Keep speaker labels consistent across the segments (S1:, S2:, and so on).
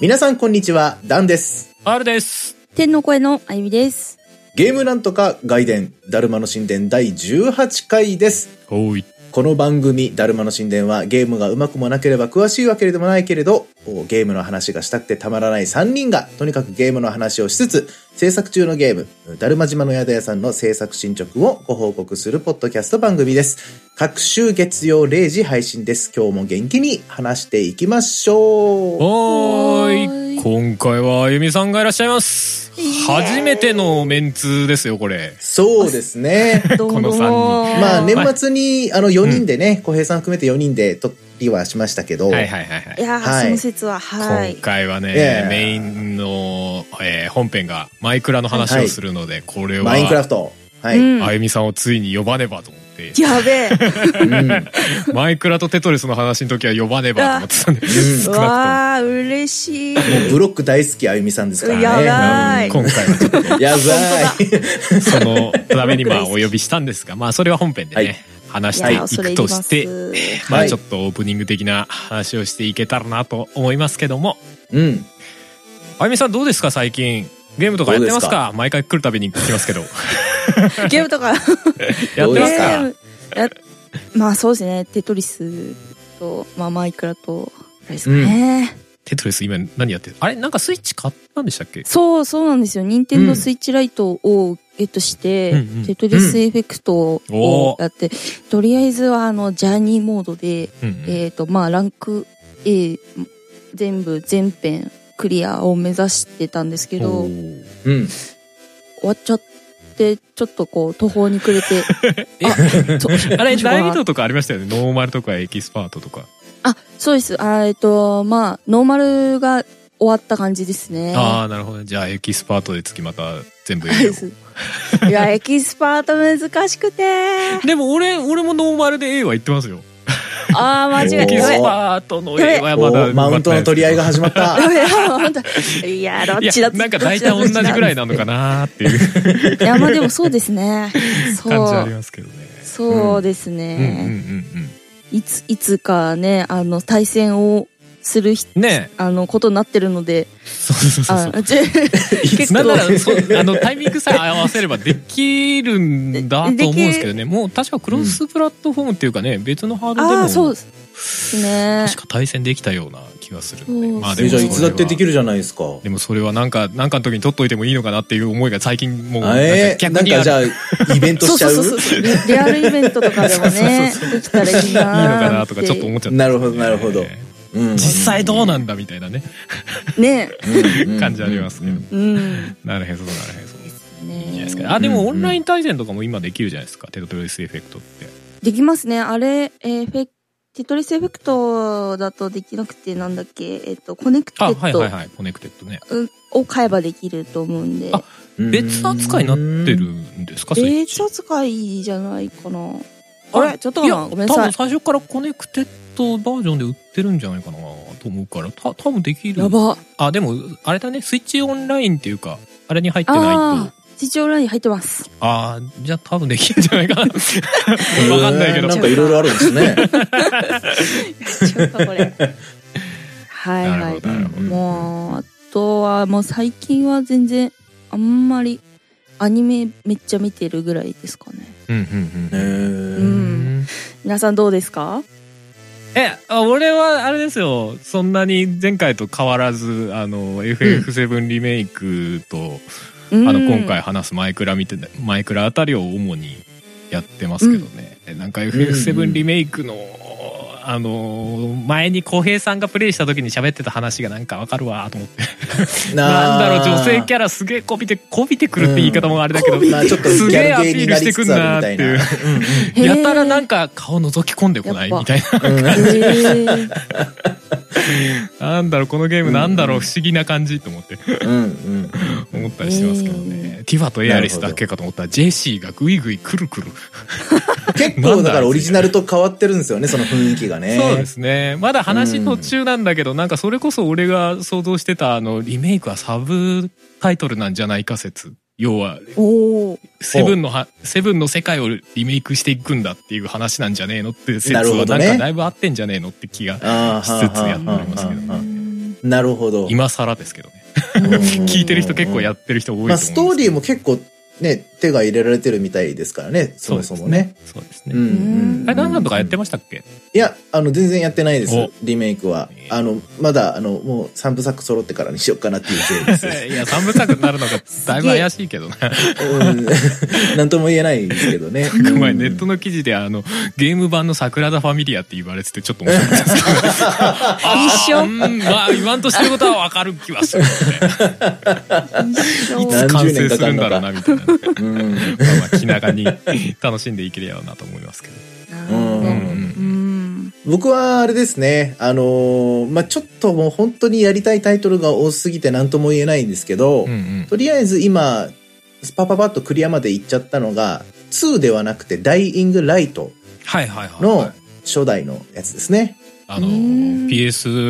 S1: 皆さんこんにちは、ダンです。
S2: R です。
S3: 天の声のあゆみです。
S1: ゲームなんとか外伝、だるまの神殿第18回です。
S2: おい。
S1: この番組、だるまの神殿はゲームがうまくもなければ詳しいわけでもないけれど、ゲームの話がしたくてたまらない3人が、とにかくゲームの話をしつつ、制作中のゲーム、だるま島の宿屋さんの制作進捗をご報告するポッドキャスト番組です。各週月曜0時配信です。今日も元気に話していきましょう。
S2: おー
S3: おー
S2: い。今回はあゆみさんがいらっしゃいます。初めてのメンツですよ、これ。
S1: そうですね。
S3: ど う
S2: こ
S3: も
S2: の三人
S1: まあ
S2: ね
S1: 年末にあの4人でね、小平さん含めて4人で撮りはしましたけど、
S2: はいはいはいはい
S3: い。やー、
S1: はい
S3: その説は、はい
S2: 今。回はね、
S1: Yeah
S2: メインの、えー本編がマイクラの話をするので、これは
S1: マインクラフト。はい。
S3: う
S1: うん
S3: ん
S2: あゆみさんをついに呼ばねばと思って、
S3: や べえ。
S2: マイクラとテトリスの話の時は呼ばねばと思ってたんで、少
S3: う
S2: なくとも。
S3: わあ、嬉しい。
S1: ブロック大好きあゆみさんですからね。
S3: やばい
S2: うん今回はちょっと
S1: やばい。
S2: そのために まあお呼びしたんですが、まあそれは本編で ね、
S1: はい
S2: 話し
S3: いやー
S2: ていくとして、
S3: それいります
S2: ま
S1: は
S2: あ
S1: い
S2: ちょっとオープニング的な話をしていけたらなと思いますけども、
S1: うん。
S2: あゆみさんどうですか最近ゲームとかやってます
S1: どう
S2: か毎回来るたびに聞きますけど
S3: ゲームとか、
S2: やって
S1: どうで
S2: ま
S1: し
S2: す
S1: た
S2: か
S3: ゲームやまあそうですね、テトリスと、まあマイクラと、あれですかね。
S2: テトリス今何やってるあれなんかスイッチ買ったんでしたっけ
S3: そう、そうなんですよ。任天堂スイッチライトをゲットして、
S2: うんうん
S3: テトリスエフェクトをやって、とりあえずはあの、ジャーニーモードで、
S2: うんうん
S3: えっ、と、まあ、ランク A 全部全編クリアを目指してたんですけど、
S2: お
S3: 終
S2: ー
S1: うん。
S3: わっちゃって、ちょっとこう、途方に暮 れて、あ、と
S2: あれ難易度とかありましたよねノーマルとかエキスパートとか、
S3: あ、そうです。あえっ、と、まあ、ノーマルが終わった感じですね。
S2: ああなるほどねじゃあエキスパートで次また全部や
S3: そう
S2: る
S3: ですいや、エキスパート難しくて。
S2: でも俺俺もノーマルで A は言ってますよ
S3: ああ、間違
S1: お
S3: え
S1: ー
S3: た。やべえ
S2: パートのは
S1: おマウントの取り合いが始ま った。
S3: やべえ本当いや、どっ
S2: い
S3: ちだ
S2: や
S3: っ
S2: なんか大体同じぐらいなのかなーっていう
S3: いや、まあでもそうです ね。
S2: 感じ
S3: そ
S2: あり
S3: う。
S2: ますけどね。
S3: そうです
S2: うんうん
S3: ね。
S2: うん
S3: いつ、いつかね、あの、対戦をするひ、
S2: うん。ね
S3: あの、ことになってるので、
S2: え、そうそうそうそう
S3: あ、ち結
S2: なんな
S3: 構、
S2: らそう あのタイミングさえ合わせればできるんだと思うんですけどねもう確かクロスプラットフォームっていうかね、別のハードで
S3: あ
S2: も
S3: あ、そうですね。
S2: 確か対戦できたような気がするので、
S3: そう
S2: まあ
S1: そ
S2: で
S1: れ
S2: も
S1: じゃ
S2: そ
S1: あい
S2: れ
S1: つ
S2: は
S1: だってできるじゃないですか。
S2: でもそれはなんかなんかの時に取っといてもいいのかなっていう思いが最近もうなんか
S1: えー、な
S2: 逆
S1: ん
S2: に
S1: か
S2: ある
S1: じゃあ、イベント
S3: そ
S1: し
S3: う
S1: ちゃ
S3: そううそうそう。リリアルイベントとかでもね
S2: そ、
S3: できたらいい
S2: いいのか
S3: なー
S2: な
S3: って
S2: とかちょっと思っちゃった、
S1: なるほどなるほどうん。
S2: 実際どうなんだみたいなね
S3: ね。
S1: うんうん
S2: 感じありますけど、
S1: うん
S3: うん。
S2: なるへそなるへそいいんじゃない
S3: ね
S2: ですかねあで
S1: うん
S2: も
S1: う
S2: オ
S1: ん
S2: ンライン対戦とかも今できるじゃないですか、テトリスエフェクトって
S3: できますね。あれ、えーフェ、テトリスエフェクトだとできなくて、なんだっけ、えっ、と、コネクテ
S2: あはい
S3: ッ
S2: はい
S3: ド
S2: はいコネクテッドね
S3: うんを買えばできると思うんで。
S2: あ別扱いになってる。んですかスイッチ
S3: 別扱いじゃないかな。あれちょっとか
S2: や
S3: なごめんなさい
S2: 多。分最初からコネクテッドバージョンで売ってるんじゃないかなと思うからた多分できる
S3: やば。
S2: あでもあれだねスイッチオンラインっていうかあれに入ってないと
S3: ああ、スイッチオンライン入ってます。
S2: ああーじゃあ多分できるんじゃないか なわかんないけど、
S1: えーなんかいろいろあるんですね。
S3: ちょっと これ。はい
S2: な
S3: は
S2: るほ
S3: い
S2: ど。なるほど
S3: もう、あとは、もう最近は全然、あんまり、アニメめっちゃ見てるぐらいですかね。
S2: うん うん
S1: え
S2: うん
S3: う
S1: ー
S3: ん皆さんどうですか
S2: え、あ俺はあれですよ。そんなに前回と変わらず、あの、FF7 リメイクと、あ
S3: あ
S2: の、今回話すマイクラ見て、マイクラあたりを主にやってますけどね。えなんか
S1: うんうん
S2: FF7 リメイクの、あの、前に浩平さんがプレイした時に喋ってた話がなんかわかるわと思って。なんだろう、女性キャラすげえこびて、こびてくるって言い方もあれだけど、
S1: まあちょっとギ
S2: すげえ
S1: ャ
S2: ア
S1: ル
S2: ピ
S1: ゲー
S2: ー
S1: に
S2: ル
S1: な
S2: し
S1: り
S2: てく
S1: つ
S2: ん
S1: つあ
S2: なーっ
S1: るみ
S2: て
S1: たい
S2: いう
S1: な。。
S3: へー
S2: やたらなんか顔覗き込んでこない
S3: やっぱ
S2: みたいな。
S1: うんうんうん
S3: へ
S2: なんだろうこのゲームなんだろう不思議な感じと思って
S1: うんうん
S2: 思ったりしてますけどね、ティファとエアリスだけかと思ったらジェシーがグイグイくるくる、
S1: 結構だからオリジナルと変わってるんですよね、その雰囲気がね。
S2: そうですねまだ話途中なんだけど、なんかそれこそ俺が想像してたあのリメイクはサブタイトルなんじゃないか説要は
S3: ーおー
S2: セブンのはセブンの世界をリメイクしていくんだっていう話なんじゃねえのって説
S1: なる
S2: は
S1: ほど
S2: なん
S1: ね
S2: かだいぶ合ってんじゃねえのって気が
S1: ああ。
S2: しつつや
S3: って
S2: おりますけど
S1: はあはあはあなるほど。
S2: 今更ですけどね
S1: うん
S2: 聞いてる人結構やってる人多いと思うん
S1: まあ、
S2: です
S1: ス
S2: けど
S1: トーリーも結構ね、手が入れられてるみたいですからね、そもそもね。
S2: そうです
S1: う
S2: ね、
S1: んうん
S2: あ
S3: う
S2: れ、なんなんとかやって
S1: ま
S2: ましたっけ
S1: いや、あの、全然やってないです
S2: お、
S1: リメイクは。あの、まだ、あの、もう3部作揃ってからにしようかなっていう勢いです。
S2: いや、三部作になるのがだいぶ怪しいけどな。
S1: うん なんとも言えないんですけどね。
S2: なんか前ネットの記事であの、ゲーム版の桜田ファミリアって言われててちょっと面白かったですけど。
S3: 一緒
S2: あーうん、まあ言わんとしてることはわかる気はする。
S3: 一
S2: い
S3: 緒
S2: つ完成するんだろうな、みたいな。ま
S1: うん。
S2: あまあ気長に楽しんでいければなと思いますけど。
S1: うん
S3: うんうん
S1: 僕はあれですね、あのーまあ、ちょっともう本当にやりたいタイトルが多すぎて何とも言えないんですけど、
S2: うんうん
S1: とりあえず今、パパパッとクリアまで行っちゃったのが、2ではなくて、ダイイングライト
S2: はいはいはい。
S1: の初代のやつですね。
S2: あの、
S3: うーん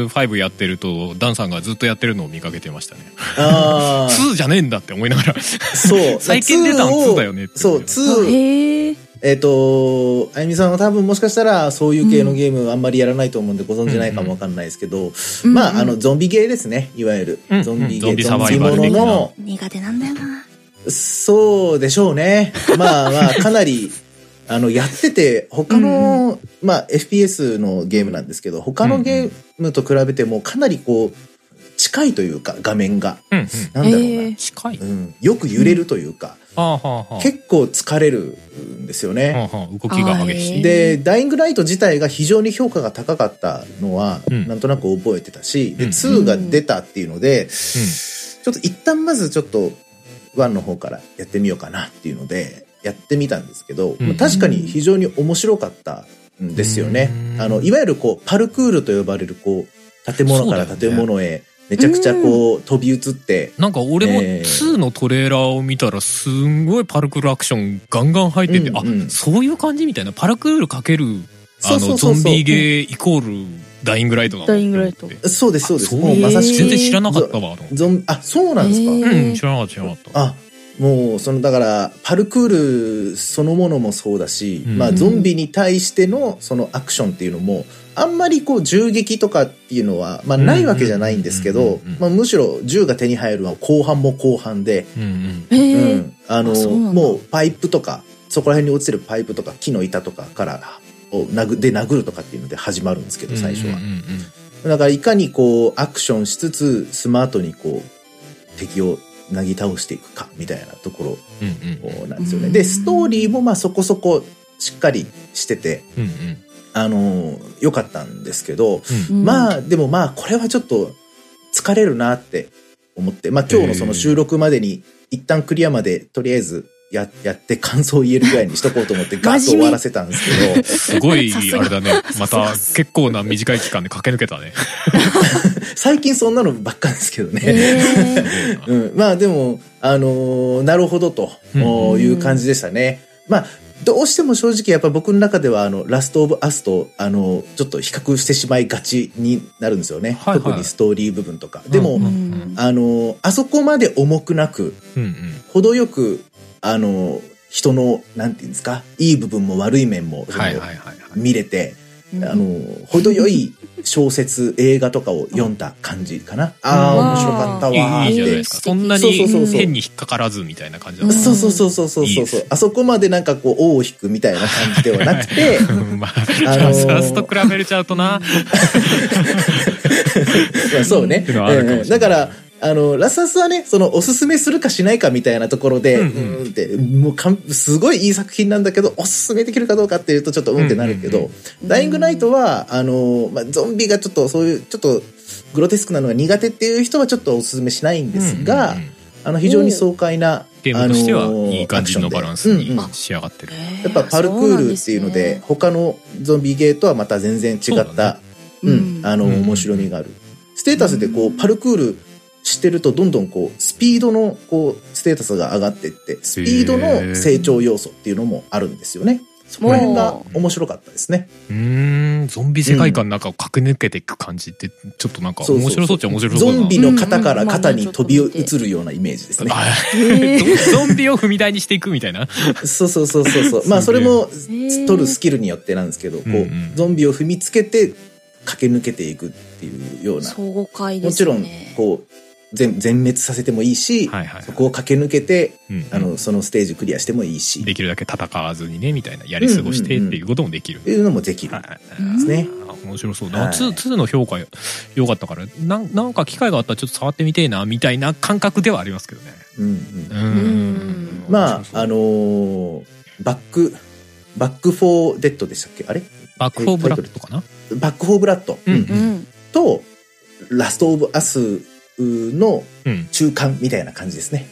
S2: PS5 やってると、ダンさんがずっとやってるのを見かけてましたね。
S1: ああ、
S2: 2じゃねえんだって思いながら。
S1: そう。
S2: 最近出たの
S1: 2
S2: 2だよねって
S1: そう、
S3: あ
S1: 2、
S3: へえ
S1: えっ、と、あゆみさんは多分もしかしたらそういう系のゲームあんまりやらないと思うんでご存知ないかもわかんないですけど、まあ、あの、ゾンビゲーですね、いわゆ
S2: う
S1: る。
S2: ん
S1: ゾンビゲ
S2: ゾ
S1: ー、
S2: ンビ
S1: ゾ
S2: サ
S1: ン
S2: バ
S1: ビ
S2: イ
S1: も
S2: バル
S1: の
S2: 的な
S1: の、
S3: 苦手なんだよな
S1: そうでしょうね。まあまあ、かなり、 あの、やってて、他の、まあ、FPS のゲームなんですけど、他のゲームと比べてもかなりこう、近いというか、画面が。
S2: うんうん
S1: なんだろうな。
S3: へえ
S2: 近い。
S1: うん、よく揺れるというか、
S2: はあはあはあ。
S1: 結構疲れるんですよね。
S2: はあはあ動きが激しい。
S1: で、ダイイングライト自体が非常に評価が高かったのは、
S2: うん
S1: なんとなく覚えてたし、で、
S2: うん
S1: 2が出たっていうので、ちょっと一旦まずちょっと、1の方からやってみようかなっていうので、やってみたんですけど、
S2: うん
S1: まあ確かに非常に面白かったんですよね
S2: う。ん
S1: あの、いわゆるこう、パルクールと呼ばれるこう、建物から
S2: そうだよ
S1: 建
S2: ね
S1: 物へ、めちゃくちゃこう、飛び移って、
S2: なんか俺も
S1: えー
S2: 2のトレーラーを見たらすんごいパルクールアクションガンガン入ってて、
S1: うんうん
S2: あそういう感じみたいなパルクールかけるあ
S1: そうそ
S2: の
S1: うそ
S2: ゾ
S1: うそう
S2: ンビゲーイコールダイイングライトなの
S3: ダイイングライト
S2: って
S1: そうです、そうです。
S2: そう
S1: もうまさしく
S2: 全然知らなかったわと思って
S1: ゾン、あ、そうなんですか。
S3: へー
S2: うん知らなかった知らなかった
S1: あもうそのだからパルクールそのものもそうだし、
S2: うん
S1: まあ、ゾンビに対してのそのアクションっていうのもあんまりこう銃撃とかっていうのは、まあ、ないわけじゃないんですけ
S2: うんうん
S1: ど
S2: うんうんうん、
S1: まあ、むしろ銃が手に入るのは後半も後半で、
S2: うんうん
S3: へ
S1: う
S3: え
S1: ん、あの
S3: あそうなんだ
S1: もうパイプとかそこら辺に落ちてるパイプとか木の板とかからを殴で殴るとかっていうので始まるんですけど最初は
S2: うんう。んうん
S1: だからいかにこうアクションしつつスマートにこう敵をなぎ倒していくかみたいなところ
S2: うんうん
S1: なんですよね。
S3: うん
S1: で、ストーリーもまあそこそこしっかりしてて、
S2: うんうん
S1: あのー良かったんですけど、
S3: うん
S1: まあでもまあこれはちょっと疲れるなって思って、まあ今日のその収録までに一旦クリアまでとりあえずややって感想を言えるぐらいにしとこうと思ってガッと終わらせたんですけど、
S2: す ごい
S3: さす
S2: あ
S3: が
S2: れだねまた
S3: さす
S2: 結構な短い期間で駆け抜けたね
S1: 最近そんなのばっかですけどね。
S3: へえ
S1: うん、まあでも、あのーなるほどと
S2: うん
S1: おーいう感じでしたね。まあ、どうしても正直やっぱ僕の中ではあの、ラストオブアスと、あのーちょっと比較してしまいがちになるんですよね。
S2: はいはい
S1: 特にストーリー部分とか。でも、
S2: うんうん
S1: あのーあそこまで重くなく、
S2: うんうん
S1: 程よく、あのー人の、なんていうんですか、いい部分も悪い面も、その
S2: はいはいはいはい
S1: 見れて、
S3: うん
S1: あのー程よい小説、映画とかを読んだ感じかな。ああ、面白かったわーっ
S2: い
S1: て。
S2: いいいじゃないですかそんな
S1: そうそうそう
S2: に
S1: そう
S2: 変に引っかからずみたいな感じだった
S1: そうそうそうそうそう
S2: いい
S1: そう
S2: です
S1: あそこまでなんかこう、尾を引くみたいな感じではなくて、
S2: まあ、
S1: あのー
S2: ラスと比べれちゃうと
S1: ま
S2: な。
S1: あそうね。
S2: ってのはあるかもしれな
S1: う
S2: い
S1: んだから、あの、ラサスはね、その、おすすめするかしないかみたいなところで、う
S2: うんんうん
S1: うんって、もうかん、すごいいい作品なんだけど、おすすめできるかどうかっていうとちょっとうんってなるけど、
S2: うんうん
S1: ダイイングナイトは、あの、まあ、ゾンビがちょっとそういう、ちょっと、グロテスクなのが苦手っていう人はちょっとおすすめしないんですが、
S2: うんうんうん
S1: あの、非常に爽快な、
S2: ゲームとしては
S1: あの
S2: いい感じの
S1: アクションで
S2: バランス
S1: うん
S2: に
S1: うん
S2: 仕上がってる。
S1: やっぱパルクールっていうので、他のゾンビゲーとはまた全然違
S2: そ
S1: っ
S2: うだ
S1: た
S2: ね、
S1: う、
S3: うんん
S1: あの、
S2: うん
S1: 面白みがある。ステータスでこう、
S3: うん
S1: パルクールしてるとどんどんこう、スピードのこう、ステータスが上がってって、スピードの成長要素っていうのもあるんですよね。そこら辺が面白かったですね。
S2: うーん、ゾンビ世界観の中を駆け抜けていく感じって、ちょっとなんか
S1: そうそう
S2: 面白そうっちゃ面白そう
S1: ゾ
S2: だな。
S1: ンビの肩から肩に
S3: うんうんまあ
S1: 飛び移るようなイメージ ですね。
S2: あ
S3: へー
S2: ゾンビを踏み台にしていくみたいな。
S1: そうそうそうそうそう。まあ、
S2: す
S1: そ
S2: げ
S1: れ
S2: え
S1: も
S3: へー
S1: 取るスキルによってなんですけど、こ
S2: うんうん
S1: う、ゾンビを踏みつけて、駆け抜けていくっていうような、
S3: 総会で
S1: もち
S3: す
S1: ろ
S3: ね
S1: んこう全全滅させてもいいし、
S2: はいはいはい
S1: そこを駆け抜けて
S2: うん
S1: あのそのステージクリアしてもいいし
S2: できるだけ戦わずにねみたいなやり過ごしてっていうこともできる、
S1: っていうのもできる
S2: はいはい
S1: ですね。
S2: あ面白そう
S1: は
S2: だ、
S1: い
S2: ツーツーの評価よ良かったからなんなんか機会があったらちょっと触ってみてえなみたいな感覚ではありますけどね
S1: うんうん
S2: う
S3: うん
S2: ん
S1: まあ
S2: 面白、そう
S1: あのーバック、バックフォーデッドでしたっけあれ
S2: バック・フォー・ブラッドかな
S1: バックフォーブラッド、
S2: うん
S3: う
S2: うん
S3: ん
S1: と、ラストオブアスの
S2: うん
S1: 中間みたいな感じですね。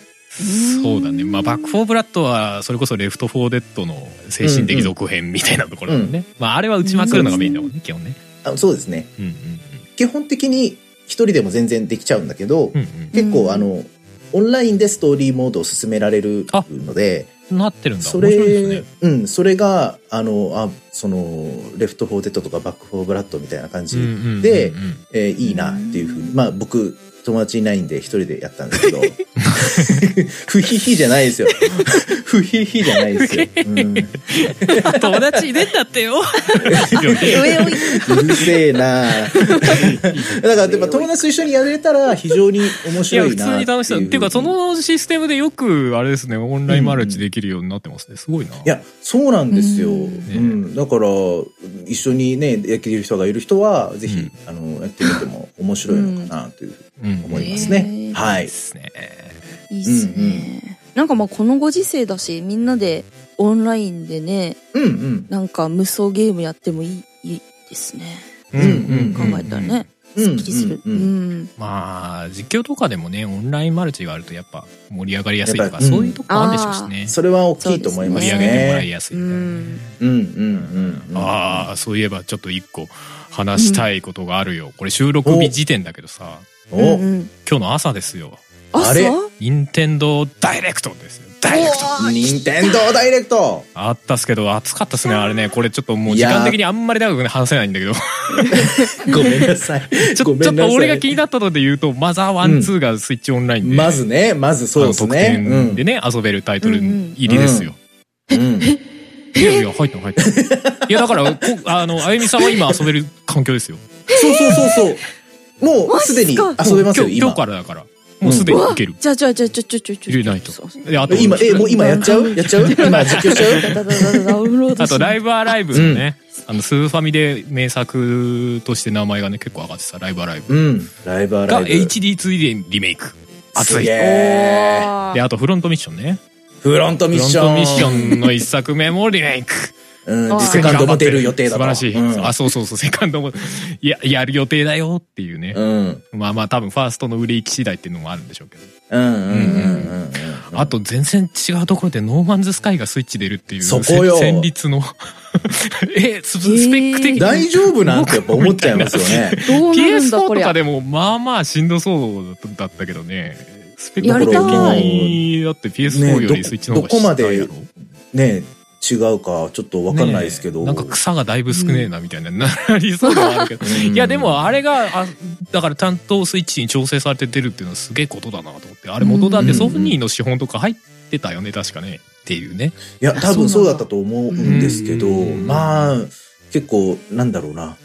S2: そうだね、まあ、バック・フォー・ブラッドはそれこそレフト・フォー・デッドの精神的続編みたいなところだもんね、まあ、あれは打ちまくるのがメインだもんね基本ね
S1: あそうですね。
S2: うんうん
S1: 基本的に一人でも全然できちゃうんだけど、
S2: うんうん
S1: 結
S3: うん
S1: 構あの、オンラインでストーリーモードを進められる
S2: あ
S1: ので、
S2: うんなってるんだ
S1: そ
S2: 面白いです
S1: れ、
S2: ね
S1: うん、それが、あの、あ、その、レフトフォーデッドとかバックフォーブラッドみたいな感じ
S2: うんうんうんうん
S1: でえーいいなっていうふうに。まあ僕、友達いないんで一人でやったんですけ ど。ふひひじゃないですよ。ふひひじゃないですよ。うん、う
S3: 友達いるんだってよ上を行く
S1: るせえ なだから、でも友達と一緒にやれたら非常に面
S2: いや
S1: 白いな
S2: 普通に楽しそう
S1: っ
S2: って
S1: い
S2: ていうかそ、のシステムでよくあれですねオンラインマルチできるようになってますねすごいない
S1: や、そうなんですよ。
S3: う
S1: うんん。
S2: ね
S1: だから、一緒にね、やってる人がいる人は、ぜひ、
S2: うん
S1: あの、やってみても面白いのかなというふう
S2: うん
S1: に思いますね。
S3: うん
S1: はいい
S2: いで。すね
S3: いいっすね、なんかまあこのご時世だしみんなでオンラインでね
S1: うんうん。
S3: なんか無双ゲームやってもいいいいですね
S1: んうん
S3: 考えたらね、
S1: うん
S3: すっきりする
S1: う
S3: うんん、
S1: うん
S2: まあ実況とかでもねオンラインマルチがあるとやっぱ盛り上がりやすいと
S1: や
S2: か
S1: っぱうん
S2: そういうとこもあるでしょうしね
S1: それは大きいと思いま
S2: 盛
S1: す
S2: り
S1: ね。
S2: 上げてもらいやすいみたいなね
S3: うん
S1: うんうんうんうん。
S2: ああそういえばちょっと一個話したいことがあるよこれ収録日時点だけどさ
S1: お、
S3: うんうん
S2: 今日の朝ですよ
S1: あれ
S3: 朝
S2: 任天堂ダイレクトですよダイレクト
S1: 任天堂ダイレク ト
S2: あったっすけど暑かったっすねあれねこれちょっともう時
S1: いや
S2: 間
S1: ー
S2: 的にあんまり長くね話せない んだけどち
S1: ごめんなさい。
S2: ょ
S1: ご
S2: ち
S1: め
S2: ょっ
S1: んなさい
S2: と俺が気になったので言うとマザー
S1: うん
S2: 1、2がスイッチオンラインで
S1: まずね、まずそうですね。
S2: あの特典でね、遊べるタイトル入りですよ、
S1: うん。うん
S2: いやいや入った入ったいやだからこあのあゆみさんは今遊べる環境ですよ
S1: そうそうそうそう。もうすでに
S3: マジ
S1: 遊べますよ、
S2: 今日今
S1: 今
S2: 日。からだからもうすでにいける、
S3: じゃあじゃあじゃあじゃあじゃあじゃあ
S2: 入れないとであと
S1: 今、え、もう今やっちゃうやっち ゃう今実況しちゃう
S3: ダダダダダウンロードし
S2: あと、ライブアライブのね、あの、スーファミで名作として名前がね、結構上がってた、ライブアライブ。
S1: うん。ライブアラ
S2: が、
S1: イブ。
S2: HD2 でリメイク。熱
S1: す
S2: い。
S1: げ
S2: で、
S1: え。
S3: おー
S2: あと、フロントミッションね。
S1: フロントミッ
S2: フロン
S1: ション。
S2: トミッションの一作目もリメイク。
S1: うん。 セカンドも出る予定だ
S2: 素
S1: と
S2: 晴らしい。
S1: うん
S2: あ、そうそうそう、セカンドも、いや、やる予定だよっていうね。
S1: うん。
S2: まあまあ、多分、ファーストの売れ行き次第っていうのもあるんでしょうけど。
S1: うんうんうんうん。
S2: あと、全然違うところで、ノーマンズスカイがスイッチ出るっていう。
S1: そこよ
S2: せ戦律の。 え、ススペック的に。
S1: 大丈夫なんてやっぱ思っちゃいますよね。
S3: どうなるん
S2: PS4
S3: だことりゃ
S2: かでもまあまあしんどそうだったけどねスペッ
S3: や
S2: ク
S3: り
S2: 的
S3: たい
S2: にだって PS4 よりスイッチの方が下や
S1: ね
S2: ろ
S1: どね違うか、ちょっとわかんないですけど。
S2: ねえなんか草がだいぶ少ねえなみたいな、なりそうではあるけどいやでもあれがあだから担当スイッチに調整されて出るっていうのはすげえことだなと思ってあれ元だっ
S1: う
S2: て
S1: ん
S2: ソフニーの資本とか入ってたよね確かねっていうね
S1: いや、多分そうだったと思うんですけど、
S2: うん
S1: まあ、結構、なんだろうな。あの、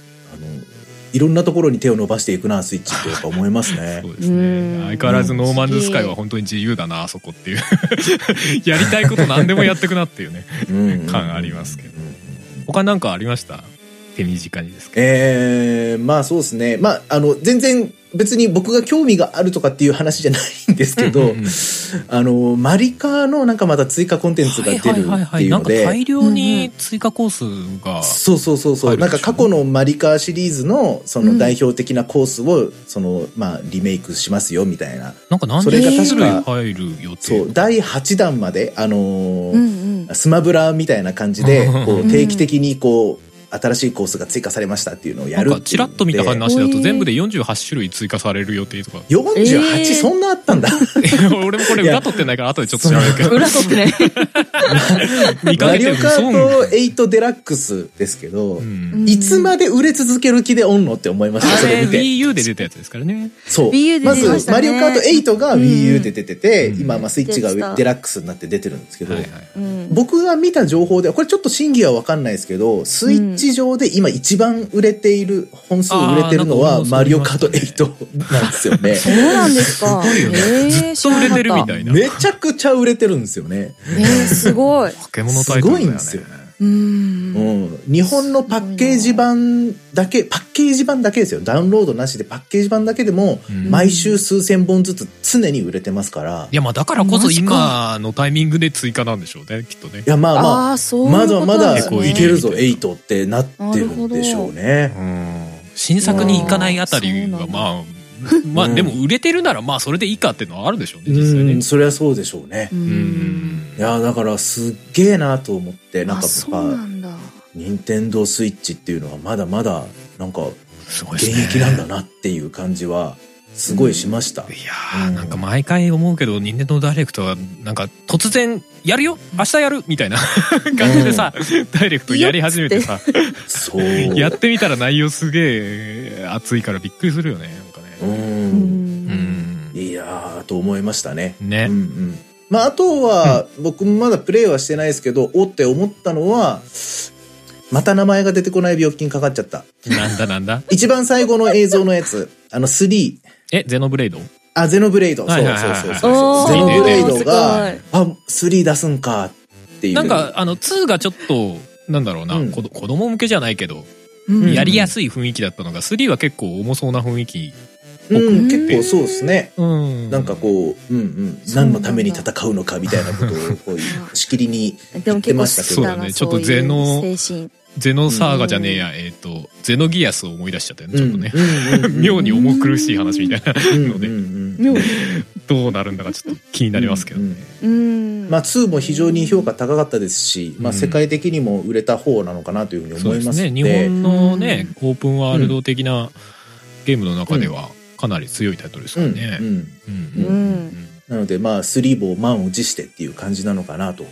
S1: いろんなところに手を伸ばしていくな、スイッチってやっぱ思いますね
S2: そ。うですね
S3: うん
S2: 相変わらずノーマンズスカイは本当に自由だなあそこ っていうやりたいこと何でもやってくなっていうね
S1: うん
S2: 感ありますけ
S1: う
S2: ど。
S1: ん
S2: 他なんかありました手短にですけど。
S1: ええまあそうですね。まあ、あの、全然別に僕が興味があるとかっていう話じゃないんですけど、
S2: うんうん
S1: あの、マリカのなんかまた追加コンテンツが出るっていうので、
S2: はいはいはいはいなんか大量に追加コースが、
S1: そうそうそうそ
S2: 入
S1: う。
S2: るで
S1: な
S2: し
S1: ん
S2: ょ
S1: か過去のマリカーシリーズのそうの
S3: ん
S1: 代表的なコースを、その、まあリメイクしますよみたいな。
S2: なんか何
S1: それが
S2: 種
S1: 確
S2: 類
S1: か
S2: 入る予定
S1: そう、第8弾まで、あのー
S3: うんうん
S1: スマブラみたいな感じで、こ
S2: う
S1: う定期的にこう、新しいコースが追加されましたっていうのをや
S2: なん
S1: るっていう
S2: かちらっと見た
S1: な。
S2: 話だ
S3: え
S2: と
S3: ー
S2: 全部で48種類追加される予定とか
S1: 48、
S3: えー
S1: そんなあったんだ。
S2: 俺もこれ裏取ってないから後でちょっと調べる けど
S3: 裏取ってね
S2: 見か
S1: マ
S2: け
S1: リ
S2: て
S1: オ
S2: る
S1: カート8デラックスですけど、
S2: うん
S1: いつまで売れ続ける気でおんのって思いました、
S2: あ
S1: それ
S2: れ
S1: 見て。
S2: Wii U で出たやつですからね
S1: そう。
S3: Wii U で
S1: ま
S3: 出まし
S1: ず、
S3: た
S1: マ
S3: ね
S1: リオカート8が
S3: うん
S1: Wii U で出てて、
S2: うん
S1: 今、まあ、スイッチ
S3: 出てた
S1: がデラックスになって出てるんですけど、
S2: はいはい
S3: うん
S1: 僕が見た情報では、これちょっと真偽はわかんないですけど、スイッ日常で今一番売れている、本数売れてるの
S2: あーなん
S1: は、
S2: か
S1: マリオカート8なんですよね。
S3: そうなんですか。えー、
S2: ずっと売れてるみ
S3: い。
S2: たいな。
S1: めちゃくちゃ売れてるんですよね。
S3: えー、すごい。う
S2: ポケモンのタイトルだよ
S1: すごいん
S2: ね。
S1: ですよね
S3: ー。
S1: うんん。日本のパッケージ版だけ、パッケージ版だけですよ。ダウンロードなしでパッケージ版だけでも、
S2: うん
S1: 毎週数千本ずつ常に売れてますから。
S2: いやまあだからこそ
S3: マジか
S2: 今のタイミングで追加なんでしょうねきっとね
S1: い。や、まあまあ、
S3: ああ、そういう
S1: ま
S3: こと
S1: だ
S3: なん
S1: まだ
S2: 結構
S1: い
S2: い
S1: け
S2: け
S1: る
S2: る
S1: ぞ、
S2: ぞ
S1: 8ってなってるんでしょうね。
S2: うん新作に行かないあたり
S3: あーそ
S2: が
S3: う
S2: まあ まあでも売れてるならまあそれでいいかっていうのはあるでしょうね
S1: う
S2: 実際ね
S1: ん、。そりゃそうでしょうね
S3: う。。
S2: うんん
S1: いや、だからすっげえなと思って、なん
S3: あ、
S1: か
S3: そ
S1: や
S3: う
S1: っ
S3: な
S1: ぱ、
S3: んだ。
S1: 任天堂スイッチっていうのはまだまだ、なんか、
S2: すごいで
S1: 現
S2: すね
S1: 役なんだなっていう感じは、すごいしました。
S2: い
S1: う
S2: やー
S1: ん
S2: なんか毎回思うけど任天堂ダイレクトはなんか突然やるよ明日やるみたいな 感じでさ、ダイレクトやり始めてさ
S1: そう。
S2: やってみたら内容すげえ熱いからびっくりするよねなんか
S1: う。
S2: ね
S3: うんん。
S2: う
S1: いやー、と思いましたね。
S2: ん
S1: う
S2: ね
S1: んうん。まあ、あとは、僕もまだプレイはしてないですけど、おって思ったのは、また名前が出てこない病気にかかっちゃった。
S2: なんだなんだ
S1: 一番最後の映像のやつ、 あの3、
S2: えゼノブレイド
S1: あ、ゼノブレイド。そ
S2: は
S1: う
S2: い
S1: そう
S2: はいはいはい
S1: そうそ
S3: お
S1: う。
S3: ー
S1: ゼノブレイドが、
S3: す
S1: あ、3出すんかっていう。
S2: なんかあの2がちょっとなんだろうな、
S1: うん
S2: こど子供向けじゃないけど、
S3: ごいうん
S2: やりやすい雰囲気だったのが3は結構重そうな雰囲気
S1: うん、
S3: 僕
S1: 結構そうですね。
S2: うん
S1: なんかこう、うんうん、
S3: そうな
S1: 何
S3: んだ
S1: のために戦うのかみたいなことを、こう、しきりに、
S3: でも結構好きだ
S2: そうだ
S3: な
S2: ね
S3: そういう
S2: ちょっとゼノ
S3: 精神
S2: ゼノサーガじゃねえや、えっ、とゼノギアスを思い出しちゃったよねちょっとね、
S1: うんうんうん
S2: 妙に重苦しい話みたいな ので、
S1: うんうんうん
S3: 妙
S2: どうなるんだかちょっと気になりますけどね、
S1: うんうん
S3: うん
S1: まあ、2も非常に評価高かったですし、まあ、
S2: うん
S1: 世界的にも売れた方なのかなというふうに
S2: そう
S1: 思
S2: で
S1: い
S2: す
S1: ます
S2: ね
S1: の
S2: 日
S1: で、
S2: 本のね、オープンワールド的なゲームの中ではかなり強いタイトルですからね
S1: うんうん、
S2: うん
S1: うん
S2: うん
S1: なので、まあ、3も満を持してっていう感じなのかなと。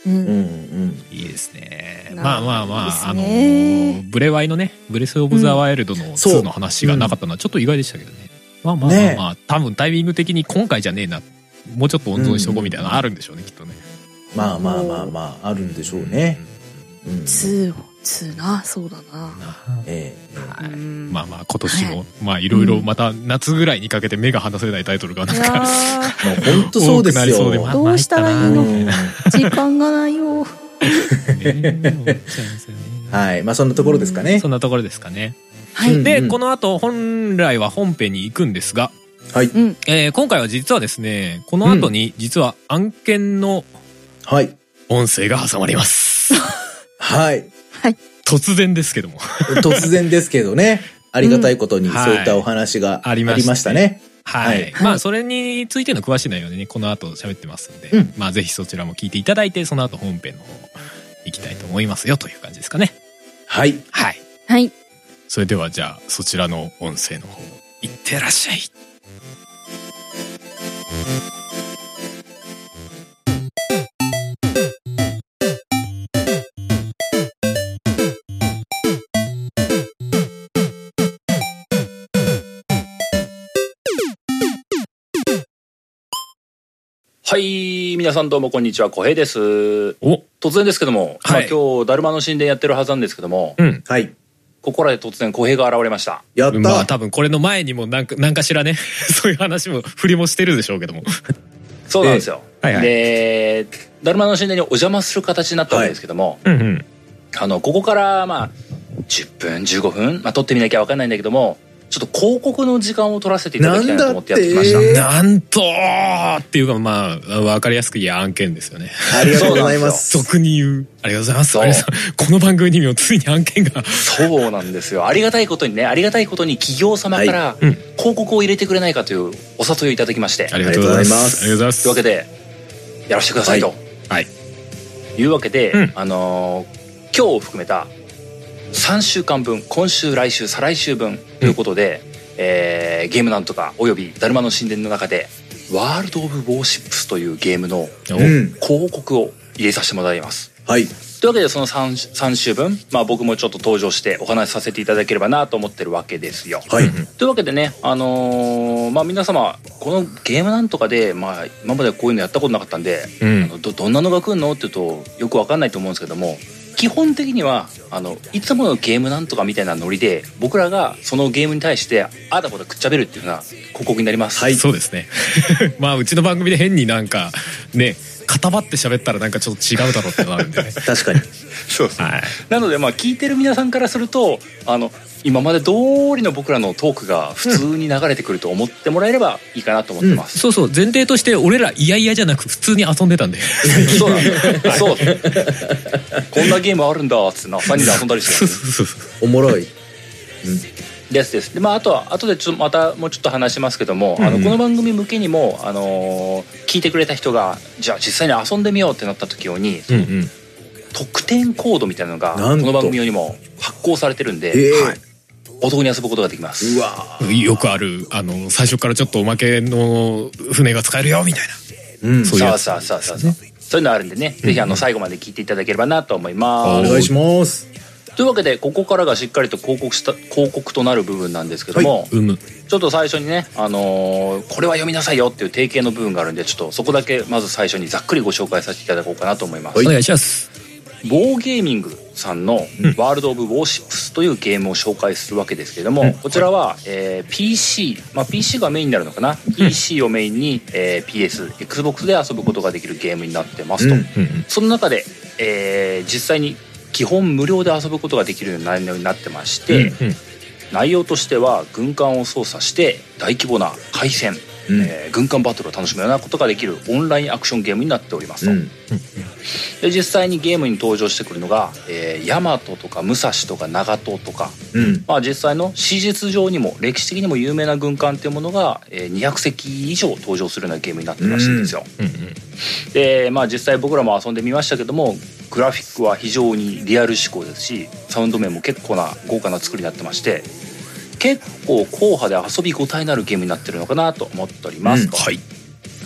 S3: う
S1: うんうんん。
S2: いいですね
S3: な
S2: まあまあまあ
S3: いいですね
S2: あのブレワイのねブレス・オブ・ザ・ワイルドの
S1: そう
S2: 2の話がなかったのはちょっと意外でしたけどね、まあまあまあまあ、多分タイミング的に今回じゃねえなもうちょっと温存しとこうみたいなのあるんでしょうね、きっとね
S1: まあまあまあまあ、あるんでしょうね。うん。
S3: 2を2なそうだな
S2: な
S1: ええ
S2: は
S3: う
S2: い
S3: ん
S2: まあまあ今年も、まあいろいろまた夏ぐらいにかけて目が離せないタイトルがないん
S3: や
S2: か、
S3: ー
S1: まあ、本当そうで
S2: 多くな
S1: す
S2: り
S1: よ。
S2: そうでまあ
S3: どうしたらいい
S1: うん
S3: の時間がないよ
S2: ね思っちゃいますよね
S1: はい。まあ、そんなところですかね
S2: そ。んなところですかね。
S3: はい
S1: うん
S2: で、この後本来は本編に行くんですが、
S1: はい。
S3: うん
S2: えー今回は実はですね、この後に実は案件の
S1: はい。
S2: 音声が挟まり ます。
S1: はい。
S3: はい
S2: 突然ですけども。
S1: 突然ですけどね。ありがたいことに、
S2: うん
S1: そういったお話があ
S2: あ
S1: り
S2: り
S1: ま
S2: ましたね
S1: したね。
S2: はい。
S1: はい
S2: まあ、それについての詳しい内容でね、この後喋ってますんで、
S1: うん
S2: まあ、ぜひそちらも聞いていただいて、その後本編の方行きたいと思いますよという感じですかね。
S1: はい。
S2: はい。
S3: はい
S2: それでは、じゃあ、そちらの音声の方、いってらっしゃい。
S4: はい、皆さんどうもこんにちは、小平です。
S2: お
S4: 突然ですけども、
S2: はい
S4: まあ今日だるまの神殿やってるはずなんですけども、
S2: うん。
S1: はい。
S4: ここらで突然小平が現れました。
S1: やった。
S2: まあ多分これの前にもなんか なんかしらねそういう話も振りもしてるでしょうけども
S4: そうなんですよ。
S2: えはいはい
S4: で、だるまの神殿にお邪魔する形になったわけですけども、
S2: うんうん
S4: あのここからまあ10分15分、まあ撮ってみなきゃわかんないんだけども、ちょっと広告の時間を取らせていただきたいなと思ってやってきました。
S1: えー
S2: なんとーっていうかまあわかりやすくいや案件ですよ ね
S1: ありがとうございます。
S2: 俗に言うありがとうございます
S4: そう
S2: ありがとうございますこの番組にもついに案件が
S4: そうなんですよ。ありがたいことにね、ありがたいことに企業様から
S2: いうん
S4: 広告を入れてくれないかというお誘いをいただきまして。
S2: ありがとうございます
S1: あ
S2: あ
S1: り
S2: り
S1: が
S2: がとうご
S4: というわ
S2: ざい
S4: けでやらせてくださいと、
S2: はい
S4: いうわけで、
S2: うん
S4: あのー今日を含めた3週間分今週来週再来週分ということで、えーゲームなんとかおよび「だるまの神殿」の中で「ワールド・オブ・ウォーシップス」というゲームの
S2: ます
S1: う
S2: お
S1: ん。
S4: 広告を入れさせてもらいます
S1: はい。
S4: というわけでその 3, 3週分、まあ、僕もちょっと登場してお話しさせていただければなと思ってるわけですよ
S1: はい。
S4: というわけでね、あのーまあ、皆様このゲームなんとかで、まあ、今までこういうのやったことなかったんで
S2: うん
S4: あのどどんなのが来るのって言うとよくわかんないと思うんですけども基本的にはあのいつものゲームなんとかみたいなノリで僕らがそのゲームに対してあだこだくっちゃべるっていうような広告になります、
S2: はい、そうですね まあうちの番組で変になんかね固まって喋ったらなんかちょっと違うだろうってなるん でね
S1: 確かに。
S4: そうです
S2: はい
S4: なのでまあ聞いてる皆さんからするとあの今まで通りの僕らのトークが普通に流れてくると思ってもらえればいいかなと思ってます、
S2: そうそう前提として俺らいやいやじゃなく普通に遊んでたんで
S4: そうなんだよそうこんなゲームあるんだっつってな3人で遊んだりして
S2: そう
S4: る
S2: そうそう
S1: お もろい。
S4: ですですでまああとは後でちょっとまたもうちょっと話しますけども、あの
S1: うん
S4: この番組向けにもあのー聞いてくれた人がじゃあ実際に遊んでみようってなった時用に
S1: うんうん。
S4: 特典コードみたいなのがこ
S1: なんと
S4: の番組用にも発行されてるんで、
S1: ええ
S4: はいお得に遊ぶことができます
S1: うわ
S2: そうよくあるあの最初からちょっとおまけの船が使えるよみたいな
S1: うん。
S2: そういうやつ
S4: そうそうそうそうそうそういうのあるんでね、ぜひあの最後まで聞いていただければなと思い
S1: お
S4: ま
S1: 願い
S4: す。
S1: します。
S4: というわけでここからがしっかりと広告した広告となる部分なんですけども、
S2: うむ
S4: ちょっと最初にね、あのーこれは読みなさいよっていう定型の部分があるんでちょっとそこだけまず最初にざっくりご紹介させていただこうかなと思います。
S2: お願いします
S4: ボーゲーミングさんの「ワールド・オブ・ウォーシップス」というゲームを紹介するわけですけれども、こちらは、えー PC、まあ、PC がメインになるのかな、PC をメインに、えー PSXbox で遊ぶことができるゲームになってますと、
S1: うん
S4: その中で、えー実際に基本無料で遊ぶことができるような内容になってまして、内容としては軍艦を操作して大規模な海戦、
S1: うん
S4: えー軍艦バトルを楽しむようなことができるオンラインアクションゲームになっておりますと。
S1: うん。
S4: で実際にゲームに登場してくるのが、えー、大和とか武蔵とか長門とか、
S1: うん。
S4: まあ、実際の史実上にも歴史的にも有名な軍艦っていうものが、えー200隻以上登場するようなゲームになってるらしいんですよ。
S2: うんうん
S4: で、まあ、実際僕らも遊んでみましたけどもグラフィックは非常にリアル志向ですしサウンド面も結構な豪華な作りになってまして結構硬派で遊び応えのあるゲームになってるのかなと思っておりますと。
S2: はい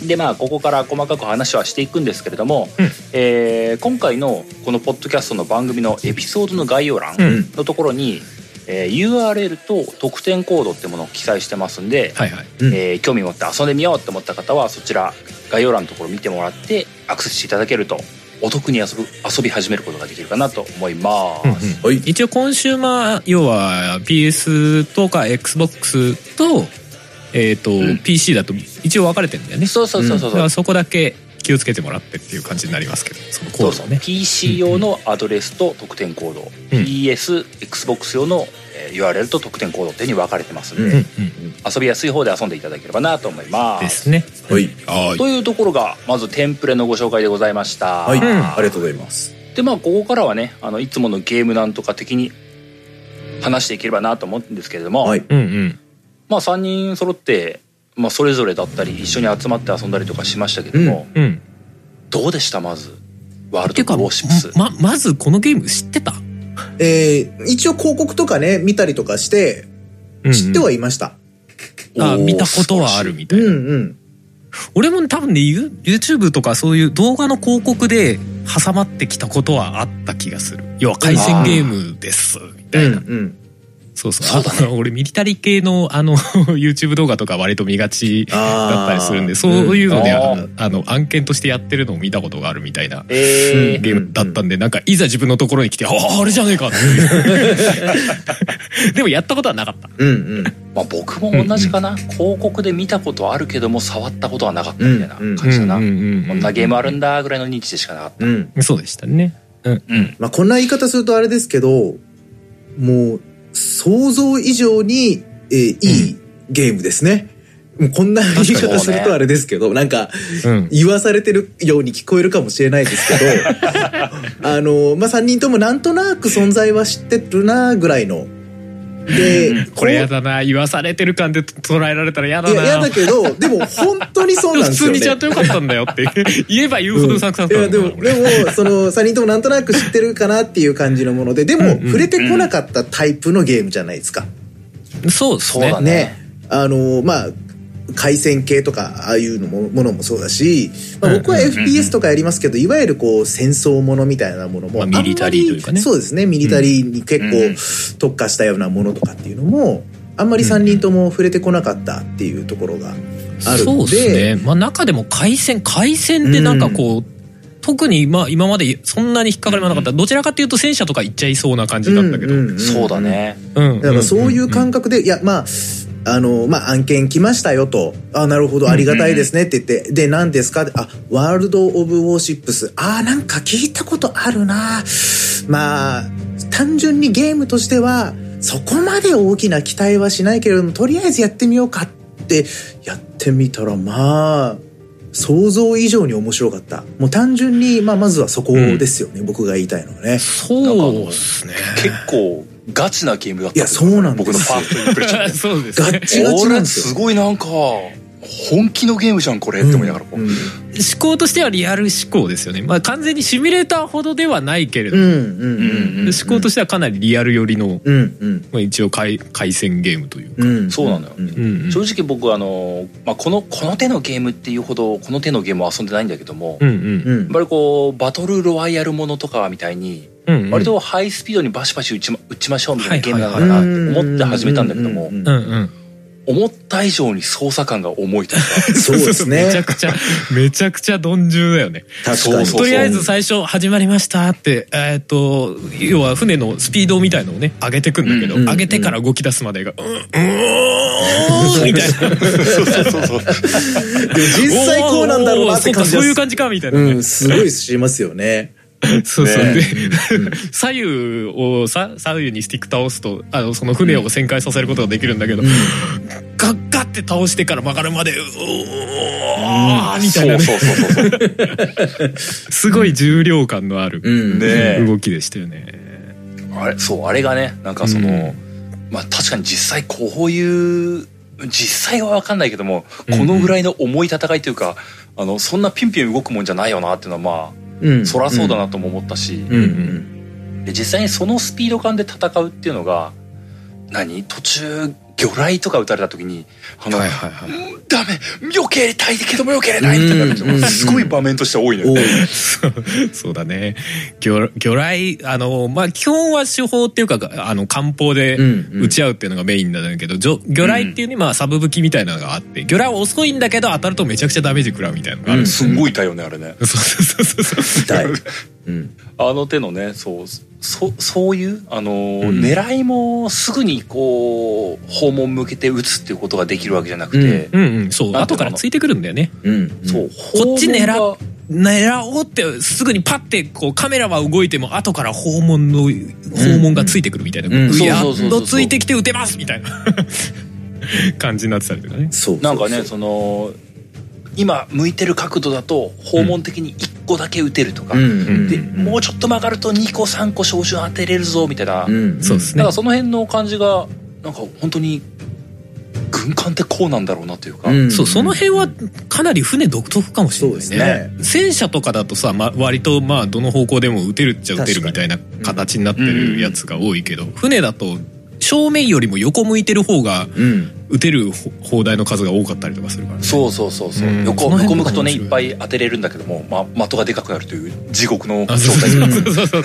S4: でまあここから細かく話はしていくんですけれども、
S2: うん
S4: えー今回のこのポッドキャストの番組のエピソードの概要
S1: ん
S4: 欄のところに、えー URL と特典コードってものを記載してますんで、
S2: はいはい
S1: うん
S4: えー興味持って遊んでみようって思った方はそちら概要欄のところ見てもらってアクセスしていただけるとお得に遊ぶ遊び始めることができるかなと思います。
S1: はい。
S2: 一応コンシューマー要は PS とか XBOX と,、えーと
S4: うん
S2: PC だと一応分かれてんだよね
S4: そうそうそうそ
S2: だ
S4: うそ
S2: か
S4: う、
S2: らそこだけ気をつけてもらってっていう感じになりますけどそのコードをね
S4: PC 用のアドレスと特典コード、
S2: うん
S4: PSXbox 用のえー URL と特典コードっていうふうに分かれてますんで、
S1: うん
S2: うんうん
S4: 遊びやすい方で遊んでいただければなと思いま。
S2: ですすね
S1: はい。
S2: はい
S4: というところがまずテンプレのご紹介でございました。
S1: はい。
S2: うん
S1: ありがとうございます。
S4: でまあここからはねあのいつものゲームなんとか的に話していければなと思うんですけれども、
S1: はい。
S2: うんうん
S4: まあ3人揃って、まあ、それぞれだったり一緒に集まって遊んだりとかしましたけども、
S2: うん
S4: どうでしたまずワー
S2: ってい
S4: ル
S2: うか
S4: ドウォーシップス。
S2: ままずこのゲーム知ってた
S1: えー、一応広告とかね、見たりとかして、知ってはいました。
S2: あ
S4: おー
S2: 見たことはあるみたいな、
S1: うんうん。
S2: 俺も多分ね You- YouTube とかそういう動画の広告で挟まってきたことはあった気がする要は回線ゲームですみたいな、
S1: うん。
S2: そうそうあの俺ミリタリー系のあの YouTube 動画とか割と見がち
S1: あー
S2: だったりするんでそういうので、
S4: うん
S2: あのあの案件としてやってるのを見たことがあるみたいな
S4: えー
S2: ゲームだったんで、なんかいざ自分のところに来てあああれじゃねえかって いうでもやったことはなかった
S1: うんうん。
S4: まあ、僕も同じかな、広告で見たことはあるけども触ったことはなかったみたいな感じだな、
S2: うんうんうんうん
S4: こんなゲームあるんだぐらいの認知でしかなかった、
S1: うん。
S2: そうでしたねうん
S4: うん、
S1: まあ、こんな言い方するとあれですけど、もう、想像以上に、えーいいゲームですね。もうこんな言い
S4: 確か
S1: 方
S4: に
S1: するとあれですけど、なんか、
S2: うん
S1: 言わされてるように聞こえるかもしれないですけ ど、あの、まあ、3人ともなんとなく存在は知ってるな、ぐらいの。で、
S2: これやだな言わされてる感で捉えられたらや
S1: こう。
S2: だ
S1: い
S2: な
S1: や、嫌だけど、でも本当にそう
S2: でも
S1: なん
S2: 普
S1: ですよ、
S2: 通
S1: ね。
S2: にちゃんとよかったんだよ って言えば言うほどうさんくさ
S1: い
S2: くな
S1: や
S2: る
S1: で
S2: の
S1: も
S2: かな
S1: でもその3人ともなんとなく知ってるかなっていう感じのものででも
S2: うんうん
S1: 触れてこなかったタイプのゲームじゃないですか。
S2: 俺そうです
S4: そう
S2: ね
S4: だね
S1: ねあのまあ回線系とかああいうのもものもそうだし、まあ、僕は
S2: うんうん
S1: FPS とかやりますけど、いわゆるこう戦争ものみたいなものも、
S2: まあミリタリーというかね
S1: あんまりそうですねミリタリーに結
S4: うんうん
S1: 構特化したようなものとかっていうのもあんまり3人とも触れてこなかったっていうところがある
S2: そ
S1: の
S2: うです
S1: で、
S2: ねまあ中でも回線回線ってなんかこう、特にまあ今までそんなに引っかかりもなかった、どちらかっていうと戦車とか行っちゃいそうな感じだったけど、うん
S4: そうだね
S2: うん
S1: だからそういう感覚で、いや、まあ、あの、まあ、案件来ましたよと、あ、なるほど、ありがたいですねって言って、で、何ですかあ、ワールド・オブ・ウォーシップス。あー、なんか聞いたことあるなまあ、単純にゲームとしては、そこまで大きな期待はしないけれども、とりあえずやってみようかって、やってみたら、まあ、想像以上に面白かった。もう単純に、まあ、まずはそこですよね、僕が言いたいのはね。
S2: そうですね
S4: 結構ガチなゲームだった
S1: いやそうなんです
S4: 僕のファーストインプレッション
S2: そうです
S1: ガ
S2: ね
S1: ッチガチなん
S4: 俺
S1: ですよ
S4: す。ごいなんか本気のゲームじゃんこれって思いながらこう、
S1: うん
S2: 思考としてはリアル思考ですよね、まあ、完全にシミュレーターほどではないけれど、
S1: うんうんうん
S2: 思考としてはかなりリアル寄りの、
S1: うんうん
S2: まあ、一応回回線ゲームという、
S1: うん
S4: そうなのよ
S1: うん
S2: うんうん、
S4: 正直僕あの、まあ、このこの手のゲームっていうほどこの手のゲームは遊んでないんだけども、
S2: う
S4: やっ
S2: んうん
S1: うん
S4: ぱりこうバトルロワイヤルものとかみたいに
S2: うんうん
S4: 割とハイスピードにバシバシ打ちま打ちましょうみたいなゲームなの
S2: あ
S4: かなって思って始めたんだけども
S1: うんうん
S2: う
S1: うん
S2: んうん
S4: 思った以上に操作感が重いという か
S1: そうです
S2: めちゃ
S1: ね。
S2: くちゃめちゃくちゃ鈍重だよね
S1: 確かに。
S4: そうそう
S2: とりあえず最初始まりましたってえーっと要は船のスピードみたいのをね上げてくんだけど、
S1: うんうんうん
S2: 上げてから動き出すまでが「うんうーん」み たい な
S4: そうそうそうそ
S1: で
S4: う
S1: も実際こうなんだろうなって感じ
S2: おーそうかそういう
S1: が
S2: 感じかみたいなね、
S1: うん、すごいしますよね。
S2: そうそう、
S4: ね
S2: で左右をさ左右にスティック倒すとあのその船を旋回させることができるんだけど、ガッガッて倒してから曲がるまでうおーみたいな、ね
S4: そうそうそうそう
S2: すごい重量感のある
S1: うん。
S4: ね
S2: 動きでしたよね。
S4: あれそうあれがねなんかその、
S2: うん
S4: まあ確かに実際こういう実際は分かんないけどもこのぐらいの重い戦いというか、あのそんなピンピン動くもんじゃないよなっていうのはま
S1: うん
S4: あそらそうだなとも思ったし、
S1: うんうん。
S4: で実際にそのスピード感で戦うっていうのが何途中魚雷とか撃たれた時にあの、
S2: はいはい。
S4: うんダメ避けたいけども避けれないみたいな感じ
S1: うんうんうん
S4: すごい場面としては多いのよ
S1: 多
S4: ね。
S1: い。
S2: そうだね。魚魚雷、あの、まあ、基本は手法っていうか、あの、艦砲で
S1: うんうん
S2: 撃ち合うっていうのがメインなんだけど、じょ魚雷っていうね、まあ、サブ武器みたいなのがあって、魚雷は遅いんだけど当たるとめちゃくちゃダメージ食らうみたいなのがある。
S1: うん
S4: すんごい痛いよねあれね。
S2: そうそうそうそう。
S1: 痛い。うん。
S4: あの手のねそうそそういう、あのー
S1: うん
S4: 狙いもすぐにこう訪問向けて撃つっていうことができるわけじゃなくて、
S2: うんうん、そう。
S4: なんて
S2: 後
S4: いう
S2: か
S4: の
S2: らついてくるんだよね。
S1: うん。
S4: そう
S2: こっち狙
S4: 訪問が
S2: 狙おうって、すぐにパッて、こう、カメラは動いても、後から訪問の、訪問がついてくるみたいな。
S1: うんうん
S2: や
S4: そうそうそ
S2: っ
S4: うそ
S2: と
S4: う
S2: ついてきて撃てますみたいな感じになってたりとかね。
S1: そう。
S4: なんかねその今向いてる角度だと訪問的に1個だけ撃てるとか、
S1: うんうん。
S4: でもうちょっと曲がると2個3個照準当てれるぞみたいな、
S1: うん。
S2: そうですね。
S4: なんかその辺の感じがなんか本当に軍艦ってこうなんだろうなというか、
S1: うん。
S2: そうその辺はかなり船独特かもしれないね
S1: そうです
S2: 戦車とかだとさ、ま、割とまあどの方向でも撃てるっちゃ撃てるみたいな形になってるやつが多いけど、船だと正面よりも横向いてる方が
S1: うん。
S2: 撃てるほ砲台の数が多かったりとかするから、ね、
S4: そうそうそうそう、
S2: うん
S4: 横
S2: その辺
S4: 横向くとね
S2: 面白い
S4: いっぱい当てれるんだけども、ま、的がでかくなるという地獄の
S2: あ
S4: 状
S2: そう
S4: 態
S2: そう
S4: で
S2: そうそうそう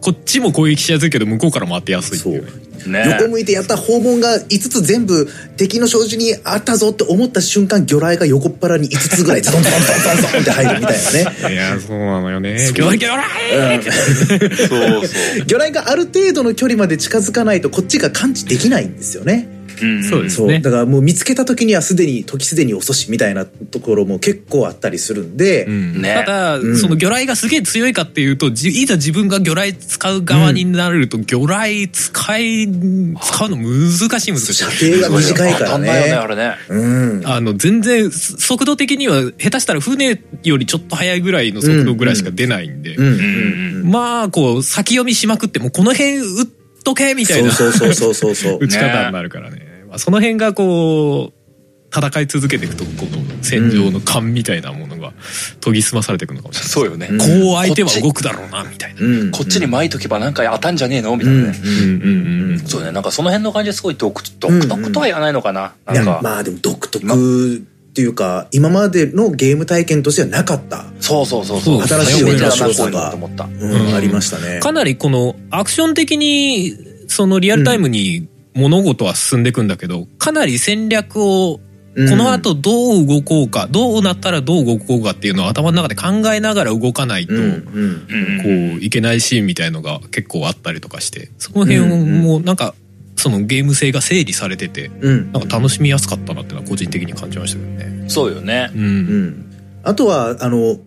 S2: こっちも攻撃しやすいけど向こうから回ってやすいっていうね
S4: すね
S1: 横向いてやった訪問が5つ全部敵の障子にあったぞって思った瞬間、魚雷が横っ腹に5つぐらい、ズドンズドンズドンズドンって入るみたいなね。
S2: いや そうなのよね
S1: そう
S2: 魚雷魚雷って
S4: そうそう
S1: 魚雷がある程度の距離まで近づかないとこっちが感知できないんですよね。
S4: うん
S2: そうです
S1: そう、
S2: ね
S1: だからもう見つけた時にはすでに時すでに遅しみたいなところも結構あったりするんで、
S2: うん
S4: ね
S2: ただ、
S1: うん
S2: その魚雷がすげえ強いかっていうとじいざ自分が魚雷使う側になると、魚雷使い使うの難しい難しい
S1: 射程が短いから
S4: 当たんないよねあ
S1: ね。
S4: れね
S1: うん。
S2: あの全然す速度的には下手したら船よりちょっと速いぐらいの速度ぐらいしか出ないんで、
S1: うんうんうん。
S2: まあこう先読みしまくってもうこの辺打っとけみたい
S1: そう
S2: な
S1: そうそうそうそう そう。
S2: 打ち方になるからねまあ、その辺がこう戦い続けていくとこの戦場の勘みたいなものが研ぎ澄まされていくのかもしれない、
S4: そうよね、
S1: うん
S2: こう相手は動くだろうなみたいな。
S1: うん
S4: こっちに巻いとけばなんか当たんじゃねえのみ
S1: う
S4: たい
S1: ん
S4: なね、
S2: うんうんうん
S4: そうねなんかその辺の感じですごい独
S1: うん
S4: 独特とは言わないのかな、
S1: い
S4: な
S1: や
S4: んか、
S1: まあでも独特っていうか今までのゲーム体験としてはなかった、
S4: そうそうそうそう
S1: 新
S2: しい
S4: 初めてだな
S1: 面白さ
S4: こう
S1: が
S4: いうのと思った
S1: うん
S2: うん
S1: ありましたね。
S2: かなりこのアクション的にそのリアルタイムに物事は進んでいくんだけど、かなり戦略を
S1: うん
S2: この後どう動こうか、どうなったらどう動こうかっていうのを頭の中で考えながら動かないと、
S1: うんうん
S2: こういけないシーンみたいのが結構あったりとかしてその辺もなんかそのゲーム性が整理されてて
S1: うん
S2: なんか楽しみやすかったなってのは個人的に感じましたけどね。
S4: そうよね。
S2: う、
S1: うんんあとはあの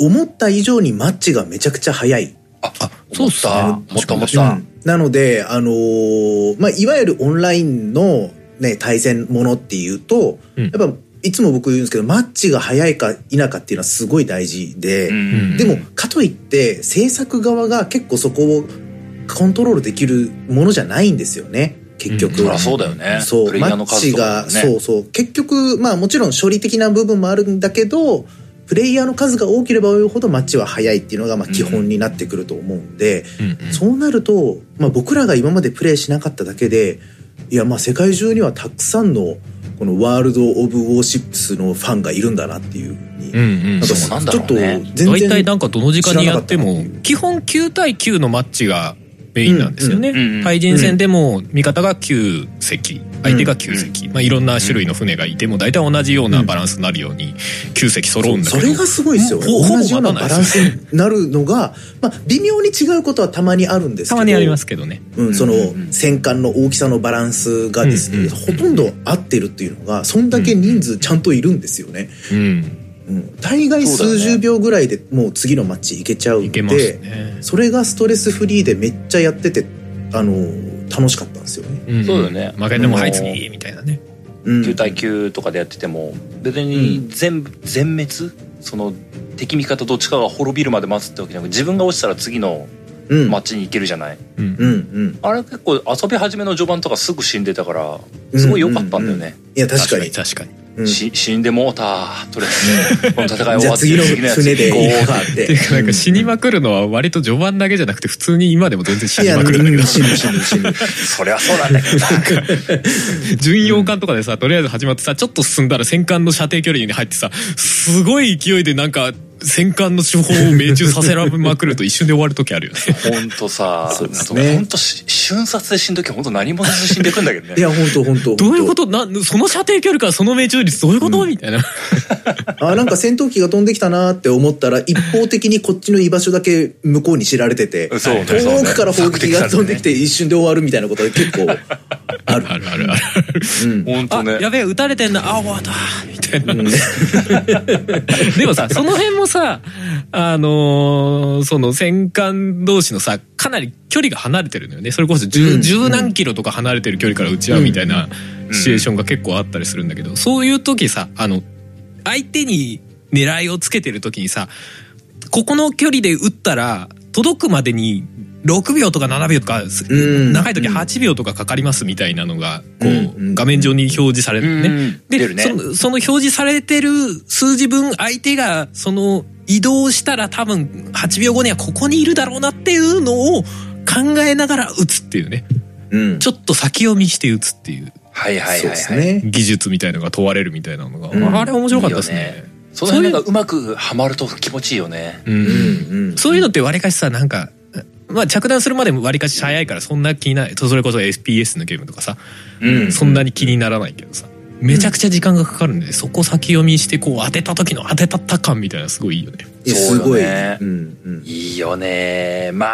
S1: 思った以上にマッチがめちゃくちゃ早い
S4: あ、あ
S2: そうっすね
S4: 思った、思っ
S2: 確か
S4: た
S2: に。
S1: なので、あのーまあ、いわゆるオンラインの、ね、対戦ものっていうと、
S2: う
S1: やっ
S2: ん
S1: ぱいつも僕言うんですけどマッチが早いか否かっていうのはすごい大事で、
S4: うん
S1: でもかといって制作側が結構そこをコントロールできるものじゃないんですよね結局、
S2: う
S4: そりゃそうだよね。
S1: そ
S4: プ
S1: う、
S4: レイ
S1: マ
S4: ヤーの
S1: ッ
S4: 数
S1: チ
S4: とか
S1: が、
S4: もね。
S1: そうそう。結局、まあもちろん処理的な部分もあるんだけど、プレイヤーの数が多ければ多いほどマッチは早いっていうのがまあ基本になってくると思うんで、
S2: うん
S1: そうなると、まあ僕らが今までプレイしなかっただけで、いやまあ世界中にはたくさんの、このワールド・オブ・ウォーシップスのファンがいるんだなっていうふうに。
S2: うんうん
S1: か
S4: そうなんだ
S1: ちょ
S4: ろう
S1: っと
S4: ね
S1: 全
S2: 大
S1: 然
S2: 体なんかどの時間にやって
S1: 知らな
S2: も
S1: かった
S2: 基本9対9のマッチがメインなんですよね。
S4: うんうんうん
S2: 対人戦でも味方が9隻相手が9隻、まあ、いろんな種類の船がいても大体同じようなバランスになるように9隻揃うんだけ
S1: そ
S2: ど
S1: れがすごいですよね。
S2: ほほぼ
S1: 同じような
S2: 待
S1: バ
S2: た
S1: ラ
S2: ないで
S1: ンス
S2: すね
S1: になるのが、まあ微妙に違うことはたまにあるんですけど。
S2: たまにありますけどね。
S1: うん、その
S4: うんうん
S1: 戦艦の大きさのバランスがですね、
S2: うんうん
S1: ほとんど合ってるっていうのがそんだけ人数ちゃんといるんですよね、
S2: うん、
S1: うん、大概
S4: そう
S1: 数
S4: だよね
S1: 十秒ぐらいでもう次のマッチいけちゃうん
S2: い
S1: で
S2: けますね。
S1: それがストレスフリーでめっちゃやっててあの楽しかったんですよね、
S2: うん
S4: そうだよね
S2: 負けても「
S1: うん
S2: はい次」みたいなね。
S1: うん、
S4: 9対9とかでやってても別に全部全滅その敵味方どっちかが滅びるまで待つってわけじゃなく自分が落ちたら次の
S1: うん
S4: マッチに行けるじゃない、
S2: うん
S1: うんうん
S4: あれ結構遊び始めの序盤とかすぐ死んでたから
S1: うん
S4: すごい良かったんだよね、
S1: いや確かに
S2: 確かに。
S1: うん
S4: し死んでもうたとり あえずこの戦い終わって
S1: じゃあ次の船で
S4: こう
S1: 行こうかって
S2: っていうかなんか死にまくるのは割と序盤だけじゃなくて普通に今でも全然死
S1: い
S2: に
S1: や
S2: ま
S1: うん
S2: くるんだけど
S1: 死ぬ死ぬ死ぬ
S4: そりゃそうなんだけ どな
S2: 巡洋艦とかでさとりあえず始まってさちょっと進んだら戦艦の射程距離に入ってさすごい勢いでなんか戦艦の手法を命中させられまくると一瞬で終わる時あるよね
S4: ほんとさ
S1: そうですね
S4: なんかほんとし瞬殺で死んどきほんと何もせず死んでくんだけど
S1: い
S4: ね
S1: や本当本当
S2: どういうことなその射程距離からその命中率どういうこと、みたいな
S1: あなんか戦闘機が飛んできたなって思ったら一方的にこっちの居場所だけ向こうに知られてて
S4: そうね
S1: 遠
S4: そうね
S1: くから砲撃が飛んできて一瞬で終わるみたいなことが結構ある。
S2: あるあるある
S1: うん
S4: ほんと
S2: あ
S4: ね
S2: やべえ撃たれてんなあ終わったみたいな、
S1: うん
S2: でもさその辺もさあのーその戦艦同士のさかなり距離が離れてるのよねそれこそ
S1: う
S2: 十
S1: ん
S2: 十何キロとか離れてる距離から撃ち合うみたいなシチュエーションが結構あったりするんだけど、そういう時さあの相手に狙いをつけてる時にさここの距離で撃ったら届くまでに6秒とか7秒とか、
S1: ん
S2: 長い時8秒とかかかりますみたいなのがこう、
S1: うん
S2: 画面上に表示されるね。
S4: うん
S2: で
S4: 出るね
S2: そのその表示されてる数字分相手がその移動したら多分8秒後にはここにいるだろうなっていうのを考えながら打つっていうね
S1: うん
S2: ちょっと先読みして打つっていう
S4: はいはいはいはい
S1: そうですね。
S2: 技術みたいのが問われるみたいなのが、
S1: うん
S2: あれ面白かったですね
S4: いいよねその辺がうまくはまると気持ちいいよね。
S2: うん
S1: うんうん
S2: そういうのってわりかしさなんかまあ着弾するまでもわりかし早いからそんな気にないそれこそ SPS のゲームとかさ
S1: うん
S2: そんなに気にならないけどさめちゃくちゃ時間がかかるんでそこ先読みしてこう当てた時の当てたった感みたいなのすごいいいよね
S1: いやすごい。
S4: そうよね
S1: うんうん
S4: いいよね。ま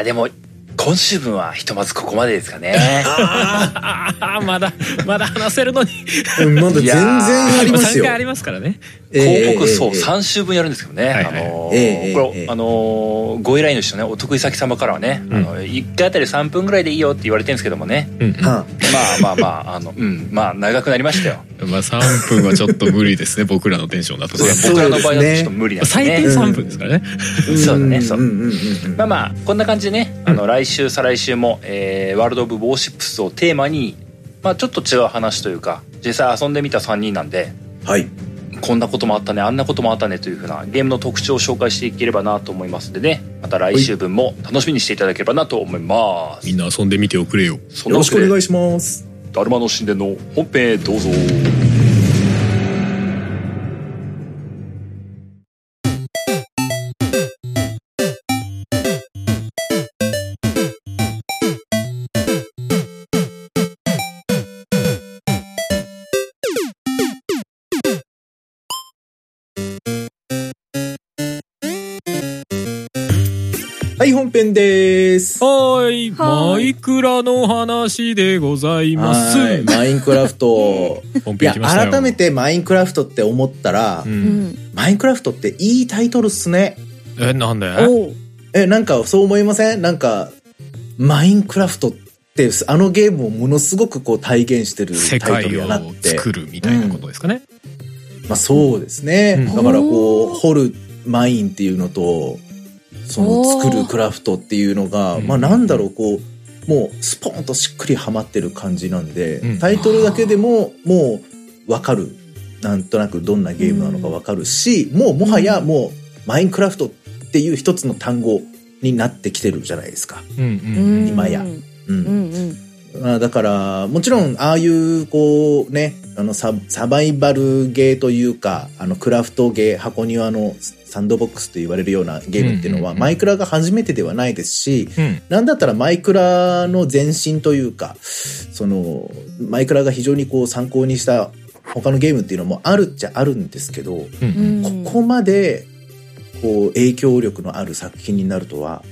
S4: あ、でも、今週分はひとまずここまでですかね。
S2: ああまだまだ話せるのに
S1: うんまだ全然あります
S2: 3
S1: よ。
S2: 回ありますからね
S4: 広告、そう、
S1: 三
S4: 3週分やるんですけどね。
S2: はい
S4: あ
S2: はい
S4: の
S1: ええ
S4: ー、こ
S1: ええ
S4: れ、あのー、ご依頼主のね、お得意先様からはね、
S2: ん
S4: あの、1回あたり3分ぐらいでいいよって言われてるんですけどもね。
S2: うん
S1: は
S4: まあまあまあ、あの、うん、まあ、長くなりましたよ。
S2: まあ3分はちょっと無理ですね僕らのテンションだと
S4: そ
S2: ね
S4: う
S1: ですね
S4: 僕らの場合だとちょっと無理なんです
S2: 最低
S4: ね。
S2: 3分ですからね
S1: い
S4: そうだねそうん
S1: んんうん
S4: まあまあ、こんな感じでね、あの、来週、再来週も、えー、ワールド・オブ・ウォーシップスをテーマに、まあ、ちょっと違う話というか、実際遊んでみた3人なんで、
S1: はい。
S4: こんなこともあったねあんなこともあったねというふうなゲームの特徴を紹介していければなと思いますのでねまた来週分も楽しみにしていただければなと思います
S2: みんな遊んでみておくれよ
S4: そ
S1: よ
S4: んな
S1: ろ
S4: わ
S1: し
S4: け
S1: くお願
S4: で
S1: いします。
S4: 「だるまの神殿」の本編へどうぞ
S1: はい、本編です。
S2: はい、
S3: はーい
S2: マイクラの話でございます。
S1: はい、マインクラフト。
S2: 本
S1: い
S2: 編
S1: や、
S2: 来ましたよ。
S1: 改めてマインクラフトって思ったら、
S2: う。
S3: うんん。
S1: マインクラフトっていいタイトルっすね。
S2: え、なんで
S3: おう。
S1: え、なんかそう思いませんなんか、マインクラフトって、あのゲームをものすごくこう体現してる
S2: 世
S1: タイト
S2: 界
S1: ルや
S2: を
S1: なって。
S2: 作るみたいなことですかね。
S1: まあそうですね。
S2: うん
S1: だからこう、
S3: おー
S1: 掘るマインっていうのと、その
S3: おー
S1: 作るクラフトっていうのが、
S2: うん
S1: まあなんだろう、こう、もうスポーンとしっくりはまってる感じなんで、
S2: うん
S1: タイトルだけでももうわかる。なんとなくどんなゲームなのかわかるし、もうもはやもうマインクラフトっていう一つの単語になってきてるじゃないですか。
S2: うん
S3: う
S2: うん
S3: ん。
S1: 今やう
S3: うんんうん。
S1: まあ、だから、もちろん、ああいう、こうね、あのサ、サバイバルゲーというか、あの、クラフトゲー、箱庭のサンドボックスと言われるようなゲームっていうのは、
S2: うんうんうん
S1: マイクラが初めてではないですし、
S2: うん。
S1: なんだったらマイクラの前身というか、その、マイクラが非常にこう参考にした他のゲームっていうのもあるっちゃあるんですけど、
S2: うんうん
S3: うん
S1: ここまで、こう、影響力のある作品になるとは、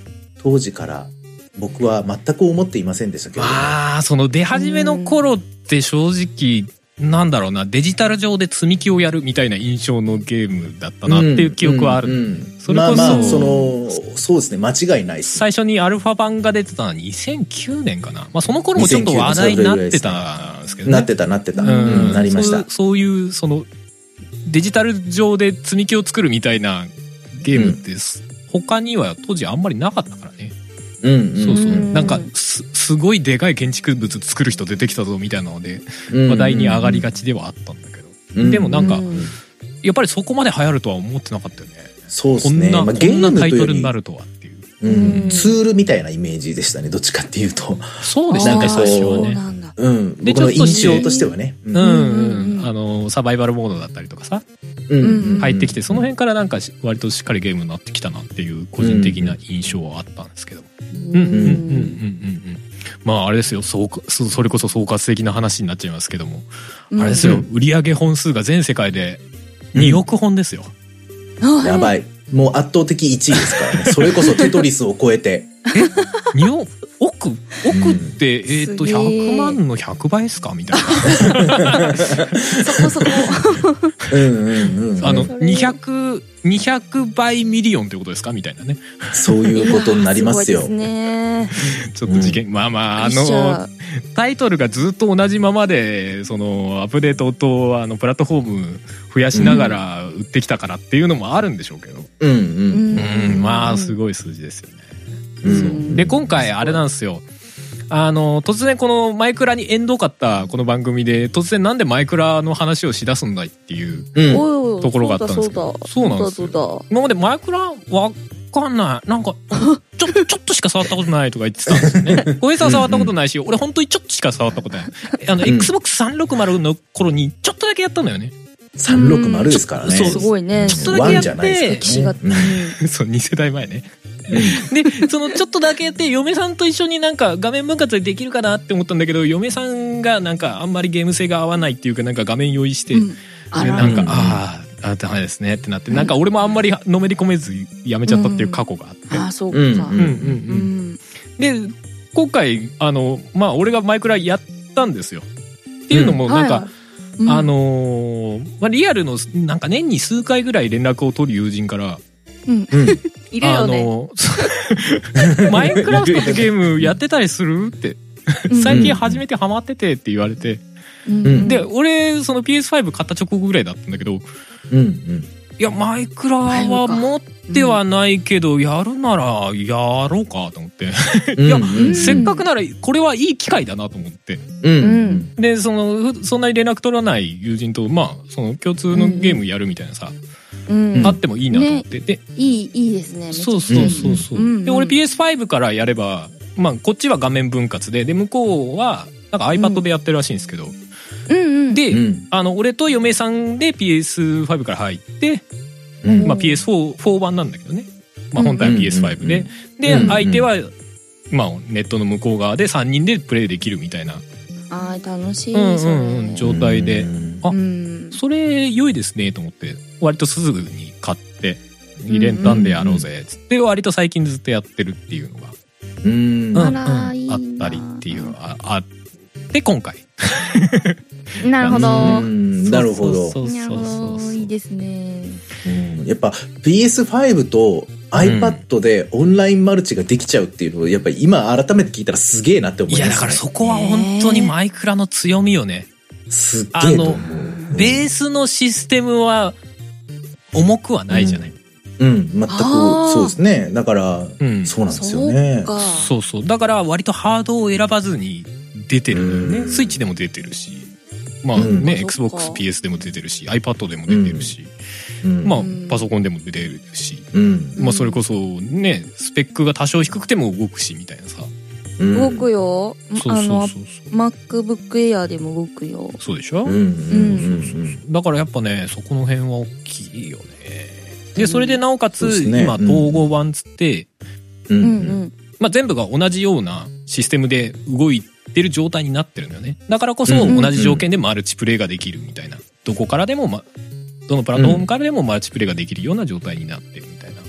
S1: 当時から僕は全く思っていませんでしたけれども。
S2: まあその出始めの頃って正直なんだろうなデジタル上で積み木をやるみたいな印象のゲームだったなっていう記憶はある、
S1: うんうんうん
S2: それこそ
S1: まあまあそのそうですね間違いないです
S2: 最初にアルファ版が出てたのは2009年かな、まあ、その頃もちょっと話題になってたんですけどね
S1: なってたなってた、
S3: う
S1: うん
S3: ん
S1: なりました
S2: そうそういうそのデジタル上で積み木を作るみたいなゲームって、他には当時あんまりなかったからね、
S1: うん
S2: そうそううんなんかすすごいでかい建築物作る人出てきたぞみたいなので
S1: うん
S2: 話題に上がりがちではあったんだけど、
S1: うん
S2: でもなんか
S3: う
S2: やっぱりそこまで流行るとは思ってなかったよね。
S1: そうで
S2: こ
S1: す
S2: ん
S1: ね
S2: な、
S1: まあ、
S2: こ
S1: ゲ
S2: ん
S1: ー
S2: な
S1: ムと
S2: タイ
S1: いうよ
S2: トルに
S1: り
S2: なるとはっていう。
S1: うん、
S3: うん
S1: ツールみたいなイメージでしたねどっちかっていうと
S2: そう
S1: で
S2: で
S1: し
S2: したた
S1: ね
S2: ね、
S1: 最初
S2: 最初
S1: は
S2: は
S1: ね
S3: ね。
S2: ね。
S3: なんだ。
S1: うん
S2: で
S1: 僕の
S2: ちょっと
S1: 印象としてはねう
S2: うんん、
S3: うん
S2: あのサバイバルモードだったりとかさ
S1: うん
S3: うん
S2: 入ってきて、その辺からなんかし割としっかりゲームになってきたなっていう個人的な印象はあったんですけど、
S3: うん
S2: うんうんうんうんうんうん
S3: うん
S2: うんまああれですよそうかそそれこそ総括的な話になっちゃいますけども、
S3: うん
S2: あれですよ売上本数が全世界で2億本ですよ、
S3: あ
S1: やばいもう圧倒的1位ですからね それこそテトリスを超えて
S2: 2億億億って、えっと
S3: すげ
S2: 100
S3: ー
S2: 万の100倍ですかみたいな
S3: そこそこ。
S1: うんうんうん
S2: あの
S3: それ
S2: 200 200倍ミリオンってことですかみたいなね
S1: そういうことになりますよ
S3: ごいですね。
S2: ちょっと事件、まあまああ
S3: びっし
S2: の
S3: ゃ
S2: タイトルがずっと同じままでそのアップデートとあのプラットフォーム増やしながら売ってきたからっていうのもあるんでしょうけど、
S1: うんう
S3: うん
S2: うんまあす
S3: い。
S2: ごい数字ですよね。
S1: うん
S3: そう
S1: うん
S2: で今回あれなんですよあの突然このマイクラに縁遠かったこの番組で突然なんでマイクラの話をしだすんだいっていう
S1: うん
S3: おい
S2: ところがあったんですけ
S3: そ
S2: ど
S3: うだ
S2: そう
S3: だ
S2: なんですよ
S3: そうだ
S2: 今までマイクラわかんないなんかちょちょっとしか触ったことないとか言ってたんですよね小江さんは触ったことないし俺本当にちょっとしか触ったことないあの
S1: うん
S2: XBOX360 の頃にちょっとだけやったんだよね
S1: 360ですからね
S2: そう
S3: すごいね。
S2: ちょっとだ
S1: ワ
S2: けや
S1: ン
S2: っ
S1: じゃない
S2: て
S1: で
S3: 歴史
S1: すか
S3: が。
S1: らね
S2: そう2世代前ね
S1: うんうん
S2: でそのちょっとだけやって嫁さんと一緒になんか画面分割でできるかなって思ったんだけど嫁さんがなんかあんまりゲーム性が合わないっていうかなんか画面用意して、
S3: うんあ
S2: で
S3: ら
S2: なんか
S1: うん
S2: あーあーダメですねってなってなんか俺もあんまりのめり込めずやめちゃったっていう過去があって、
S3: あー、そうか。
S1: うん
S2: うんうんう
S3: うんん。
S2: で今回あのまあ俺がマイクラやったんですよ。っていうのもなんか、
S3: はいはい、
S2: あのーまあ、リアルのなんか年に数回ぐらい連絡を取る友人から、
S1: うん
S3: うんいる
S2: あ
S3: よね。
S2: のマインクラフトってゲームやってたりするって
S3: うん
S2: 最近初めてハマっててって言われて、
S3: うん
S1: うん
S2: で俺その PS5 買った直後ぐらいだったんだけど
S1: うんうん
S2: いやマイクラは持ってはないけどやるならやろうかと思って、いや
S1: うんうん
S2: せっかくならこれはいい機会だなと思って。
S1: うん
S3: うん
S2: でそのふそんなに連絡取らない友人とまあその共通のゲームやるみたいなさ、
S3: うん
S2: あってもいいなと思って、で
S3: いい、いいですね。
S2: そうそうそうそう、
S3: うんうん
S2: で俺 PS5 からやればまあこっちは画面分割でで向こうはなんか iPad でやってるらしいんですけど、
S3: うんうん。
S2: で、
S1: うん
S2: あの俺と嫁さんで PS5 から入って、
S1: うん
S2: まあ、
S3: うん
S2: PS4 版なんだけどね、まあ、本体は PS5 で、
S1: うん
S2: で、
S1: うん
S2: 相手は、まあ、ネットの向こう側で3人でプレイできるみたいな、
S3: あー楽しい。
S2: うんうん
S3: それ
S2: うん状態で
S1: うん
S2: あ
S3: うん
S2: それ良いですねと思って割とすぐに買って2連単でやろうぜっつって割と最近ずっとやってるっていうのが
S1: うん。
S2: うん
S3: あ
S1: な
S3: らいい
S2: あ
S3: な
S2: ったりっていうのがああって今回
S3: なるほど。
S1: なるほど。
S2: そう
S3: なる
S2: そうそ
S3: ほ
S2: うそ
S3: ど。
S2: う
S3: いいですね。
S1: うんやっぱ PS5 と iPad でオンラインマルチができちゃうっていうのを、やっぱり今改めて聞いたらすげえなって思い
S2: い
S1: ます、
S2: や
S1: ね。
S2: だからそこは本当にマイクラの強みよね
S1: すっげえと思う。
S2: ベースのシステムは重くはないじゃない、
S1: うん、全く
S3: あー
S1: そうですね。だから、
S2: うん
S1: そうなんですよね。
S3: か。
S2: そうそうだから割とハードを選ばずに出てるんだ
S1: う
S2: よ
S1: ん
S2: ねスイッチでも出てるしまあ
S1: うん
S2: ね、
S3: そっか
S2: XBOXPS でも出てるし iPad でも出てるし、
S1: うん、
S2: まあ
S3: うん
S2: パソコンでも出てるし、
S1: うん、
S2: まあそれこそねスペックが多少低くても動くしみたいなさ、
S1: うん、
S3: 動くよ。
S2: そう
S3: あ
S2: そ
S3: の
S2: う、そうそう
S3: MacBook Air でも動くよ。
S2: そうでしょ、
S1: うん。うん、、
S2: そううんだからやっぱねそこの辺は大きいよねでそれでなおか
S1: そうで
S2: つ、
S1: すね
S2: 今
S1: うん
S2: 統合版つって、
S1: う、
S3: うんん
S2: まあ、全部が同じようなシステムで動いてる状態になってるのよねだからこそ
S1: うん
S2: 同じ条件でマルチプレイができるみたいなどこからでも、ま、どのプラットフォームからでもマルチプレイができるような状態になってるみたいな、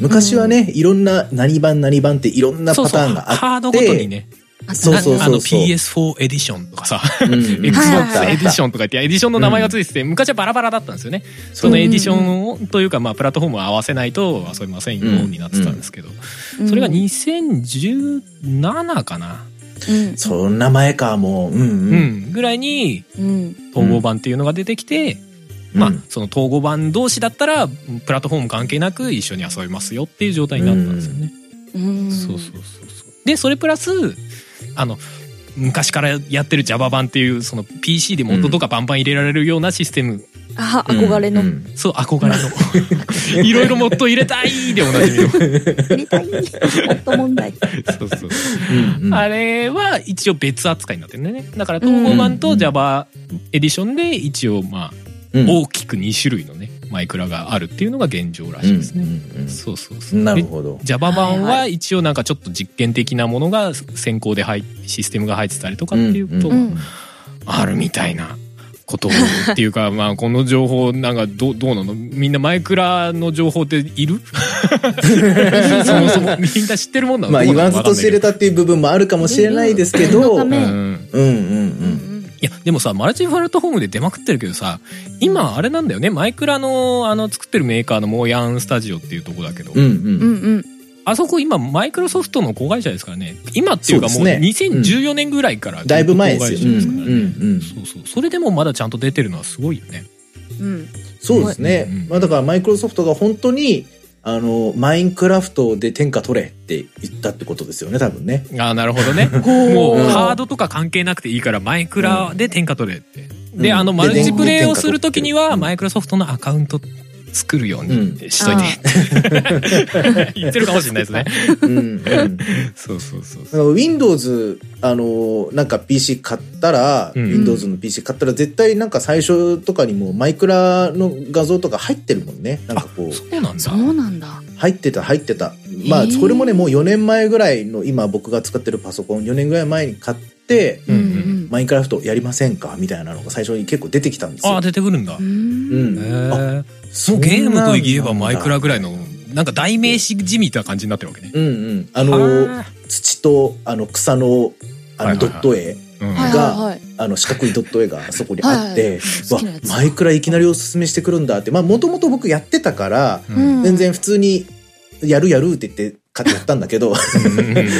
S1: 昔はね、いろんな何番何番っていろんな
S2: そう
S1: パ
S2: そ
S1: タ
S2: う
S1: ーンがあって。
S2: ハードごとにね
S3: うん。
S1: そうそう
S2: なあの PS4 エディションとかさ
S1: うん。
S2: Xbox エデ
S1: はい
S2: ィションとか言ってエディションの名前がついてて昔はバラバラだったんですよねそのエディションをというかまあプラットフォームを合わせないと遊びませんようになってたんですけどそれが2017かな
S3: うん
S1: そんな前か、もう。う、
S2: うんんぐらいに
S3: うん。
S2: 統合版っていうのが出てきて、
S1: うん。
S2: まあ
S1: うん
S2: その統合版同士だったらプラットフォーム関係なく一緒に遊びますよっていう状態になったんですよね。
S3: うん。
S2: そうそうそうそうでそれプラスあの昔からやってる Java 版っていうその PC で元とかバンバン入れられるようなシステム、
S3: あ、憧れの
S1: う。ん
S2: そう憧 れのいろいろモッド入れたいでおなじみの
S3: 入れたい。ホット問題。
S2: そうそう
S1: うんうん
S2: あれは一応別扱いになってるんだよねだから統合版
S1: う
S2: と
S1: ん
S2: Java エディションで一応まあ
S1: うん
S2: 大きく2種類のねマイクラがあるっていうのが現状らしいですね、
S1: うんうん
S2: そうそう
S1: う
S2: そうん
S1: なる
S2: で
S1: ほど。
S2: Java 版
S3: はい
S2: は
S3: は
S2: 一応なんかちょっと実験的なものが先行で入っシステムが入ってたりとかっていうこと
S3: う
S2: が
S3: ん。
S2: あるみたいなことをっていうかま あこの情報なんかどうどうなのみんなマイクラの情報っている そもそもみんな知ってるもんなの
S1: まあ
S2: どう
S1: 言
S2: な
S1: わず
S2: の
S1: と知れたっていう部分もあるかもしれないですけ
S3: うん
S1: ど、う
S3: うんん
S1: う
S3: ね
S1: ん
S2: わかんないけどうん
S1: う。
S3: うんん
S2: いやでもさマルチプラットフォームで出まくってるけどさ今あれなんだよねマイクラのあの作ってるメーカーのモーヤンスタジオっていうとこだけど、
S1: うんう。
S3: うんんうん。
S2: あそこ今マイクロソフトの子会社ですからね今っていうか
S1: そ
S2: も
S1: う
S2: う
S1: ですね
S2: 2014年ぐらいから
S1: だいぶ前です
S2: 子会
S1: よ。
S2: 社
S1: うん
S2: です
S1: う
S2: から
S1: ん
S2: ね
S1: うん。
S2: そうそうそれでもまだちゃんと出てるのはすごいよね
S3: うん。
S1: そうですね
S2: うんうん。
S1: まあだからマイクロソフトが本当に、あの、マインクラフトで天下取れって言ったってことですよね、多分ね。
S2: ああなるほどね もうハードとか関係なくていいからマイクラで天下取れって、
S1: うん
S2: で
S1: うん
S2: あの
S1: で
S2: マルチプレイをするときに
S1: う
S2: は
S1: ん
S2: マイクロソフトのアカウント作るよう
S1: うん
S2: にしといて 言ってるかもしれないですね
S1: うんうん。
S2: そうそうそう
S1: なんか Windows、あのーなんか PC 買ったら、
S2: うん
S1: Windows の PC 買ったら絶対なんか最初とかにもうマイクラの画像とか入ってるもんね。なんかこう、
S2: そうなんだ
S3: そうなんだ。
S1: 入ってた入ってた。まあ、
S3: へー
S1: これもね、もう4年前ぐらいの今僕が使ってるパソコン、4年ぐらい前に買って、
S2: うん
S1: マインクラフトやりませんかみたいなのが最初に結構出てきたんです
S2: あ
S1: よ
S2: あ。出てくるんだ
S3: うん。うん。
S1: うん
S2: へ
S1: あ
S2: え
S1: そ
S2: も
S1: う
S2: う
S1: なんだ
S2: ゲームといえばマイクラぐらいのなんか代名詞じみた感じになってるわけね。
S1: うんうん。あの、
S2: は
S1: 土と、あの、草の、あ
S2: は
S1: の、
S2: い
S1: ド
S2: はいはい
S1: ット絵、
S2: あうん
S3: はいはいはい。
S1: あの、四角いドット絵がそこにあっ
S3: はい
S1: て、
S3: 好きなやつ
S1: わ、マイクラいきなりおすすめしてくるんだって。まあ、もともと僕やってたから、
S2: うん
S1: 全然普通に、やるやるって言って買ってやったんだけ ど、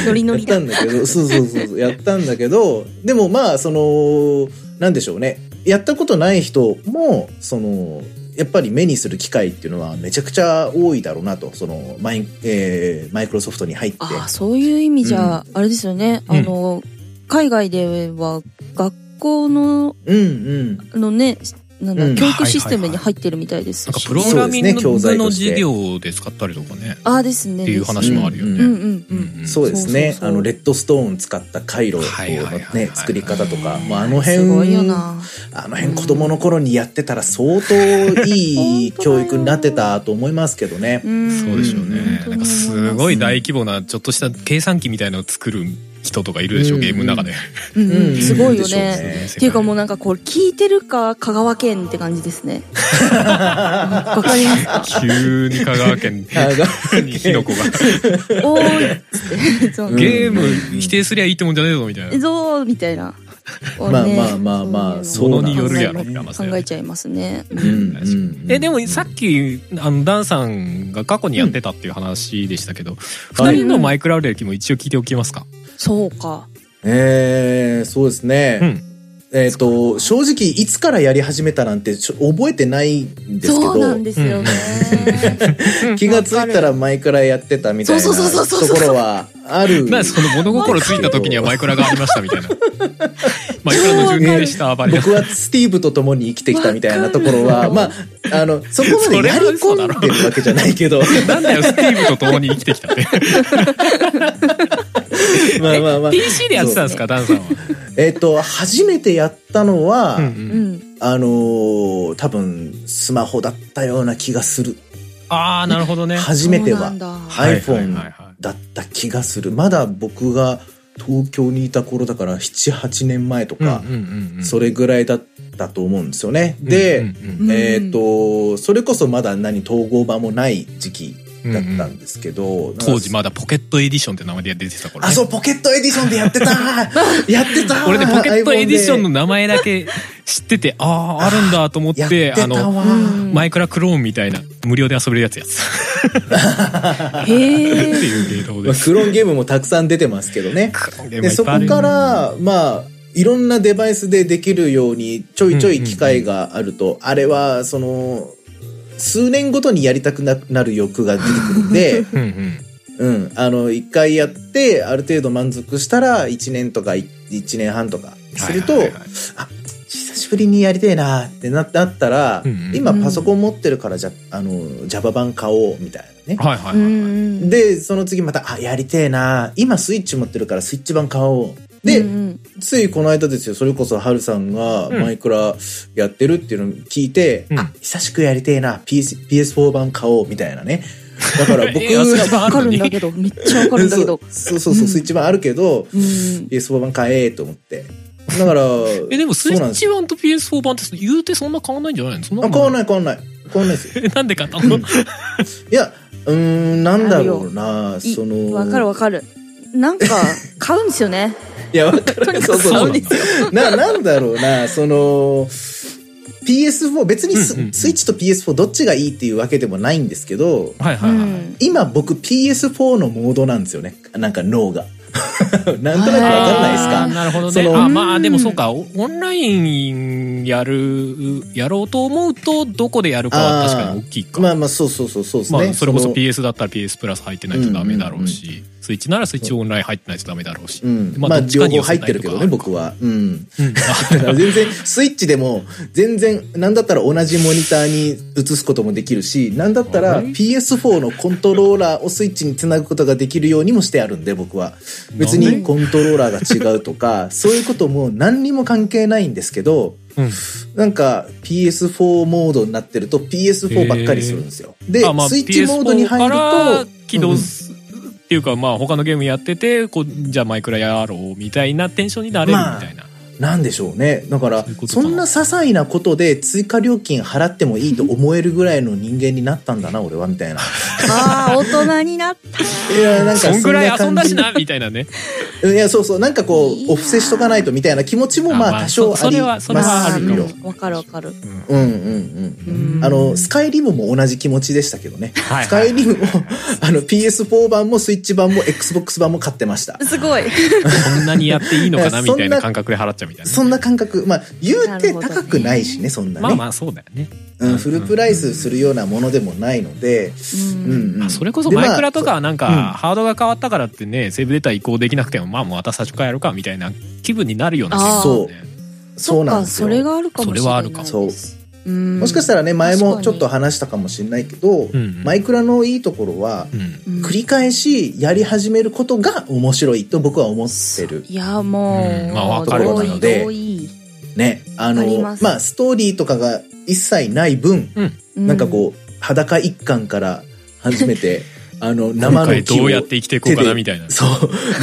S3: ノリノ
S1: やっ
S3: リだ
S1: た。んだけど、そうそう そうそう、やったんだけど、でもまあ、その、なんでしょうね。やったことない人も、その、やっぱり目にする機会っていうのはめちゃくちゃ多いだろうなと、その、マイン、えーマイクロソフトに入って。
S3: ああ、そういう意味じゃ、あれですよね。
S2: うん
S3: あの、海外では学校の、
S1: うんうん。
S3: あのね、なん
S1: う
S3: だ、
S1: ん
S3: 教育システムに入ってるみたいで
S2: な
S3: す
S2: んか
S3: し。
S2: プログラミン
S1: そうですね教材
S2: グ
S1: と
S2: の
S1: して
S2: 授業で使ったりとかね。
S3: ああですね。
S2: っていう話もあるよ
S3: うん
S2: ね。
S3: う
S2: う
S3: んうんん。
S2: うん
S1: そうですね。
S3: そうそうそう
S1: あの、レッドストーン使った回路の
S2: はいはいはいはい
S1: ね、作り方とか、
S3: ねえ
S1: もうあの辺、
S3: すごいよな。
S1: あの辺子供の頃にやってたら相当いい
S3: 本当だ
S1: 教
S3: よ
S1: 育になってたと思いますけどね。
S3: うん
S2: そうでしょうね
S3: 本。当
S2: なん
S3: に思
S2: か
S3: います
S2: ごい大規模なちょっとした計算機みたいなのを作る人とかいるでしょ、
S1: うん
S2: ゲームの中で。
S3: うんうんすごいよ
S1: でしょう
S3: ね。
S1: ね
S2: 世界
S3: っていうかもうなんかこれ聞いてるか香川県って感じですね。わかりますか
S2: 急に香 川県
S1: 香
S2: に火の粉が。
S3: おーいっつって。そう
S2: ゲーム否定すりゃいいってもんじゃねえぞみたいな。
S3: そうみたいな。
S1: まあまあまあまあ
S3: そう
S1: そうなん
S2: ものによるやろ
S3: 考え
S2: みたいな
S3: 考えちゃいますね。
S1: うんうんうん
S2: えでもさっきあのダンさんが過去にやってたっていう話でしたけど、
S1: は
S2: 二
S1: い
S2: 人のマイクラ歴も一応聞いておきますか。
S3: そうか。
S1: えー、そうですね。
S2: うん
S1: えっ、と、正直、いつからやり始めたなんてちょ覚えてないんですけ
S3: そうな
S1: ど
S3: ん、ですよね。
S1: 気がついたら前からやってたみたいな
S3: そうそうそうそうそう
S1: ところはある。
S2: なんでその物心ついた時にはマイクラがありましたみたいな。マイクラの順でしたばりだ。
S1: 僕はスティーブと共に生きてきたみたいなところは、まあ、あの、そこま
S2: そ
S1: で
S2: れ
S1: や
S2: は
S1: り
S2: 嘘だ
S1: 込
S2: ろ
S1: んでるわけじゃないけど、
S2: なんだよスティーブと共に生きてきたって。
S1: まあまあ まあ。
S2: PC でやってたんですかダンさんは。
S1: えっ、と、初めてやったのは、
S2: うんう
S3: うんん。
S1: あのー多分、スマホだったような気がする。
S2: ああなるほどね。
S1: 初めて
S3: そうな
S1: は
S3: ん。だ
S1: はい
S2: はいはい
S1: iPhone
S2: はい
S1: だった気がする。まだ僕が東京にいた頃だから、7、8年前とか、
S2: うんうんうん
S1: それぐらいだったと思うんですよね。
S2: うん
S1: で、
S2: うんうん
S3: うん
S1: えっ、と、それこそまだ何統合版もない時期
S2: うん
S1: だったんですけど、
S2: 当時
S1: ま
S2: まだポケットエディションって名前で出てた頃、ね。
S1: あ、そう、ポケットエディションでやってた やってた
S2: 俺ねポケットエディションの
S1: iPhone
S2: 名前だけ知っててあああるんだと思っ
S1: で
S2: て
S1: やって
S2: あ
S1: た
S2: の
S1: わ。
S3: うん
S2: マイクラクローンみたいな無料で遊べるやつやつって
S3: へえ。
S2: いう芸能
S1: ま
S2: で
S1: あ
S2: す
S1: クローンゲームもたくさん出てますけど ね。で、そこから、まあ、いろんなデバイスでできるようにちょいちょい機会があると、あれは、その、数年ごとにやりたくななる欲が出てくるん で、
S2: うんうん
S1: うん。あの、一回やって、ある程度満足したら、一年とかい一年半とかすると、
S2: はいはいはい
S1: 久しぶりにやりてえなってなってあったら、
S2: うんうん
S1: 今パソコン持ってるから、じゃ、あの、Java 版買おう、みたいなね。
S2: はいはいはいはい、
S3: うんうん
S1: で、その次また、あ、やりてえな今スイッチ持ってるからスイッチ版買おう。で、
S3: うんうん
S1: ついこの間ですよ、それこそハルさんが
S2: うん
S1: マイクラやってるっていうのを聞いて、
S2: うん、
S1: あ、久しくやりてえな、PS PS4 版買おう、みたいなね。だから僕
S2: え安く、
S3: わかるんだけど、めっちゃわかるんだけど。
S1: そうそうそう、スイッチ版あるけど、
S3: うん
S1: PS4 版買えと思って。だ から
S2: えでもスイ
S1: そうなん
S2: ッ
S1: です
S2: チ版と PS4 版って言うてそんな変わんないんじゃないのそんな
S1: あ、買わ
S2: な
S1: ない買わない。買わないですよ。
S2: いなんで買ったの、
S1: いや、うーん、なんだろうな、
S3: い
S1: その。
S3: わかるわかる。なんか、買うんですよね。
S1: いや、わかる。
S3: とにか
S1: そう
S3: く
S1: そう
S2: な
S3: 買うん
S2: んだ
S3: ですよ。
S1: な、なんだろうな、その、PS4、別にス,、
S2: うんうんうん
S1: スイッチと PS4 どっちがいいっていうわけでもないんですけど、
S2: はいは
S3: う
S2: いはい、
S3: ん。
S1: 今僕 PS4 のモードなんですよね。なんか脳が。 なんとなくわかんないです
S2: あ
S1: か
S2: ーなるほど
S1: そ
S2: ね。
S1: の
S2: あまあでもそうか、オオンラインやる、やろうと思うと、どこでやるかは確かに大きいか。
S1: まあまあ、そうそうそう、そうです
S2: ま
S1: ね。
S2: あ、それこそ
S1: の
S2: PS だったら PS プラス入ってないとダメだろうし、スイッチならスイッチオンライン入ってないとダメだろうし。
S1: うん。
S2: まあ
S1: まあ、
S2: どっち
S1: 両
S2: かに
S1: 方
S2: 寄
S1: 入
S2: せ
S1: ったて
S2: い
S1: る
S2: と
S1: け
S2: か
S1: どね、僕は。うん。
S2: うん
S1: だから 全然、スイッチでも、全然、なんだったら同じモニターに映すこともできるし、なんだったら
S2: うん
S1: PS4 のコントローラーをスイッチにつなぐことができるようにもしてあるんで、僕は。別
S2: なん
S1: に
S2: で
S1: コントローラーが違うとか、 そういうことも何にも関係ないんですけど、
S2: うん
S1: なんか PS4 モードになってると PS4 ばっかりするんですよ。で、
S2: あまあ
S1: スイッチモードに入る
S2: PS4 から
S1: と、
S2: 起動す、っていうか、まあ他のゲームやってて、こう、じゃあマイクラやろうみたいなテンションになれるみたいな。
S1: なんでしょうね。だから
S2: そういうこ、とか
S1: そ
S2: なん
S1: な些細なことで追加料金払ってもいいと思えるぐらいの人間になったんだ な、俺は、みたいな。
S3: ああ、大人になった。
S1: いや、なんか
S2: そんぐらい遊んだし
S1: な
S2: な、みたいなね。
S1: 感じ。いや、そうそう、なんかこ、
S3: いいうな
S1: お布施しとかないとみたいな気持ちもま
S2: あ
S1: あ
S2: まあ
S1: 多少あ
S2: そそ
S1: り
S2: れ
S1: ま
S2: は
S1: す
S2: それはあるかも
S3: うんわかるわかる。
S1: うんうんうん。
S3: うん
S1: あの、スカイリムも同じ気持ちでしたけどね。
S2: はいはい
S1: スカイリムも、 あの、PS4 版もスイッチ版も Xbox 版も買ってました。
S3: すごい。
S2: そんなにやっていいのかな、
S1: いや
S2: み
S1: そんな
S2: たいな感覚で払っちゃうみたいな。
S1: そんな感覚。まあ、言うて高くないしね、そんなね。
S2: まあまあそうだよね。
S1: うん、フルプライスするようなものでもないので、うんうん
S2: あそれこそ
S1: でまあ
S2: マイクラとかはなんか、
S1: うん
S2: ハードが変わったからってねセーブデータ移行できなくてもまあもうまた最初からやるかみたいな気分になるような気がするよね
S1: そうなんですよ。
S3: そっかそれがあるかもしれない。
S2: それはあるかも
S1: そう
S3: うん。
S1: もしかしたらね、前
S3: 確か
S1: も
S3: に
S1: ちょっと話したかもしれないけど、
S2: ん
S1: マイクラのいいところは、
S2: うん
S3: うん
S1: 繰り返しやり始めることが面白いと僕は思ってる。
S3: いや、も
S2: うん
S3: う、
S2: まあわ
S1: かるわか
S3: 同
S1: る
S3: 意同意
S1: ね。あ
S3: わかり
S1: の、ま
S3: ます
S1: あ、ストーリーとかが一切ない分、
S3: う
S1: なんかこう、裸一貫から始めて、あの、
S2: 今
S1: 生の
S2: 回
S1: 木を
S2: どうやって生きていこうか
S1: 手
S2: な
S1: で
S2: みたいな
S1: そう、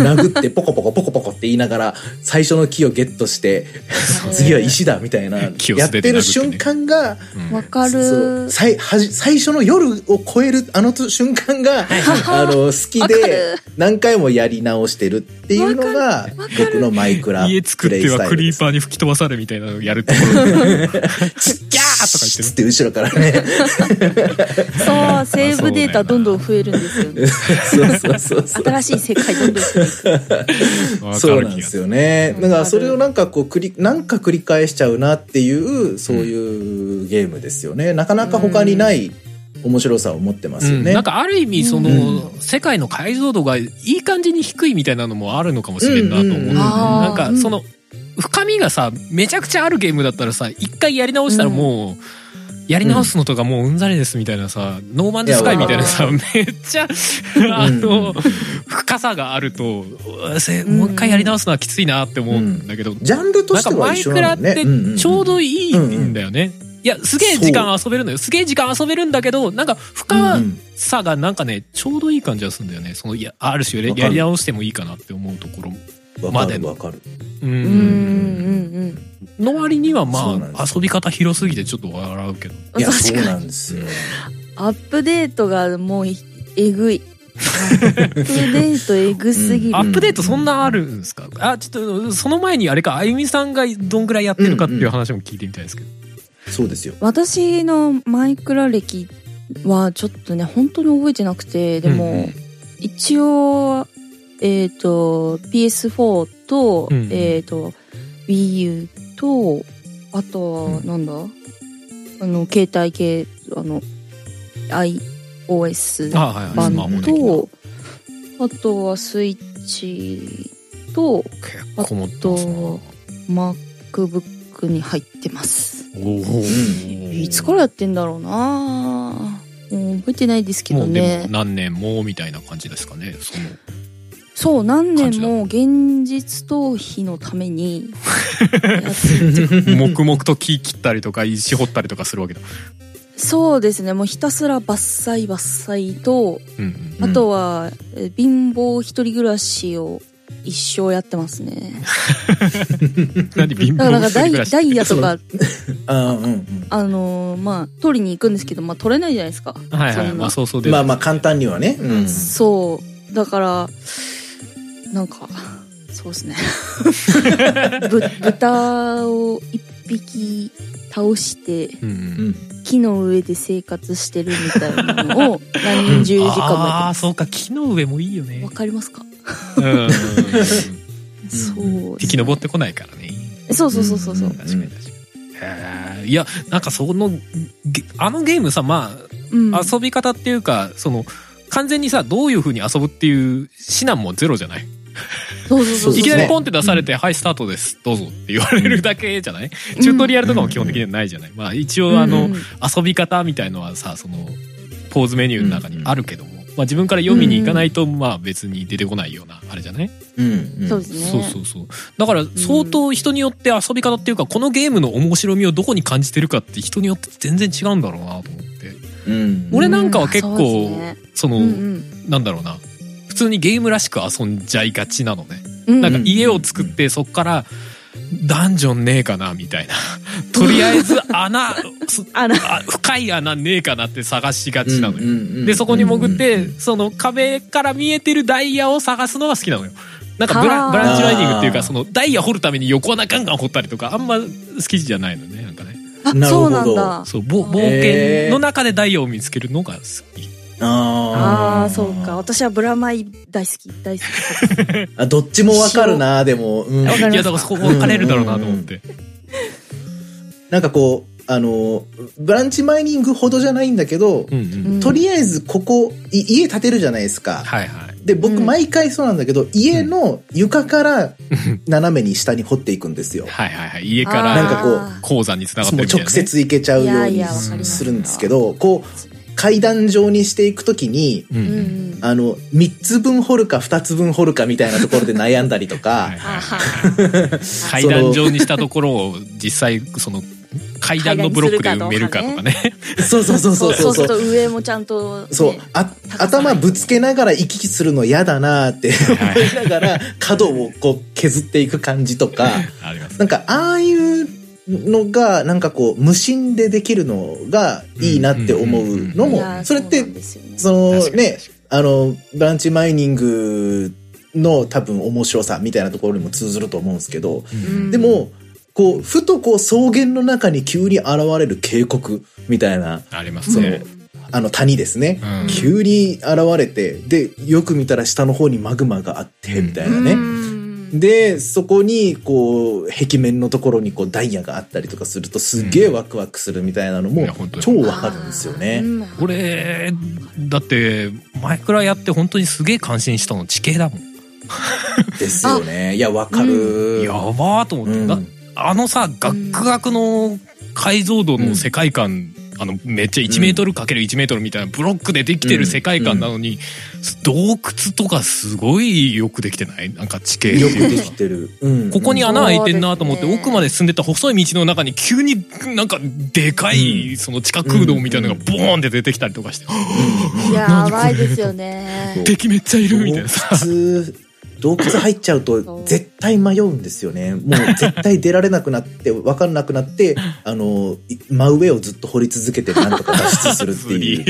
S1: 殴ってポコポコポコポコって言いながら、最初の木をゲットして、次は石だみたい な、
S2: 木を
S1: や
S2: 素
S1: っ
S2: 手
S1: て
S2: で殴ってね
S1: る瞬間が、
S3: わか
S1: そう
S3: る。
S1: 最はじ最初の夜を超えるあの瞬間が、 あの好き
S3: わか
S1: で
S3: る
S1: 何回もやり直してるっていうのが僕のマイクラ
S2: 家作ってはクリー
S1: ー
S2: パーに吹き飛ばされみたいなのをやるとこ ろギャーとか言ってる
S1: つって後ろから ね
S3: そう、セー
S2: そ
S3: ブデー
S2: うだよな
S3: タどんどん増えるんですよね。
S1: そうそうそうそう
S3: 新しい世界どんどん増える。
S2: わか
S1: そう
S2: る
S1: なん
S2: 気
S1: で
S2: が
S1: す
S2: する
S1: よね
S3: わか
S1: だ
S3: る
S1: からそれをなんかこう繰りなんか繰り返しちゃうなっていうそういうゲームですよねなかなか他にない面白さを持ってますよ
S2: う
S1: ね、
S2: ん、なんかある意味その、
S1: う
S2: 世界の解像度がいい感じに低いみたいなのもあるのかもしれんなと思う、
S1: うんうんうん
S2: な
S3: あ
S2: ん
S3: ー
S2: かその深みがさめちゃくちゃあるゲームだったらさ一回やり直したらもう、やり直すのとかもううんざりですみたいなさ、ノーマンズスカイみたいなさ、
S3: い
S2: めっちゃ、あの、深さがあると、せもう一回やり直すのはきついなって思うんだけど、
S1: ジャンルと
S2: なん
S1: し
S2: か
S1: ては
S2: マイ
S1: 一緒
S2: クラ
S1: な
S2: っ
S1: のね
S2: て
S1: うんうんうん
S2: ちょうどいいんだよね。いや、すげえ時間遊べるのよ。すげえ時間遊べるんだけど、なんか深
S1: うん
S2: さがなんかね、ちょうどいい感じがするんだよね。その、いや、ある種や
S1: わ
S2: り
S1: かる
S2: やり直してもいいかなって思うところも。
S1: わ
S2: ま
S1: か
S2: で
S1: る
S2: の
S1: わかる
S2: う
S3: うん
S2: ん。
S3: うんうん。
S2: の割にはま
S1: そうなんで
S2: あ、
S1: す
S2: 遊び方広すぎてちょっと笑うけど。
S1: いやそ
S3: 確
S1: う
S3: か
S1: な
S3: に。
S1: んですよ
S3: アップデートがもうえ ぐい。アップデートえぐすぎ
S1: うん
S3: る
S2: ア。ップデートそんなあるんですかあ、ちょっと、その前にあれか、あゆみさんがどんぐらいやってるかっていう話も聞いてみたいですけど。
S1: そうですよ
S3: 私のマイクラ歴はちょっとね、本当に覚えてなくて、で
S2: うんう
S3: も
S2: ん、
S3: 一応、えっ、と、PS4 と、
S2: うんうん
S3: えっ、と、Wii U と、あとは、
S1: うん
S3: なんだ、あの、携帯系、あの、iOS
S2: あ、はいはい。スマホ
S3: 版
S2: 的な
S3: と、あとはスイッチと、
S2: 結構持ってますな。お
S3: MacBook に入ってます。
S2: ー
S3: いつからやってんだろうなもう覚えてないですけ
S2: も
S3: ど
S2: うで
S3: ね
S2: も。何年もみたいな感じですかねその
S3: そう、何
S2: 感じ
S3: 年
S2: だ
S3: も現実逃避のた めにやっ
S2: 黙々と木切ったりとか石掘ったりとかするわけだ、
S3: そうですね、もうひたすら伐採伐採と、
S2: うんう
S1: う
S2: ん、
S3: あ
S1: ん
S3: とは、えー貧乏一人暮らしを一生やってますね。
S2: 何貧
S3: だからな
S2: 乏
S3: んかダイダイヤとか、
S1: あーうんうん
S3: あのーまあ、取りに行くんですけど、まあ取れないじゃないですか。
S2: はいはい
S3: そんな
S2: まあそうそうです
S1: まあまあ簡単にはね、うん
S3: そう。だから、なんか、そうですね。 ぶ豚を一匹倒して、
S2: うん
S1: うん
S2: う
S1: ん
S3: 木の上で生活してるみたいなのを何十時間も
S2: あ
S3: や
S2: あ
S3: っ
S2: そうか木の上もいいよ
S3: て
S2: ね
S3: わかりますか、
S2: うんうんうんうん
S3: そう。
S2: 敵登ってこないからね
S3: そうそうそうそうそう。
S2: 確かに確かにへーいやなんかそのげあのゲームさまあ
S3: うん。
S2: 遊び方っていうかその完全にさどういう風に遊ぶっていう指南もゼロじゃない
S3: そうそうそうそう。
S2: いきなりポ
S1: こ
S2: ンって出されて、はい、スタートです。どうぞって言われるだけじゃないチュートリアルとかも基本的にはないじゃないまあ一応あ
S3: う
S2: の
S3: ん、
S2: 遊び方みたいのはさ、その、ポーズメニューの中にあるけども、まあ自分から読みに行かないと、まあ別に出てこないような、あれじゃない
S1: うんうん
S3: そうですね。
S2: そうそうそう。だから相当人によって遊び方っていうか、このゲームの面白みをどこに感じてるかって人によって全然違うんだろうなと思って。
S1: うん
S2: 俺なんかは結構
S3: うんそうですね
S2: そうの、
S3: ん
S2: なんだろうな。普通にゲームらしく遊んじゃいがちなのね。
S3: うん。
S2: なんか家を作ってそっからダンジョンねえかなみたいな とりあえず穴す
S3: あら、
S2: あ深い穴ねえかなって探しがちなのよ。
S1: よ
S2: でそこに潜っ
S1: う
S2: て
S1: ん
S2: その壁から見えてるダイヤを探すのが好きなのよ。なんかブ
S3: は
S2: ラ
S3: あ
S2: ブランチライディングっていうか
S1: あー
S2: そのダイヤ掘るために横穴ガンガン掘ったりとかあんま好きじゃないのねなんかね。
S3: あ
S1: なる
S3: そ
S1: ほ
S3: う
S1: ど
S3: なんだ。
S2: そう冒冒
S1: へ
S2: 険
S1: ー
S2: の中でダイヤを見つけるのが好き。
S1: あ
S3: あ
S1: ー
S3: あ、そうか。私はブラマイ大好き、大好き。
S1: あどっちもわかるなでも、うん
S3: わかります
S2: いやだからそこ分かれるだろうなと思って。
S1: なんかこうあのブランチマイニングほどじゃないんだけど、
S2: うんうん。
S1: とりあえずここい家建てるじゃないですか、
S2: はいはい。
S1: で僕
S3: うん
S1: 毎回そうなんだけど家の床から斜めに下に掘っていくん ですよ、
S2: はいはいはい。家か
S1: なん
S2: ら
S1: かこう
S2: 鉱山に繋がっ
S1: その
S2: てるみたいなね、
S1: 直接行けちゃうよう
S3: い
S1: に
S3: やいやわかります
S1: するんですけどこう階段状にしていくときに
S2: うん
S3: う
S2: うん
S3: うんん。
S1: あの3つ分掘るか2つ分掘るかみたいなところで悩んだりとか、
S2: はいはい
S3: あは
S2: 階段状にしたところを実際その階段のブロックで埋めるかとかね。
S1: そうそうそうそうそう
S3: そ
S1: そうう
S3: す。ると上もちゃんと、ね、
S1: そう、あ、頭ぶつけながら行き来するの嫌だなーって思いながら、角をこう削っていく感じとか、
S2: あ ります。
S1: なんかああいうのが、なんかこう、無心でできるのがいいなって思うの
S3: い
S1: も
S3: や、ー
S1: それっ
S3: う
S1: て
S3: なん、ですよね
S1: その
S2: 確かに
S1: ね、あの、ブランチマイニングの多分面白さみたいなところにも通ずると思うんですけど、
S3: うん
S1: でも、こう、ふとこう草原の中に急に現れる渓谷みたいな、
S2: ありま
S1: そ
S2: す
S1: の
S2: ね。、
S1: あの谷ですね
S2: う。ん
S1: 急に現れて、で、よく見たら下の方にマグマがあって、みたいな
S3: う
S1: ね。
S3: ん
S1: で、そこに、こう、壁面のところにこうダイヤがあったりとかするとすげえワクワクするみたいなの
S2: い
S1: も
S2: や本当、に
S1: 超わかるんですよね。
S3: うん
S2: これだってマイクラやって本当にすげえ感心したの地形だもん。
S1: ですよね。いや、わかる。
S2: やばーと思って、
S1: うん
S2: だあのさガックガクの解像度の世界観、あのめっちゃ1メートルかける1メートルみたいなブロックでできてる世界観なのに、洞窟とかすごいよくできてないなんか地形って
S1: よくで
S2: いう
S1: き
S2: か。
S1: てる。うん
S2: ここに穴開いてんなと思って、
S3: そうですね
S2: 奥まで進んでった細い道の中に急になんかでかい、その地下空洞みたいなのがボーンって出てきたりとかして、
S3: いややばいですよね
S2: 敵めっちゃいるみたいなさ。
S1: 洞窟洞窟入っちゃうと絶対迷うんですよねもう絶対出られなくなって分かんなくな ってあのい真上をずっと掘り続けてなんとか脱出するって いう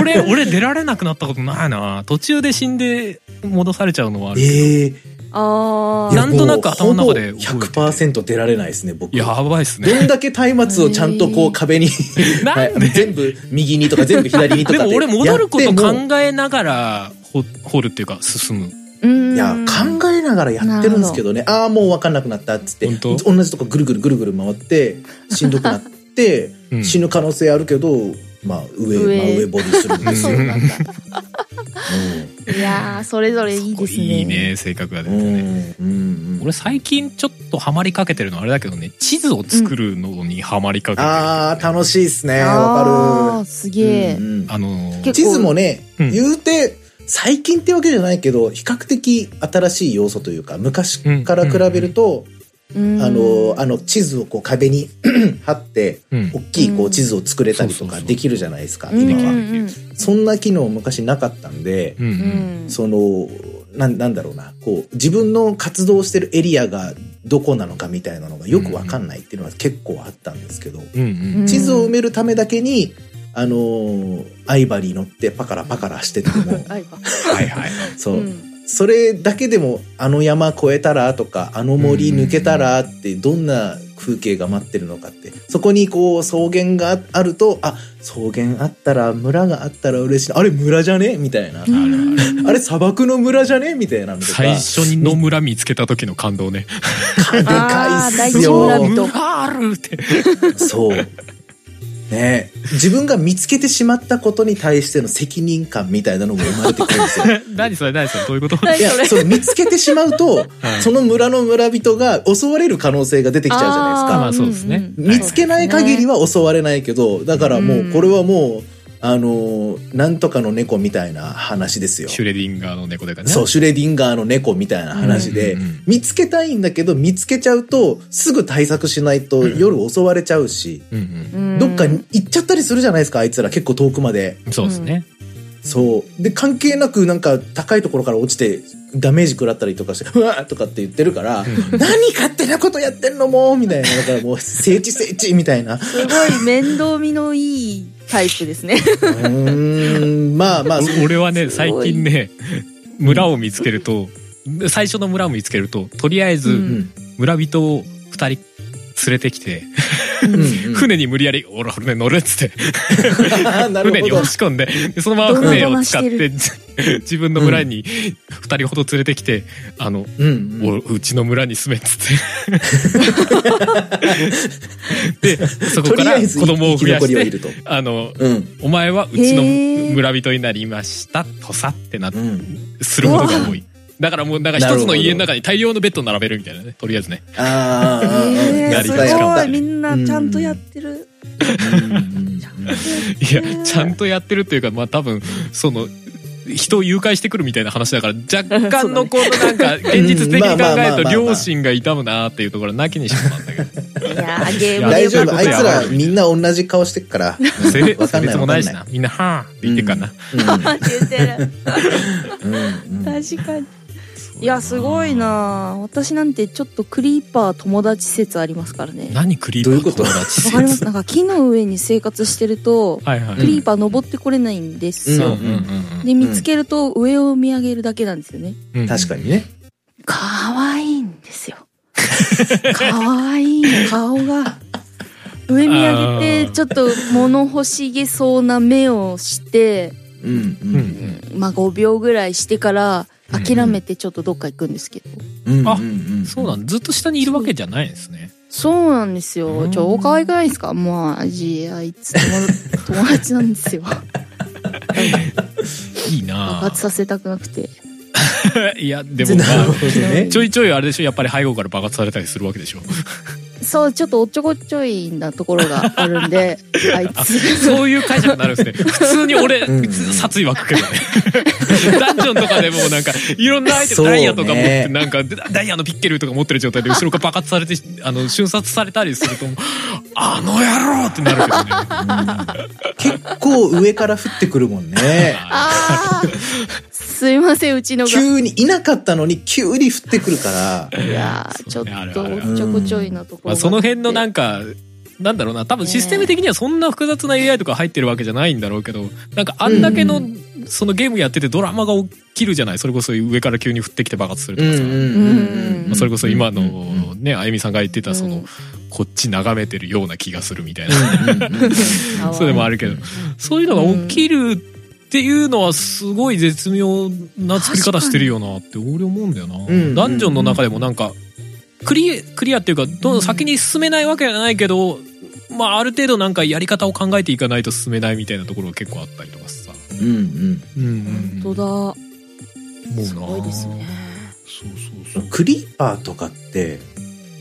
S2: 俺俺出られなくなったことないな途中で死んで戻されちゃうのはあるけど、
S1: ええ
S3: あ
S1: い
S3: ー
S1: や
S2: なんとなく頭の中で
S1: もう
S2: 覚え
S1: ほ
S2: て
S1: ぼ
S2: て
S1: 100%出られないですね僕
S2: やばいっす
S1: ど
S2: ね
S1: んだけ松明をちゃんとこ
S3: へ
S1: う
S3: ー
S1: 壁に、
S2: なん
S1: はい 全部右にとか全部左にと
S2: で
S1: かっ
S2: も
S1: て
S2: 俺戻ること
S1: やっても
S2: 考えながら掘掘るっていうか進む
S3: うん
S1: いや考えながらやってるんですけどねああーもう分かんなくなったっつって
S2: 本当
S1: 同じとこぐるぐるぐるぐる回 ってしんどくなって
S2: うん
S1: 死ぬ可能性あるけど、まあ上、
S3: 上
S1: 真上ボディする んですよ。
S2: う
S1: うん
S2: ん
S3: いやーそれぞれいいですね
S2: いいね性格が出
S1: う
S2: てね、
S1: んうんうん
S2: 俺最近ちょっとハマりかけてるのあれだけどね地図を作るのにハマりかけてる、
S1: あー楽しいっすね
S3: あ
S1: わか
S3: ーす
S1: る、
S3: げえ、
S1: うんうん
S2: あのー
S3: 結構
S1: 地図もね、
S2: うん
S1: 言うて最近ってわけじゃないけど比較的新しい要素というか昔から比べると、
S3: うん
S1: あのーあの地図をこう壁に 貼って
S2: うん
S1: 大きいこう地図を作れたりと
S2: そうそう
S1: か
S2: そう
S1: できるじゃないですか
S3: うん
S1: 今
S3: う
S1: は。
S3: ん
S1: そんな機能昔なかったんで、
S2: うんう
S3: うんん
S1: そのなんなんだろうなこう自分の活動してるエリアがどこなのかみたいなのがよくわかんないっていうのは結構あったんですけど、
S2: うんうん
S1: 地図を埋めるためだけにあのーアイバリー乗ってパカラパカラしてても
S3: あいいわ
S2: はいはい
S1: そう、
S3: うん
S1: それだけでもあの山越えたらとかあの森抜けたらってどんな風景が待ってるのかってそこにこう草原があるとあ草原あったら村があったら嬉しいなあれ村じゃねみたいな
S2: あるある
S1: あれ砂漠の村じゃねみたいなのとか
S2: 最初に野村見つけた時の感動ね
S1: でかいっす
S3: あー大
S1: よ
S3: 丈。夫
S2: 村あるって
S1: そう。ね自分が見つけてしまったことに対しての責任感みたいなのも生まれてくるんですよ。
S2: 何それ何それどういうこと
S3: 何
S1: いや
S3: それ、
S1: その見つけてしまうと、
S2: い
S1: その村の村人が襲われる可能性が出てきちゃうじゃないですか
S2: あま。そうですね
S3: うんうん
S1: 見つけない限りは襲われないけど、だからもう、これはもう、あのー、なんとかの猫みたいな話ですよ。
S2: シュレディンガーの猫でかね
S1: そう、シュレディンガーの猫みたいな話で、
S2: うんうんうん
S1: 見つけたいんだけど、見つけちゃうと、すぐ対策しないと夜襲われちゃうし、
S2: うん
S3: うん
S1: どっかに行っちゃったりするじゃないですか、あいつら結構遠くまで。
S2: うんそうですね
S1: そう。で、関係なくなんか高いところから落ちてダメージ食らったりとかして、 うわーとかって言ってるから、何勝手なことやってんのもうみたいな。だからもう、聖地聖地みたいな。う
S3: すごい面倒見のいいタイプですね
S1: ーん、まあまあ、
S2: お俺はね
S3: す
S2: 最
S3: ごい
S2: 近ね村を見つけると最初の村を見つけるととりあえ
S3: う
S1: う
S2: ず
S1: ん。
S2: 村人を2人連れてきて、
S1: うん、
S2: 船に無理やり「おら船乗れ」っつって
S1: うん。なる
S2: 船
S1: ほ
S2: に
S1: ど
S2: 押。し込んででそのまま船を使って自分の村に2人ほど連れてきて「あの
S1: うん、う
S2: お
S1: ん。
S2: うちの村に住め」っ つって。でそことか
S1: りあ
S2: ら
S1: え
S2: 子
S1: ず
S2: 供を
S1: 生き
S2: 増や
S1: 残
S2: し
S1: りをい
S2: て
S1: ると。
S2: あの
S1: うん。
S2: お前はうちの
S3: へー
S2: 村人になりましたとさってな
S1: うん。
S2: することが多いだからもうなんか
S1: なる
S2: 一
S1: ほど
S2: つの家の中に大量のベッド並べるみたいなねとりあえずね
S1: あーあー、
S3: え
S1: あー
S2: や
S3: ー
S2: り
S3: す
S2: がちかも
S3: ごいみんなちゃんとやってる
S1: うんうん
S2: いやちゃんとやってるというかまあ多分その人を誘拐してくるみたいな話だから若干 のこのなんか現実的に考えると両親が痛むなーっていうところはなきにしもあんだけど
S3: いやーゲーム
S1: 大
S3: で
S1: 丈
S3: よ
S1: 夫
S3: かっ
S1: あ
S3: た
S1: いつらみんな同じ顔してっから
S2: 性別
S1: わかん
S2: 性
S1: ない
S2: 別もないし
S1: わ
S2: なみんな「はあ」って言ってっかな、
S3: 言ってる
S1: うんうん
S3: 確かにいやすごいな私なんてちょっとクリーパー友達説ありますからねわ
S2: 何クリーパーの
S1: どういうこと
S2: 友達説
S3: かりますなんか木の上に生活してると
S2: はいはい
S3: クリーパー登ってこれないんです
S2: うん
S3: よ、
S2: うんうん
S3: で見つけると上を見上げるだけなんですよね
S2: うん
S1: 確かにね
S3: 可愛いんですよ 可愛いの顔が上見上げ
S2: あー
S3: てちょっと物欲しげそうな目をして
S1: うん
S2: うん
S1: う
S3: まあ5秒ぐらいしてから
S2: うん
S3: 諦めてちょっとどっか行くんですけど、
S1: んうん
S2: あ
S1: うん
S2: うんそうなんずっと下にいるわけじゃないんですね
S3: そうなんですよ。超可愛くないですかマジ、あいつ友友達なんですよ。
S2: いい
S3: 爆
S2: な
S3: 発させたくなくて。
S2: ぁ いやでもま
S1: なる
S2: あ
S1: ほど ね
S2: ちょいちょいあれでしょやっぱり背後から爆発されたりするわけでしょ
S3: そう、ちょっとおっちょこちょいなところがあるんで、あい
S2: あ
S3: つ。
S2: そういう解釈になるん ですね普通に俺
S1: うん
S2: 殺意湧くけどね ダンジョンとかでもなんかいろんなアイテ
S1: そう
S2: ム
S1: ね
S2: ダイヤとか持ってなんかダイヤのピッケルとか持ってる状態で後ろから爆発されてあの瞬殺されたりするとあの野郎ってなるけどね
S1: 結構上から降ってくるもんね
S3: ああすいません、うちのが。
S1: 急にいなかったのに急に降ってくるから
S3: いやーち
S2: そ
S3: ょ
S2: うねあ
S3: っ
S2: る
S3: と
S2: あるある
S3: おっちょこちょいなところ
S2: まあ、
S3: があって。
S2: その辺のなんかなんだろうな多分システム的にはそんな複雑な AI とか入ってるわけじゃないんだろうけどなんかあんだけの、
S1: う
S2: そのゲームやっててドラマが起きるじゃないそれこそ上から急に降ってきて爆発すると
S1: うん
S2: か
S1: う
S2: さ、
S1: んうんう
S2: ま
S1: ん
S2: あ、それこそ今
S1: うん
S2: のねあゆみさんが言ってたそうの
S3: ん
S2: こっち眺めてるような気がするみたいな
S1: うんうんうん
S3: 可愛い
S2: それもあるけどそういうのが起きるっていうのはすごい絶妙な作り方してるよなって俺思うんだよな、
S1: ん
S2: ダンジョンの中でもなんかクリクリアっていうかどん先に進めないわけじゃないけど、まあ、ある程度なんかやり方を考えていかないと進めないみたいなところが結構あったりとかさ、
S1: うんうん
S2: うん
S3: 本当
S2: もう
S3: だ。
S2: な
S3: すごいですね。
S2: そう
S1: う
S2: そうん
S1: クリーパーとかって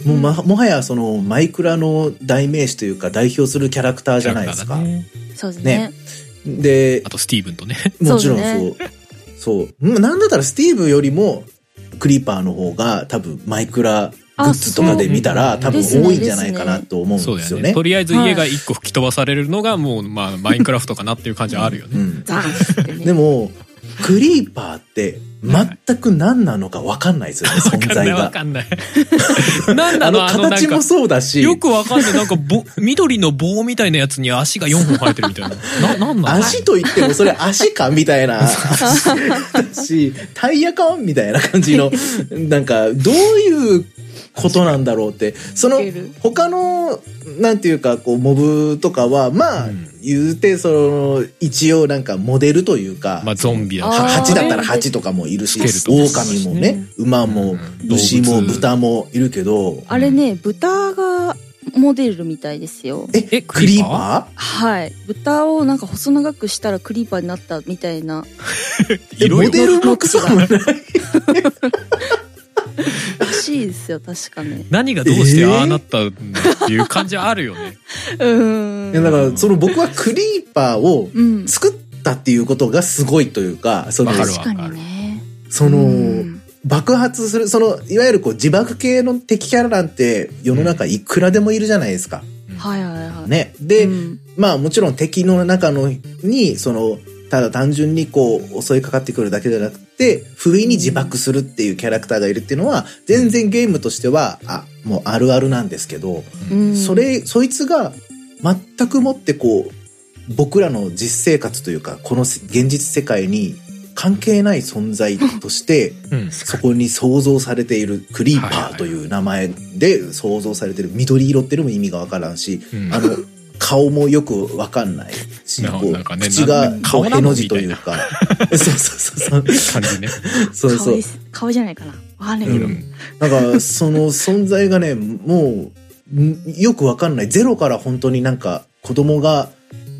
S1: もうまもはやそのマイクラの代名詞というか代表するキャラクター
S2: そう
S1: じゃないですか。
S2: キャラクターだね
S3: そうですね。
S1: で
S2: あとスティーブンとね
S1: もちろん
S3: そう
S1: そうそううんなんだったらスティーブよりもクリーパーの方が多分マイクラグッズとかで見た
S2: あ
S1: ら
S2: そう
S1: 多分多いんじゃないかなと思うん
S2: そう
S1: で
S2: だ
S1: す
S2: よ
S1: よ
S2: ね
S1: ね
S2: と。りあえず家が一個吹き飛ばされるのがもう、まあ、マインクラフトかなっていう感じはあるよ
S1: う
S2: ね、
S1: ん
S3: ザーンってね。
S1: でもクリーパーって全く何なのか分かんないですよね
S2: わ
S1: 存
S2: かん
S1: 在
S2: ないわ
S1: が。
S2: かんないなんな
S1: あの
S2: のあのなん
S1: 形
S2: か
S1: もそうだし
S2: よくわかんない。なんか、ぼ、緑の棒みたいなやつに足が4本生えてるみたいな。な、なんなの
S1: 足といってもそれ足かみたいな足だしタイヤかみたいな感じのなんかどういうことなんだろうってその
S3: いける
S1: 他のなんていうかこうモブとかはまあ
S2: うん
S1: 言うてその一応なんかモデルというか、
S2: まあ、ゾンビだ
S3: あー
S2: し。
S1: 蜂だったら蜂とかもいるし
S2: スケルトンですし
S1: 狼もね馬も
S2: うん
S1: 牛も
S2: 動物
S1: 豚もいるけど
S3: あれね、豚がモデルみたいですよ。
S1: え
S2: え
S1: クリーパ
S3: はい。豚をなんか細長くしたらクリーパーになったみたいな。
S1: ーえ
S2: いろい
S1: モ
S2: ろ
S1: デルもクソもない
S3: らしいですよ、確かね。
S2: 何がどうしてああなったんだっていう感じある よね。
S3: うーん。
S1: いやだからその僕はクリーパーを
S3: うん。
S1: 作ったっていうことがすごいというかその
S2: わかるわ
S3: 確かにね。
S1: その、
S3: うん
S1: 爆発するそのいわゆるこう自爆系の敵キャラなんて世の中いくらでもいるじゃないですか。
S3: はいはいはい。
S1: ね、で、
S3: うん
S1: まあもちろん敵の中のにそのただ単純にこう襲いかかってくるだけじゃなくて不意に自爆するっていうキャラクターがいるっていうのは全然ゲームとしてはあもうあるあるなんですけど、
S3: うん
S1: それそいつが全くもってこう僕らの実生活というかこのせ現実世界に関係ない存在と して
S2: うん。
S1: そこに想像されているクリーパーという名前で想像されてる緑色っていうのも意味がわからんし、
S2: うん
S1: あの顔もよくわかんないし、
S2: な
S1: こう
S2: なんかね
S1: 口が
S2: なんか
S1: こう
S2: 顔なの
S1: への字というか、 そうそうそう
S2: 感じね。
S1: そうそう
S3: 顔
S1: そう
S3: で、す顔じゃないかな。わかんないけ
S1: う
S3: ど。
S1: ん、なんかその存在がねもうんよくわかんないゼロから本当になんか子供が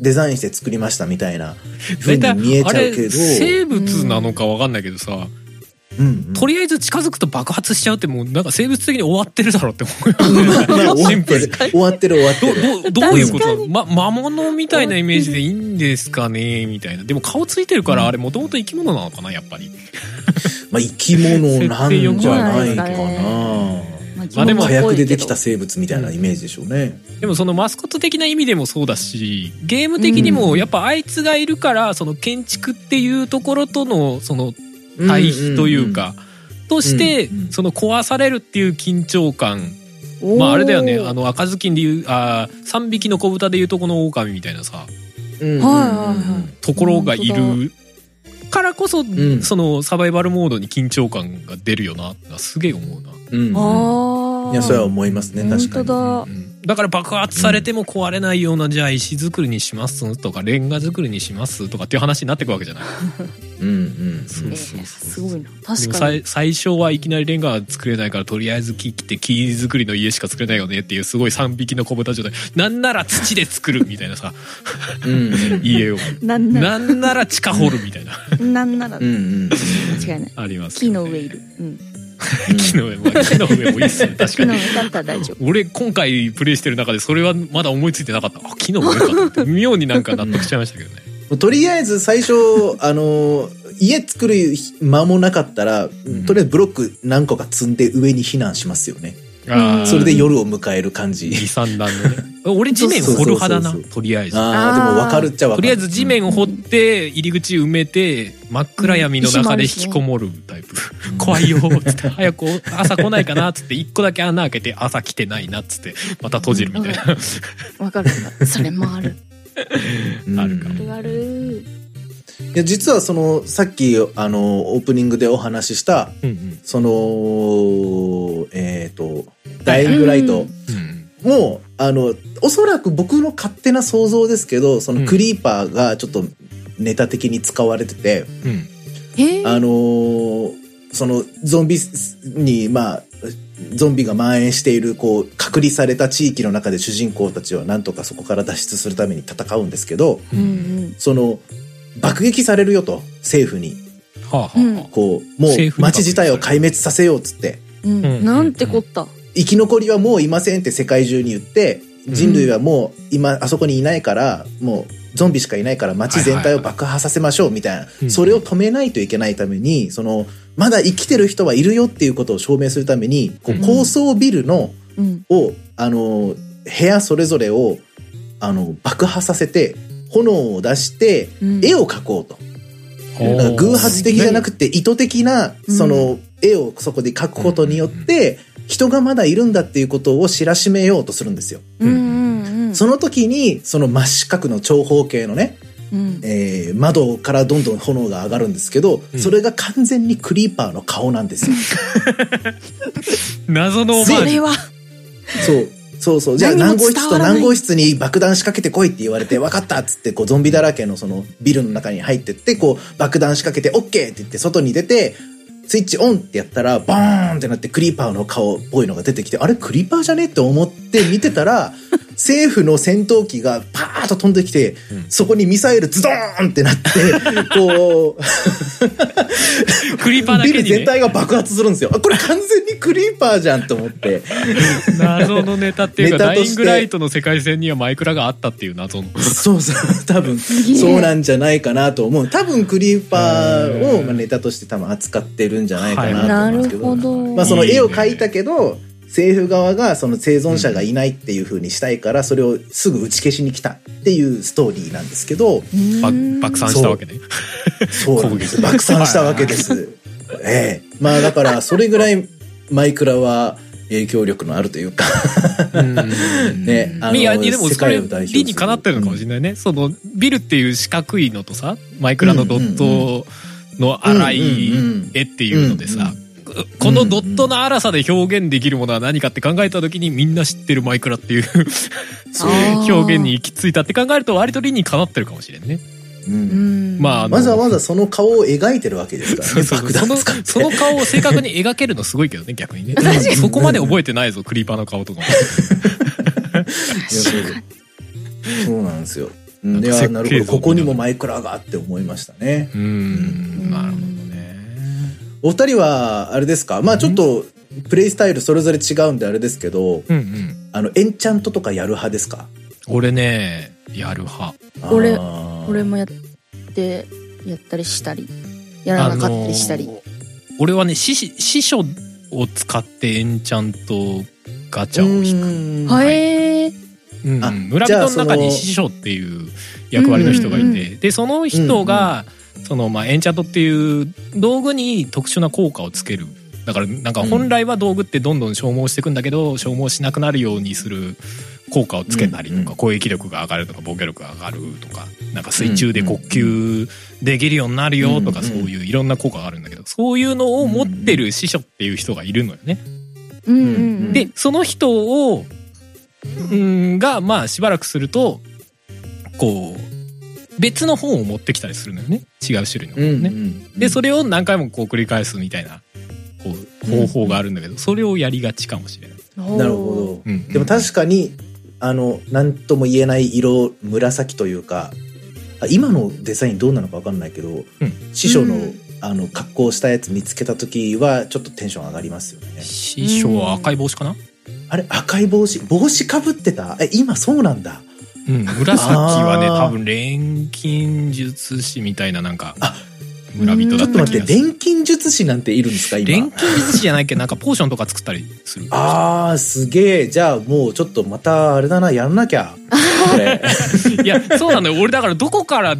S1: デザインして作りましたみたいな風
S2: 大
S1: に
S2: 体、
S1: 見えちゃ
S2: あ
S1: うけ
S2: れ、
S1: ど、
S2: 生物なのかわかんないけどさ、
S1: うんうん
S2: とりあえず近づくと爆発しちゃうってもうなんか生物的に終わってるだろうって思うよ ね。
S1: まあ終
S2: シ
S1: わ
S2: ン
S1: っ
S2: プ
S1: て
S2: ル
S1: る終わってる終わって
S2: ど
S1: る。
S2: どどういうことなのま、魔物みたいなイメージでいいんですかねみたいな。でも顔ついてるから、あれもともと生き物なのかなやっぱり。
S1: まあ、生き物なんじゃないかな。
S3: まあ
S2: まあでも
S1: 火薬でできた生物みたいなイメージでしょうね。
S2: でもそのマスコット的な意味でもそうだしゲーム的に
S1: う
S2: も
S1: ん
S2: やっぱあいつがいるからその建築っていうところとのその対比というか、として
S1: うんうん
S2: その壊されるっていう緊張感、
S3: おー
S2: まああれだよねあの赤ずきんでいうあー3匹の子豚でいうとこの狼みたいなさ
S1: うんうんうん。
S3: はいはいはい
S2: ところがい
S3: 本
S2: るからこそ、
S1: ん
S2: そのサバイバルモードに緊張感が出るよなってすげえ思うな。
S1: うんうん
S3: ああ
S1: いや、それは思いますね、確か
S3: 本当
S1: に。
S3: だ
S2: うんだから爆発されても壊れないような、じゃあ石造りにしますとかレンガ造りにしますとかっていう話になっていくわけじゃない
S1: うんうん。
S2: そう
S3: え
S2: そう
S3: ーす
S2: そう
S3: ごいな
S2: でも
S3: 確かに
S2: 最最初はいきなりレンガは作れないからとりあえず木切って木作りの家しか作れないよねっていうすごい3匹の小豚状態なんなら土で作るみたいな さ
S1: うん
S2: 家を
S3: なんな
S2: なんなら地下掘るみたいな
S3: らなんなら
S1: うんうん。
S3: 間違いない
S2: あります
S3: 木
S2: よね
S3: の上いるうん
S2: 木の上まあ木の上もいいっすね確か
S3: 木の
S2: に
S3: 上だったら大丈夫
S2: 俺今回プレイしてる中でそれはまだ思いついてなかったあ木の上かと思って妙になんか納得しちゃいましたけどね
S1: もうとりあえず最 初、あの、家作る間もなかったら、
S2: ん
S1: とりあえずブロック何個か積んで上に避難しますよね。
S2: あー
S1: それで夜を迎える感じ。
S2: 二三段のね俺地面掘る派だなとりあえず
S1: ああ、でも分かるっちゃ分かる。
S2: とりあえず地面を掘って入り口埋めて真っ暗闇の中で引きこもるタイプ怖いよっつって早く朝来ないかなっつって一個だけ穴開けて朝来てないなっつってまた閉じるみたいな
S3: わかるわかるそれもある
S1: うん
S2: あるか
S3: あるある
S1: いや実はそのさっきあのオープニングでお話しした
S2: うんうん
S1: そのえっ、とダイイングライト
S2: うん
S1: もあのおそらく僕の勝手な想像ですけどそうの
S2: ん
S1: クリーパーがちょっとネタ的に使われてて、
S2: うん
S3: へえ
S1: あのーそのゾンビにまあゾンビが蔓延しているこう隔離された地域の中で主人公たちはなんとかそこから脱出するために戦うんですけど
S3: うんうん
S1: その爆撃されるよと政府に。
S2: はあはあは
S1: こう、もう
S2: 政府に
S1: 街自体を壊滅させようっつって、
S3: うん
S2: うん
S3: なんてこった
S1: 生き残りはもういませんって世界中に言って、
S2: うん
S1: 人類はもう今、あそこにいないから、もうゾンビしかいないから街全体を爆破させましょうみたい
S2: うん
S1: な、それを止めないといけないために、その、まだ生きてる人はいるよっていうことを証明するために、こう
S2: うん
S1: 高層ビルの、
S3: うん
S1: を、あの、部屋それぞれを、あの、爆破させて、炎を出して、
S3: うん
S1: 絵を描こうと。
S2: あはあ
S1: なんか偶発的じゃなくて意図的な
S3: うん
S1: その絵をそこで描くことによって人がまだいるんだっていうことを知らしめようとするんですよ。
S3: うんうんうん
S1: その時にその真四角の長方形のね、
S3: うん
S1: えー窓からどんどん炎が上がるんですけど
S2: うん
S1: それが完全にクリーパーの顔なんですよ。
S2: 謎のオマ
S3: そ
S2: ージュ
S3: れは
S1: そうそうそうじゃあ何
S3: 何も
S1: 号
S3: 伝
S1: 室
S3: わ
S1: と
S3: らない
S1: 何号室に爆弾仕掛けてこいって言われて分かったっつってこうゾンビだらけのそのビルの中に入ってってこう爆弾仕掛けて OK って言って外に出てスイッチオンってやったらバーンってなってクリーパーの顔っぽいのが出てきてあれクリーパーじゃねって思って見てた ら政府の戦闘機がパーッと飛んできて
S2: うん
S1: そこにミサイルズドーンってなって こう
S2: クリーパーだ
S1: ビ
S2: け
S1: ル
S2: に
S1: 全
S2: ね
S1: 体が爆発するんですよあこれ完全にクリーパーじゃんと思って。
S2: 謎のネタってい
S1: ネ
S2: うか
S1: タ
S2: ダ
S1: として
S2: イイングライトの世界線にはマイクラがあったっていう謎の
S1: そうそう、多分、そうなんじゃないかなと思う。多分、クリーパーをまあネタとして多分扱ってるんじゃないかなと思う
S3: な
S1: んです
S3: る
S1: けど。
S3: ほど
S1: まあ、その
S2: いいね
S1: 絵を描いたけど、政府側がその生存者がいないっていう風にしたいから、それをすぐ打ち消しに来たっていうストーリーなんですけど、
S2: ば
S3: うん
S2: 爆散したわけね
S1: そうなんです。
S2: 攻撃
S1: 爆散したわけです。ええ。まあ、だから、それぐらいマイクラは影響力のあるというか、
S2: うん
S1: ね、あの、
S2: いやでも
S1: 世
S2: そ
S1: 界
S2: れ
S1: を代表する
S2: 理にかなってるのかもしれないね、そのビルっていう四角いのとさマイクラのドットの荒い
S1: うんうんうん
S2: 絵っていうのでさ、ここのドットの荒さで表現できるものは何かって考えた時にみんな知ってるマイクラっていう表現に行き着いたって考えると割と理にかなってるかもしれん
S1: うん
S2: ね。
S3: あーうん
S2: まああの
S1: わざわざその顔を描いてるわけですから
S2: そう
S1: ね、
S2: そう
S1: 爆
S2: そ
S1: 弾
S2: の
S1: 使って。
S2: その顔を正確に描けるのすごいけどね逆にね
S3: 確かに
S2: そこまで覚えてないぞクリーパーの顔とかも
S1: いやそうそうなんですよ。うんい
S2: なんか設
S1: や、
S2: 計
S1: なるほ
S2: 図
S1: ど。こ
S2: を
S1: こにもマイクラがあって思いましたね。
S2: うんなるほどね
S1: お二人は、あれですかまあちょっと、プレイスタイルそれぞれ違うんであれですけど、
S2: うんうん
S1: あの、エンチャントとかやる派ですか
S2: 俺ねやる派
S3: 俺
S1: あー
S3: 俺もやってやったりしたりやらなかったりしたり
S2: あのー俺はね師師師匠を使ってエンチャントガチャを引く。
S1: うん
S3: は
S2: はい
S3: えー、
S2: うん
S1: あ
S2: 村
S1: じゃあ
S2: 人の
S1: その
S2: 中に師匠っていう役割の人がいて、
S3: うんうんう
S2: でその人が、そのまあエンチャントっていう道具に特殊な効果をつける。だからなんか本来は道具ってどんどん消耗していくんだけど、消耗しなくなるようにする効果をつけたりとか、
S1: うんうん
S2: 攻撃力が上がるとか防御力が上がるとかなんか水中で呼吸できるようになるよとか、
S1: うんうん
S2: そういういろんな効果があるんだけどそういうのを持ってる師匠っていう人がいるのよね。
S3: うんうん
S1: う
S3: うんん、
S2: でその人をうんがまあしばらくするとこう別の本を持ってきたりするのよね違う種類の
S1: うん
S2: 本をね。
S1: うん
S2: でそれを何回もこう繰り返すみたいなこう方法があるんだけど、それをやりがちかもしれない。
S1: なるほ
S2: う
S1: ど、
S2: ん
S1: でも確かにあの何とも言えない色紫というかあ今のデザインどうなのか分かんないけど、師匠の,、
S3: うん
S1: あの格好したやつ見つけた時はちょっとテンション上がりますよね
S2: 師匠は赤い帽子かな、
S1: あれ赤い帽子帽子かぶってたえ今そうなんだ
S2: うん、紫はね
S1: あー
S2: 多分錬金術師みたいななんか
S1: あ
S2: 村人
S1: ち
S2: だ
S1: ょ
S2: っ
S1: っと
S2: た
S1: 待
S2: 気
S1: って
S2: がする。
S1: 錬金術師なんているんですか今
S2: 錬金術師じゃないけどなんかポーションとか作ったりする。
S1: あーすげえじゃあもうちょっとまたあれだなやんなきゃこれ
S2: いやそうなのよ俺だからどこから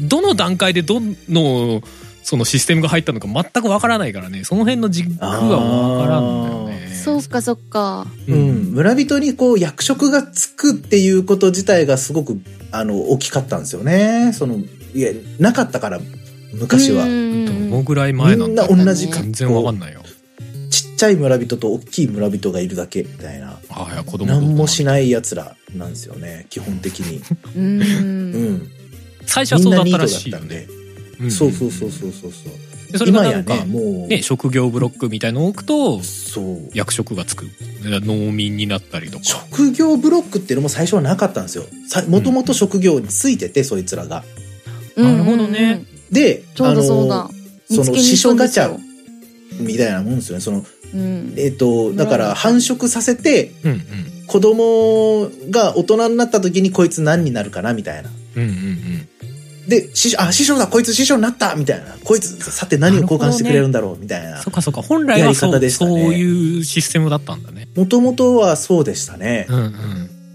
S2: どの段階でどのそのシステムが入ったのか全くわからないからねその辺の軸はわからんのよね。
S3: そうかそっか
S1: う、
S2: うんん
S1: 村人にこう役職がつくっていうこと自体がすごくあの大きかったんですよねそのいやなかったから昔は
S2: ど
S3: は
S2: のぐらい前なんだろう
S1: み
S3: んな同じ格好
S2: 全然わかんないよ。
S1: ちっちゃい村人と大きい村人がいるだけみたいな
S2: ああいや子供
S1: 何もし
S2: ない。
S1: ない奴らなんですよね基本的に
S3: う
S1: うんん
S2: 最初は
S1: み
S2: そ
S1: ん
S2: う
S1: な
S2: だっ
S1: ニ
S2: た
S1: ー
S2: ら
S1: トだっ
S2: しいよ
S1: たんで
S2: ね。ん
S1: そうそうそうそうそうそう
S2: でそれが
S1: 今
S2: な
S1: や
S2: んか
S1: ねもう
S2: ね職業ブロックみたいのを置くと
S1: そう
S2: 役職がつく農民になったりとか。
S1: 職業ブロックっていうのも最初はなかったんですよもともと職業についてて、そいつらが
S3: うん
S2: なるほどね
S1: で
S3: ちょう
S1: あ
S3: ど
S1: の
S3: そうだ
S1: そ
S3: 見つ
S1: の
S3: けに
S1: 師
S3: 行
S1: 匠
S3: くんで
S1: ガ
S3: す
S1: チ
S3: よ
S1: ャみたいなもんですよねその
S3: うん
S1: えっ、とだから繁殖させて
S2: うんうん
S1: 子供が大人になった時にこいつ何になるかなみたいな
S2: うんうんうん。
S1: で師匠あ師匠だこいつ師匠になったみたいなこいつさて何を交換してくれるんだろうみたいな
S2: そっかそっか本来はそ
S1: やり方
S2: う
S1: でした
S2: そう
S1: ね
S2: いうシステムだったんだね。
S1: もともとはそうでしたね、
S2: うんうん、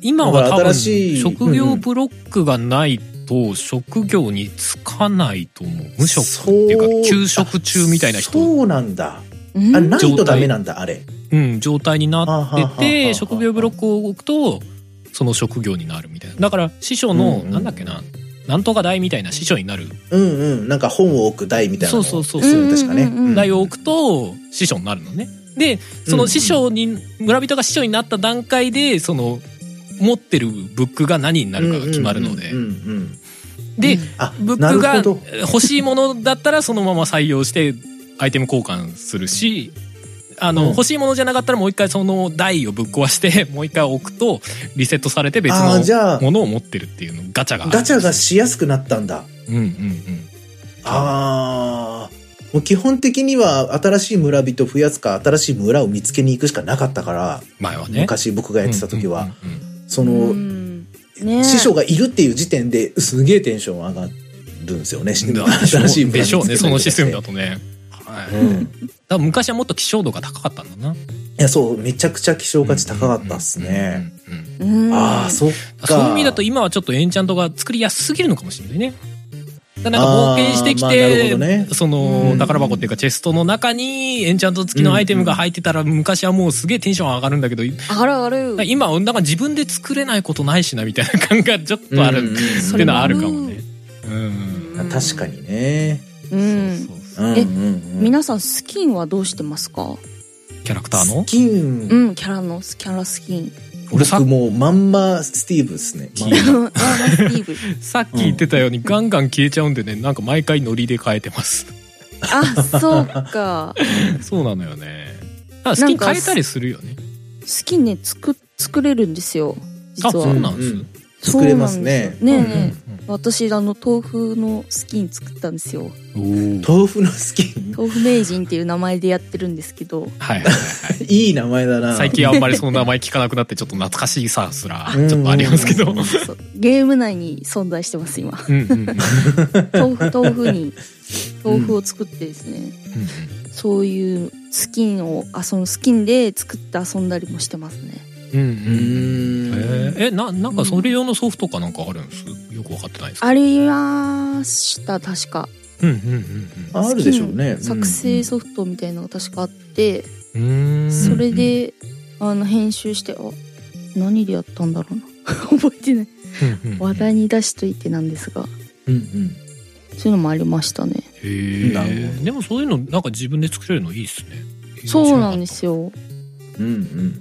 S2: 今は多
S1: だから新
S2: 分
S1: しい
S2: 職業ブロックがないと職業に就かないと思う無職っていうか
S1: そう
S2: 休職中みたいな
S1: あ
S2: 人、
S1: そうなんだ
S3: うん
S1: あれないとダメなんだあれ
S2: うん、状態にな
S1: はあはあは
S2: っ
S1: あは
S2: て
S1: あ
S2: て職業ブロックを置くとその職業になるみたいなだから師匠
S1: う
S2: の、
S1: んうん
S2: なんだっけななんとか代みたいな師匠になる
S1: うんうんなんか本を置く台みたいなのを
S2: そうそう
S3: そう
S1: ですよ確かね、
S3: うんうんうんうん
S2: 代を置くと師匠になるのね。でその師匠に、村人が師匠になった段階でその持ってるブックが何になるかが決まるので、
S1: うんうんうんうん
S2: で
S1: あ
S2: ブ
S1: な
S2: ッ
S1: る
S2: クが
S1: ほど
S2: 欲しいものだったらそのまま採用してアイテム交換するしあ
S1: う
S2: の、
S1: ん
S2: 欲しいものじゃなかったらもう一回その台をぶっ壊して もう一回置くとリセットされて別
S1: あーじ
S2: の
S1: ゃあ
S2: ものを持ってるっていうのガチャがある
S1: ガチャがしやすくなったんだ
S2: うんうんうん
S1: ああもう基本的には新しい村人増やすか新しい村を見つけに行くしかなかったから
S2: 前はね
S1: 昔僕がやってた時は、
S2: うんうんうん
S1: そうの
S3: んね
S1: 師匠がいるっていう時点ですげえテンション上がるんですよね
S2: うん
S1: 新しい村
S2: でしょうねそのシステムだ
S1: と、
S2: とね、はい、だ
S1: う
S2: か
S1: ん、い
S2: ら昔はもっと希少度が高かったんだな
S1: やそうめちゃくちゃ希少価値高かったっすね、
S2: うんうんうんうん
S3: うん
S1: ああそっか
S2: そういう意味だと今はちょっとエンチャントが作りやすすぎるのかもしれないね。だからなんか冒険してき
S1: あーまあなるほ
S2: て、
S1: どね
S2: そ
S3: うん
S2: の宝箱っていうかチェストの中にエンチャント付きのアイテムが入ってたら昔はもうすげえテンション上がるんだけど、
S3: あるある
S2: 今はなんか自分で作れないことないしなみたいな感がちょっとある、
S1: うんうん
S2: っていうのはあるかもね。うん。
S3: うん
S1: 確かにね、
S3: うん
S2: そうそううん
S1: うん
S3: え
S1: うん、
S3: 皆さんスキンはどうしてますか
S2: キャラクターの
S1: スキン
S3: うんキャラのキャラスキン
S2: 俺さ
S1: 僕もうまんまスティーブですね。まんま
S3: あのスティーブ
S2: さっき言ってたようにガンガン消えちゃうんでね、なんか毎回ノリで変えてます。
S3: あそうか
S2: そうなのよね。好き変えたりするよね。
S3: スキンね作作れるんですよ
S2: あ、
S3: 実
S2: そ
S3: は
S2: うなんです。
S1: うん作れますね
S3: そうなんですよね
S2: う
S3: え
S2: ん
S3: ねえ私あの豆腐のスキン作ったんですよ
S2: うんおー
S1: 豆腐のスキン
S3: 豆腐名人っていう名前でやってるんですけど
S2: はいはいはい
S1: いい名前だ
S2: は
S1: な。
S2: い。最近あんまりその名前聞かなくなってちょっと懐かしいさすら
S1: うん
S2: ちょっとありますけど。
S1: うん
S2: う
S3: そうゲーム内に存在してます今
S2: んうんうんうんうん
S3: 豆腐豆腐に豆腐を作ってですね、そういうスキンをあそのスキンで作って遊んだりもしてますね
S2: うんう
S1: うーん。
S2: えななんかそれ用のソフトかなんかあるんですよく分かってないです
S3: ありました確か
S2: うんうんうん
S1: あるでしょうね。
S3: スキン作成ソフトみたいなのが確かあって、
S2: うんうーん
S3: それであの編集してあ何でやったんだろうな 覚えてない
S2: うんうん
S3: 話題に出しといてなんですが
S1: うんうん。
S3: そういうのもありましたね
S2: へー
S1: なるほど
S2: でもそういうのなんか自分で作れるのいいっすね
S3: そうなんですよ
S1: うんうんうん。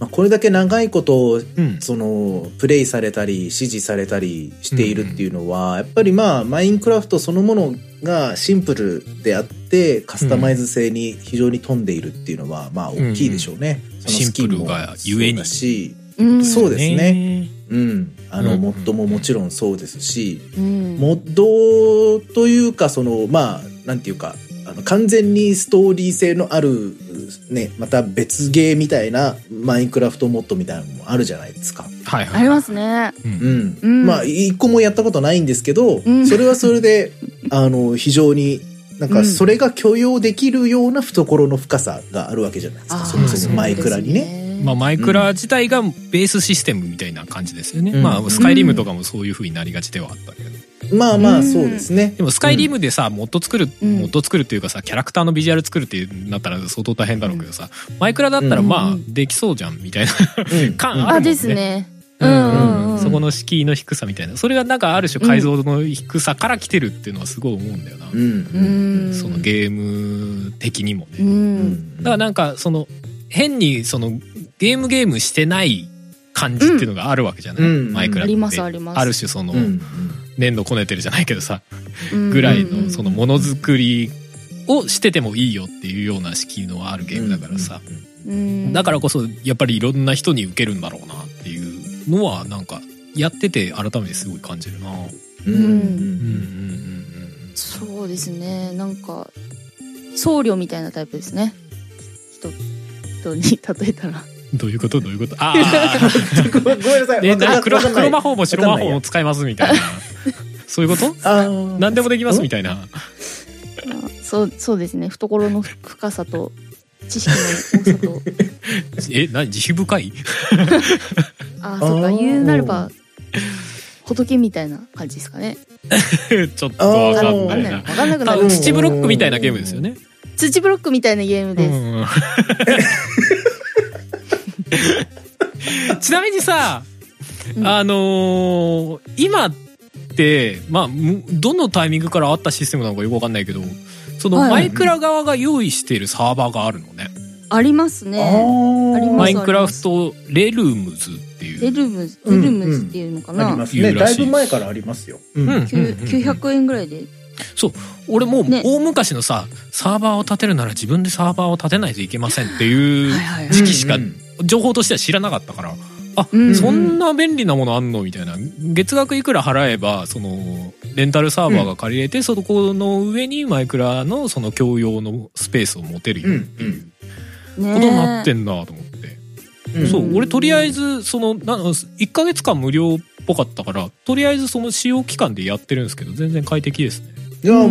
S1: まあ、これだけ長いこと、
S2: うん
S1: その、プレイされたり、支持されたりしているっていうのは、やっぱりまあ、マインクラフトそのものがシンプルであって、カスタマイズ性に非常に富んでいるっていうのは、まあ、大きいでしょうね。そのスキンも
S2: シンプルがゆえ
S1: そう
S2: に
S1: だし、
S3: うん
S1: そうですね
S2: ね
S1: うん。あの、
S2: うん
S1: モッドももちろんそうですし、
S3: うん
S1: モッドというかそのまあなんていうかあの完全にストーリー性のあるねまた別ゲーみたいなマインクラフトモッドみたいなのもあるじゃないですか。
S2: はいはい
S3: ありますね
S2: う
S1: うんん。
S3: うん
S1: まあ一個もやったことないんですけど、
S3: うん
S1: それはそれ であの非常になん
S3: う
S1: か
S3: ん
S1: それが許容できるような懐の深さがあるわけじゃないですか。
S3: あー
S1: そもそもマイクラに
S3: そう
S1: ね。
S3: です
S2: まあ、マイクラ自体がベースシステムみたいな感じですよね、
S1: うん
S2: まあスカイリムとかもそういう風になりがちではあったけど
S1: まあま
S3: う
S1: あ
S3: ん
S1: そうですね。
S2: でもスカイリムでさ、モッド作る、
S3: うん
S2: モッド作るっていうかさキャラクターのビジュアル作るってなったら相当大変だろうけどさ、マイクラだったら
S3: うん
S2: ま
S3: う
S2: あ
S3: ん
S2: できそうじゃんみたいな、
S1: うん
S2: 感
S1: うん
S2: あるも
S3: あ
S2: んね
S3: ですねうんうんう ん
S2: そこの敷居の低さみたいなそれがなんかある種解像度の低さから来てるっていうのはすごい思うんだよな、
S1: うん
S3: う
S1: うん
S3: ん
S2: そのゲーム的にもね、
S3: う
S1: うんん。
S2: だからなんかその変にそのゲームゲームしてない感じっていうのがあるわけじゃない、
S1: うん
S2: マイクラ
S3: あ
S2: って、
S3: りますあります
S2: ある種その
S1: うんうん
S2: 粘土こねてるじゃないけどさぐらいのそのものづくりをしててもいいよっていうような敷居のあるゲームだからさ、
S1: うん
S3: の
S2: だかららこそやっぱりいろんな人に受けるんだろうなっていうのはなんかやってて改めてすごい感じるな
S1: うん
S3: う
S2: うん
S3: ん
S2: うんうんうん
S3: そうですねなんか僧侶みたいなタイプですね人人に例えたら
S2: どういうことどういうことあ あ
S1: ごめんごめんなさい。
S2: え
S1: わかんな
S2: ない黒黒魔法も白魔
S1: わかん
S2: 法
S1: ない
S2: も
S1: や
S2: 使えますみたいなそういうこと
S1: あー
S2: 何でもできますみたいな
S3: あそうそうですね懐の深さと知識の多さと
S2: え何慈悲深い
S3: あそう
S1: あ
S3: か
S1: ー
S3: 言うなれば仏みたいな感じですかね
S2: ちょっとわ
S3: わ
S2: か
S3: か
S2: ん
S3: ん
S2: な
S3: ないい
S2: な
S3: わかんなくな
S2: 多
S3: る
S2: 分土ブロックみたいなゲームですよね
S3: 土ブロックみたいなゲームです、
S2: うん ちなみにさ、
S3: うん
S2: あのー今って、まあ、むどのタイミングからあったシステムなのかよくわかんないけど、その
S3: はい
S2: マイクラ側が用意しているサーバーがあるのね。
S3: ありますね
S1: あ
S3: あり
S1: り
S3: ます
S2: マ
S1: ま
S2: インクラフトレルムズってい
S3: レ
S2: う。
S3: ルムズ
S1: う
S3: レ
S1: ん
S3: ルムズっていうのかな、
S1: すね。
S2: 言うら
S1: だ
S2: し
S1: い
S2: い
S1: ぶ前からありますよ。う
S2: うんうんうん
S1: ん。
S3: 900円ぐらいで
S2: 俺もう
S3: ね
S2: 大昔のさ、サーバーを立てるなら自分でサーバーを立てないといけませんっていう
S3: はいはいはい
S2: 時期しか
S1: うんうん
S2: 情報としては知らなかったから、あ、
S3: うん
S2: そんな便利なものあんのみたいな。月額いくら払えば、その、レンタルサーバーが借りれて、そこの上にマイクラのその共用のスペースを持てる
S1: う
S2: よっていうん
S3: ね
S2: ことになってんなと思って。
S1: うん。。
S2: そうう、俺とりあえず、その、な1ヶ月間無料っぽかったから、とりあえずその使用期間でやってるんですけど、全然快適ですね。
S1: いやもう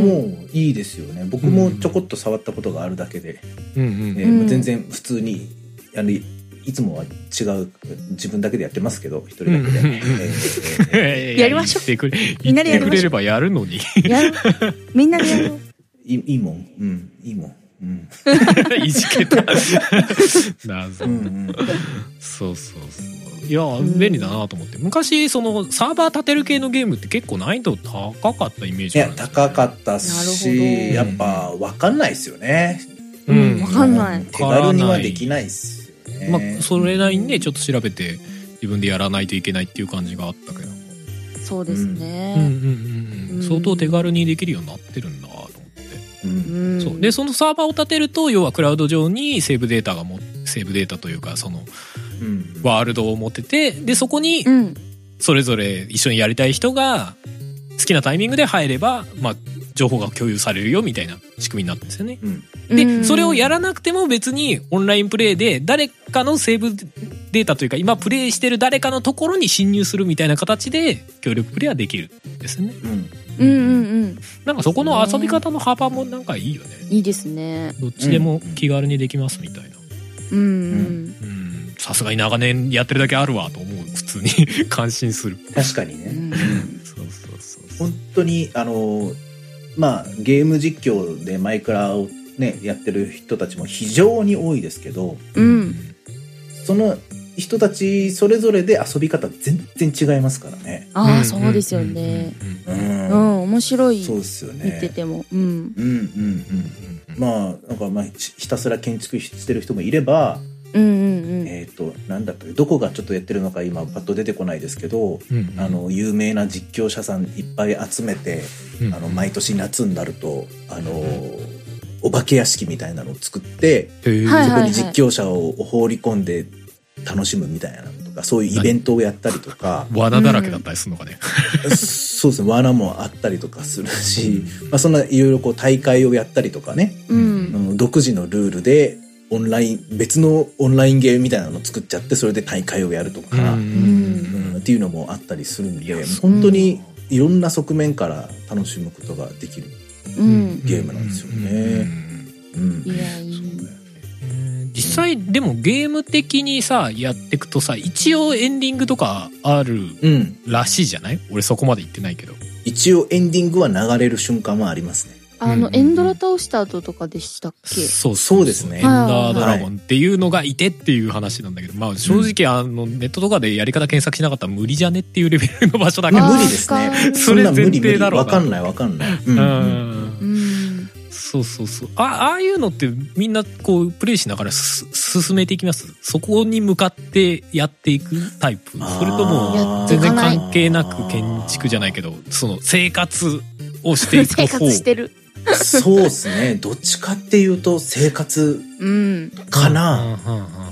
S1: いいですよね。僕もちょこっと触ったことがあるだけで、
S2: うん
S1: ね
S3: うん
S1: もう全然普通にあのいいつもは違う自分だけでやってますけど一人だけで
S2: うんうん
S1: え
S2: うん。
S1: ー。
S3: やりましょう
S2: 言ってくれ、
S3: みんなで
S2: 言
S3: や
S2: ってく
S3: りましょう
S2: れればやるのに。
S3: やるみんなでやろう
S1: いいいいもん。うん。いいもん。うん。
S2: いじけ た。謎
S1: う。ん
S2: そうそうそういや
S3: ん
S2: 便利だなと思って昔そのサーバー立てる系のゲームって結構難易度高かったイメー
S1: い
S2: ジがあ
S1: や
S2: るんですよ
S1: 高かった
S3: な
S1: し、や
S2: る
S1: っ
S2: ほど
S1: ぱわかんないですよね。
S2: うん
S3: わかんない
S1: 手軽にはできないっすよね。
S2: まあ、それなりにねちょ
S1: っ
S2: っと調べて自分でやらないといけないっていう感じがあったけど、
S3: そうです
S2: うんうん
S3: ね
S2: うんう、
S3: うんん
S2: 相当手軽にできるようになってるんだと思って、
S1: と、うん
S3: うん
S2: そうでそのサーバーを立てると要はクラウド上にセーブデータがもセーブデータというかその
S1: うん
S2: ワールドを持っててでそこに
S3: うん
S2: それぞれ一緒にやりたい人が好きなタイミングで入れば、まあ、情報が共有されるよみたいな仕組みになってるんですよね。
S1: うん
S3: う
S2: で、
S3: ん
S2: それをやらなくても別にオンラインプレイで誰かのセーブデータというか今プレイしてる誰かのところに侵入するみたいな形で協力プレイはできるんですよね。
S1: うん
S3: うんうんうん
S2: なんかそこの遊び方の幅もなんかいいよね
S3: いいですね
S2: どっちでも気軽にできますみたいな
S3: うんうん
S2: うんさすがに長年やってるだけあるわと思う普通に 感心する
S1: 確かに
S3: う
S1: ね。
S3: ん
S2: そうそうそうそう
S1: 本当に、あの、まあ、ゲーム実況でマイクラをね、やってる人たちも非常に多いですけど、
S3: うん
S1: その人たちそれぞれで遊び方全然違いますからね。
S3: ああそうですよね
S2: うんうんうん
S1: う。
S3: うんん面白い
S1: そうですよね。
S3: 見ててもうん
S1: うんうんうんうん。まあ、なんか、まあ、ひひたすら建築してる人もいれば、
S3: うんうんうん
S1: えっ、と、なんだったっけどこがちょっとやってるのか今、パッと出てこないですけど、
S2: うんうん
S1: あの、有名な実況者さんいっぱい集めて、
S2: うん
S1: あの、毎年夏になると、あの、お化け屋敷みたいなのを作って、
S2: へー
S3: はい
S1: そ
S3: は
S1: こ
S3: い
S1: に実況者を放り込んで楽しむみたいなのとか、そういうイベントをやったりとか、
S2: 罠だらけだったりするのかね、
S1: そうですね、罠もあったりとかするし、まあ、そんないろいろこう大会をやったりとかね、あ
S3: うん
S1: の独自のルールでオンライン別のオンラインゲームみたいなのを作っちゃってそれで大会をやるとか、
S2: うん
S3: うん
S1: うんっていうのもあったりするん
S2: いや
S1: で
S2: そう
S1: 本当にいろんな側面から楽しむことができる。
S3: うん
S1: ゲームなんですよねうん
S3: いやいい
S2: うん実際でもゲーム的にさやってくとさ一応エンディングとかある
S1: うん、
S2: らしいじゃない俺そこまで言ってないけど
S1: 一応エンディングは流れる瞬間もありますね。
S3: あ
S2: う
S3: の
S2: ん
S3: エンドラ倒した後とかでしたっけ
S2: そう
S1: そうですね
S2: エンダードラゴンっていうのがいてっていう話なんだけど、まあ正直あのネットとかでやり方検索しなかったら無理じゃねっていうレベルの場所だけ
S1: い
S2: ど
S1: や
S3: あー
S1: 無理ですね
S3: そっ。か
S1: そんな無理無
S2: それ前提
S1: 理。
S2: だろうな
S1: わかんないわかんない。うん
S2: う
S1: うん
S2: ん
S3: うん
S2: そうそうそうあああいうのってみんなこうプレイしながらす進めていきますそこに向かってやっていくタイプそれと
S1: あ
S2: も
S1: ー
S2: 全然関係なく建築じゃないけどその生活をしてい
S3: 生
S2: く方
S3: 活してる
S1: そうですね。どっちかっていうと生活
S3: うん
S1: かな。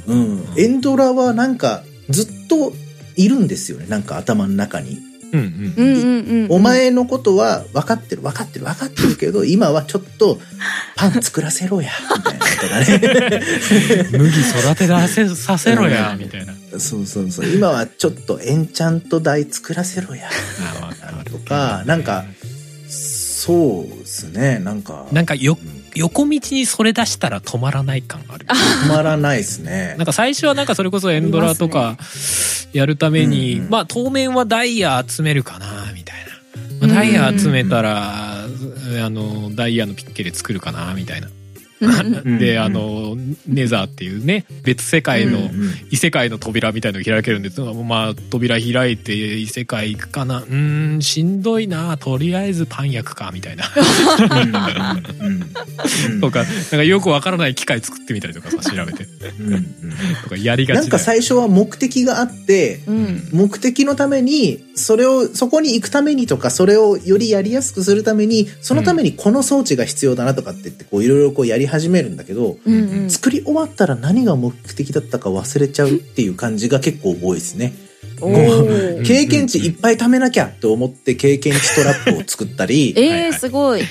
S2: うんうんうんうん
S1: うん、エンドラはなんかずっといるんですよねなんか頭の中に、
S2: うん
S3: うんうんうん
S1: お前のことは分かってる分かってる分かってるけど今はちょっとパン作らせろやみたいなことがね
S2: 麦育て出せさせろやみたいな
S1: そうそうそう今はちょっとエンチャント台作らせろやとかなんかそうですねなんか
S2: なんかよ
S1: うん
S2: 横道にそれ出したら止まらない感ある
S1: 止まらないですね
S2: なんか最初はなんかそれこそエンドラとかやるために、
S1: うんうん
S2: まあ当面はダイヤ集めるかなみたいな、まあダイヤ集めたら、あのダイヤのピッケで作るかなみたいな、
S3: うん
S1: うん
S2: であのネザーっていうね別世界の、
S1: うんうん
S2: 異世界の扉みたいのが開けるんですまあ扉開いて異世界行くかなうーんしんどいなとりあえずパン焼くかみた いな
S1: うんうんうん
S2: とかなんかよくわからない機械作ってみたりとかさ調べて
S1: うんうん
S2: とかやりがち
S1: なんか
S2: だよ
S1: 最初は目的があって
S3: うん
S1: 目的のために、それを、そこに行くためにとか、それをよりやりやすくするために、そのためにこの装置が必要だなとかって言って、こういろいろこうやり始めるんだけど、
S3: うんうん
S1: 作り終わったら何が目的だったか忘れちゃうっていう感じが結構多いですね。
S3: おー
S2: ん
S1: 経験値いっぱい貯めなきゃと思って経験値トラップを作ったり、
S3: えー、すごい。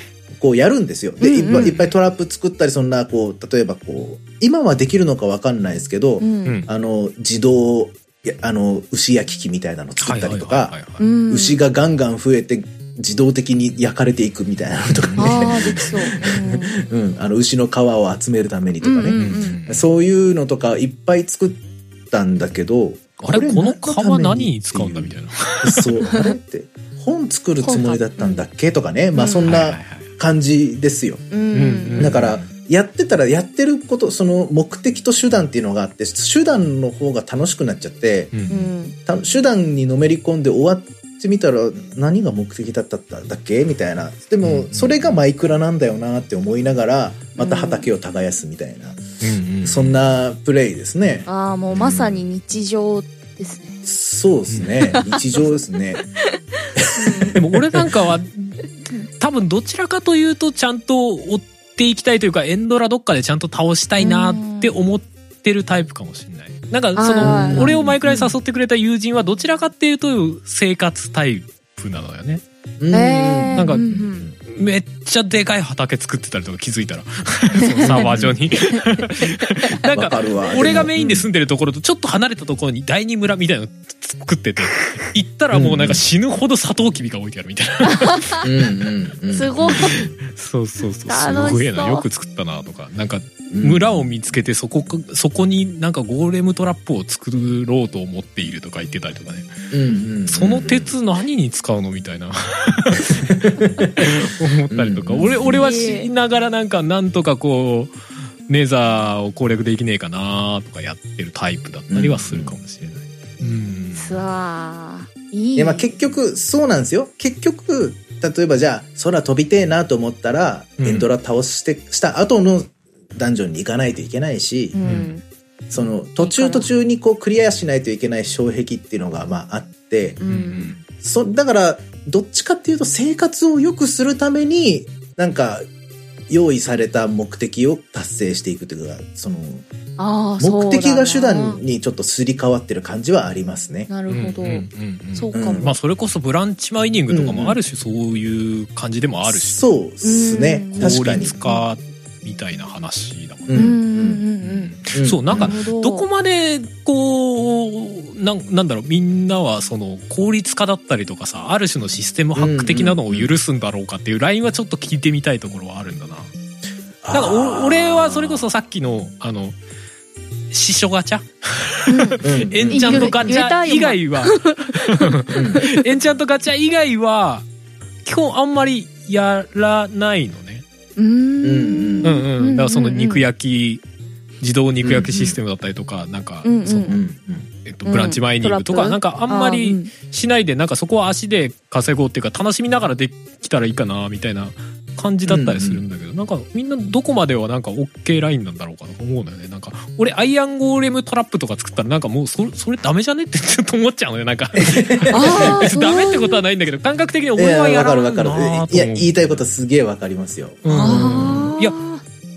S1: こうやるんですよ。で、
S3: うんうん
S1: いっぱいいっぱいトラップ作ったり、そんなこう、例えばこう、今はできるのかわかんないですけど、
S3: うん
S2: うん
S1: あの、自動、いやあの、牛焼き機みたいなの作ったりとか
S2: はいはいはい、はいはい
S3: うん
S1: 牛がガンガン増えて自動的に焼かれていくみたいなのとかね、
S3: ああ、できそう。
S1: うん、あの牛の皮を集めるためにとか
S3: うん
S1: ね、そういうのとかいっぱい作ったんだけど
S2: あれこの
S1: た
S2: 皮
S1: め
S2: 何に使うんだみたいな。
S1: なそうあれって本作るつもりだったんだっけとかねまあ
S3: うん
S1: そん
S2: はいは
S1: ない
S2: はい
S1: 感じですよ
S3: うんうん
S2: うん
S1: だからやってたらやってることその目的と手段っていうのがあって手段の方が楽しくなっちゃって
S2: う
S3: うんん
S1: た手段にのめり込んで終わってみたら何が目的だったんだっけみたいなでもそれがマイクラなんだよなって思いながらまた畑を耕すみたいな、そんなプレイですね
S3: ああ、もうまさに日常ですね。
S1: そうです ね日常ですね
S2: でも俺なん かは多分どちらかというとちゃんと追っていきたいというかエンドラどっかでちゃんと倒したいなって思ってるタイプかもしれない。なんかそ
S3: はいはいは
S2: の
S3: い
S2: 俺をマイクラに誘ってくれた友人はどちらかっていうと生活タイプなのよね。
S1: うん
S3: えー
S2: なんか
S3: うん
S2: めっちゃでかい畑作ってたりとか気づいた らそのサーバー上になん
S1: わ
S2: か
S1: かるわ
S2: 俺がメインで住んでるところとちょっと離れたところに第二村みたいなの作っ てて行ったらもうなんか死ぬほどサトウキビが置いてあるみたいな
S1: うんうんうん
S3: すごい。
S2: そうそうそう
S3: 楽しそう
S2: すごいなよく作ったなとかなんか村を見つけてそこかそこになんかゴーレムトラップを作ろうと思っているとか言ってたりとかね
S1: うんうんうん
S2: その鉄何に使うのみたいな 思ったりとか
S1: うん
S2: 俺俺はしながらなんかなんとかこうネザーを攻略できねえかなとかやってるタイプだったりはするかもしれない。うん
S3: すわーいい。
S1: いやまあ結局そうなんですよ結局例えばじゃあ空飛びてえなと思ったら、
S2: うん
S1: エンドラ倒してした後のダンジョンに行かないといけないし
S3: う、ん。
S1: その途中途中にこうクリアしないといけない障壁っていうのがまああって
S2: う
S3: う。
S2: んん
S1: そだからどっちかっていうと生活を良くするためになんか用意された目的を達成していくというかその
S3: ああ、そうだ
S1: 目
S3: な
S1: 的が手段。にちょっとすり替わってる感じはありますね。
S3: な
S2: う
S3: る
S2: ん
S3: ほど
S2: うん。うんうん
S3: そうかも。
S1: うん
S2: まあそれこそブランチマイニングとかもあるし、そういう感じでもあるし
S1: そうですね
S3: うん
S1: 確
S2: 効
S1: かに。
S2: 率化みたいな話だもん
S1: う
S2: ね。
S3: うんうん
S1: うん
S2: そうなんか
S3: なるほど
S2: どこまでこうなんなんだろうみんなはその効率化だったりとかさある種のシステムハック的なのを許すんだろうかっていうラインはちょっと聞いてみたいところはあるんだな。なんかお俺はそれこそさっきのあの師匠ガチャ
S3: うんうん。
S1: うんうん
S2: エンチャントガチ
S3: 言えた
S2: ャ
S3: 今
S2: 以外は エンチャントガチャ以外は基本あんまりやらないのね。
S3: う
S1: うん
S3: ん
S1: う
S2: うんんうん、だからその肉焼き自動肉焼きシステムだったりとか、なんか、
S3: うんうん
S2: その
S1: うんうん
S2: えっと、ブランチマイニングとか、
S3: うん
S2: なんかあんま
S3: あ
S2: り
S3: ー
S2: しないでなんかそこは足で稼ごうっていうか楽しみながらできたらいいかなみたいな感じだったりするんだけど、なんかみんなどこまではなんか OK ラインなんだろうかとか思うんだよねなんか俺アイアンゴーレムトラップとか作ったらなんかもうそれそれダメじゃねってちょっと思っちゃうのよなんか
S3: うんあー、そう
S2: ダメってことはないんだけど感覚的に
S1: い
S2: 俺
S1: や
S2: は
S1: わ
S2: や
S1: からる
S2: な
S1: わ
S2: い
S1: か
S2: な
S1: る
S2: と思う
S1: いや言いたいことはすげえわかりますよ
S2: うん
S3: あー
S2: いや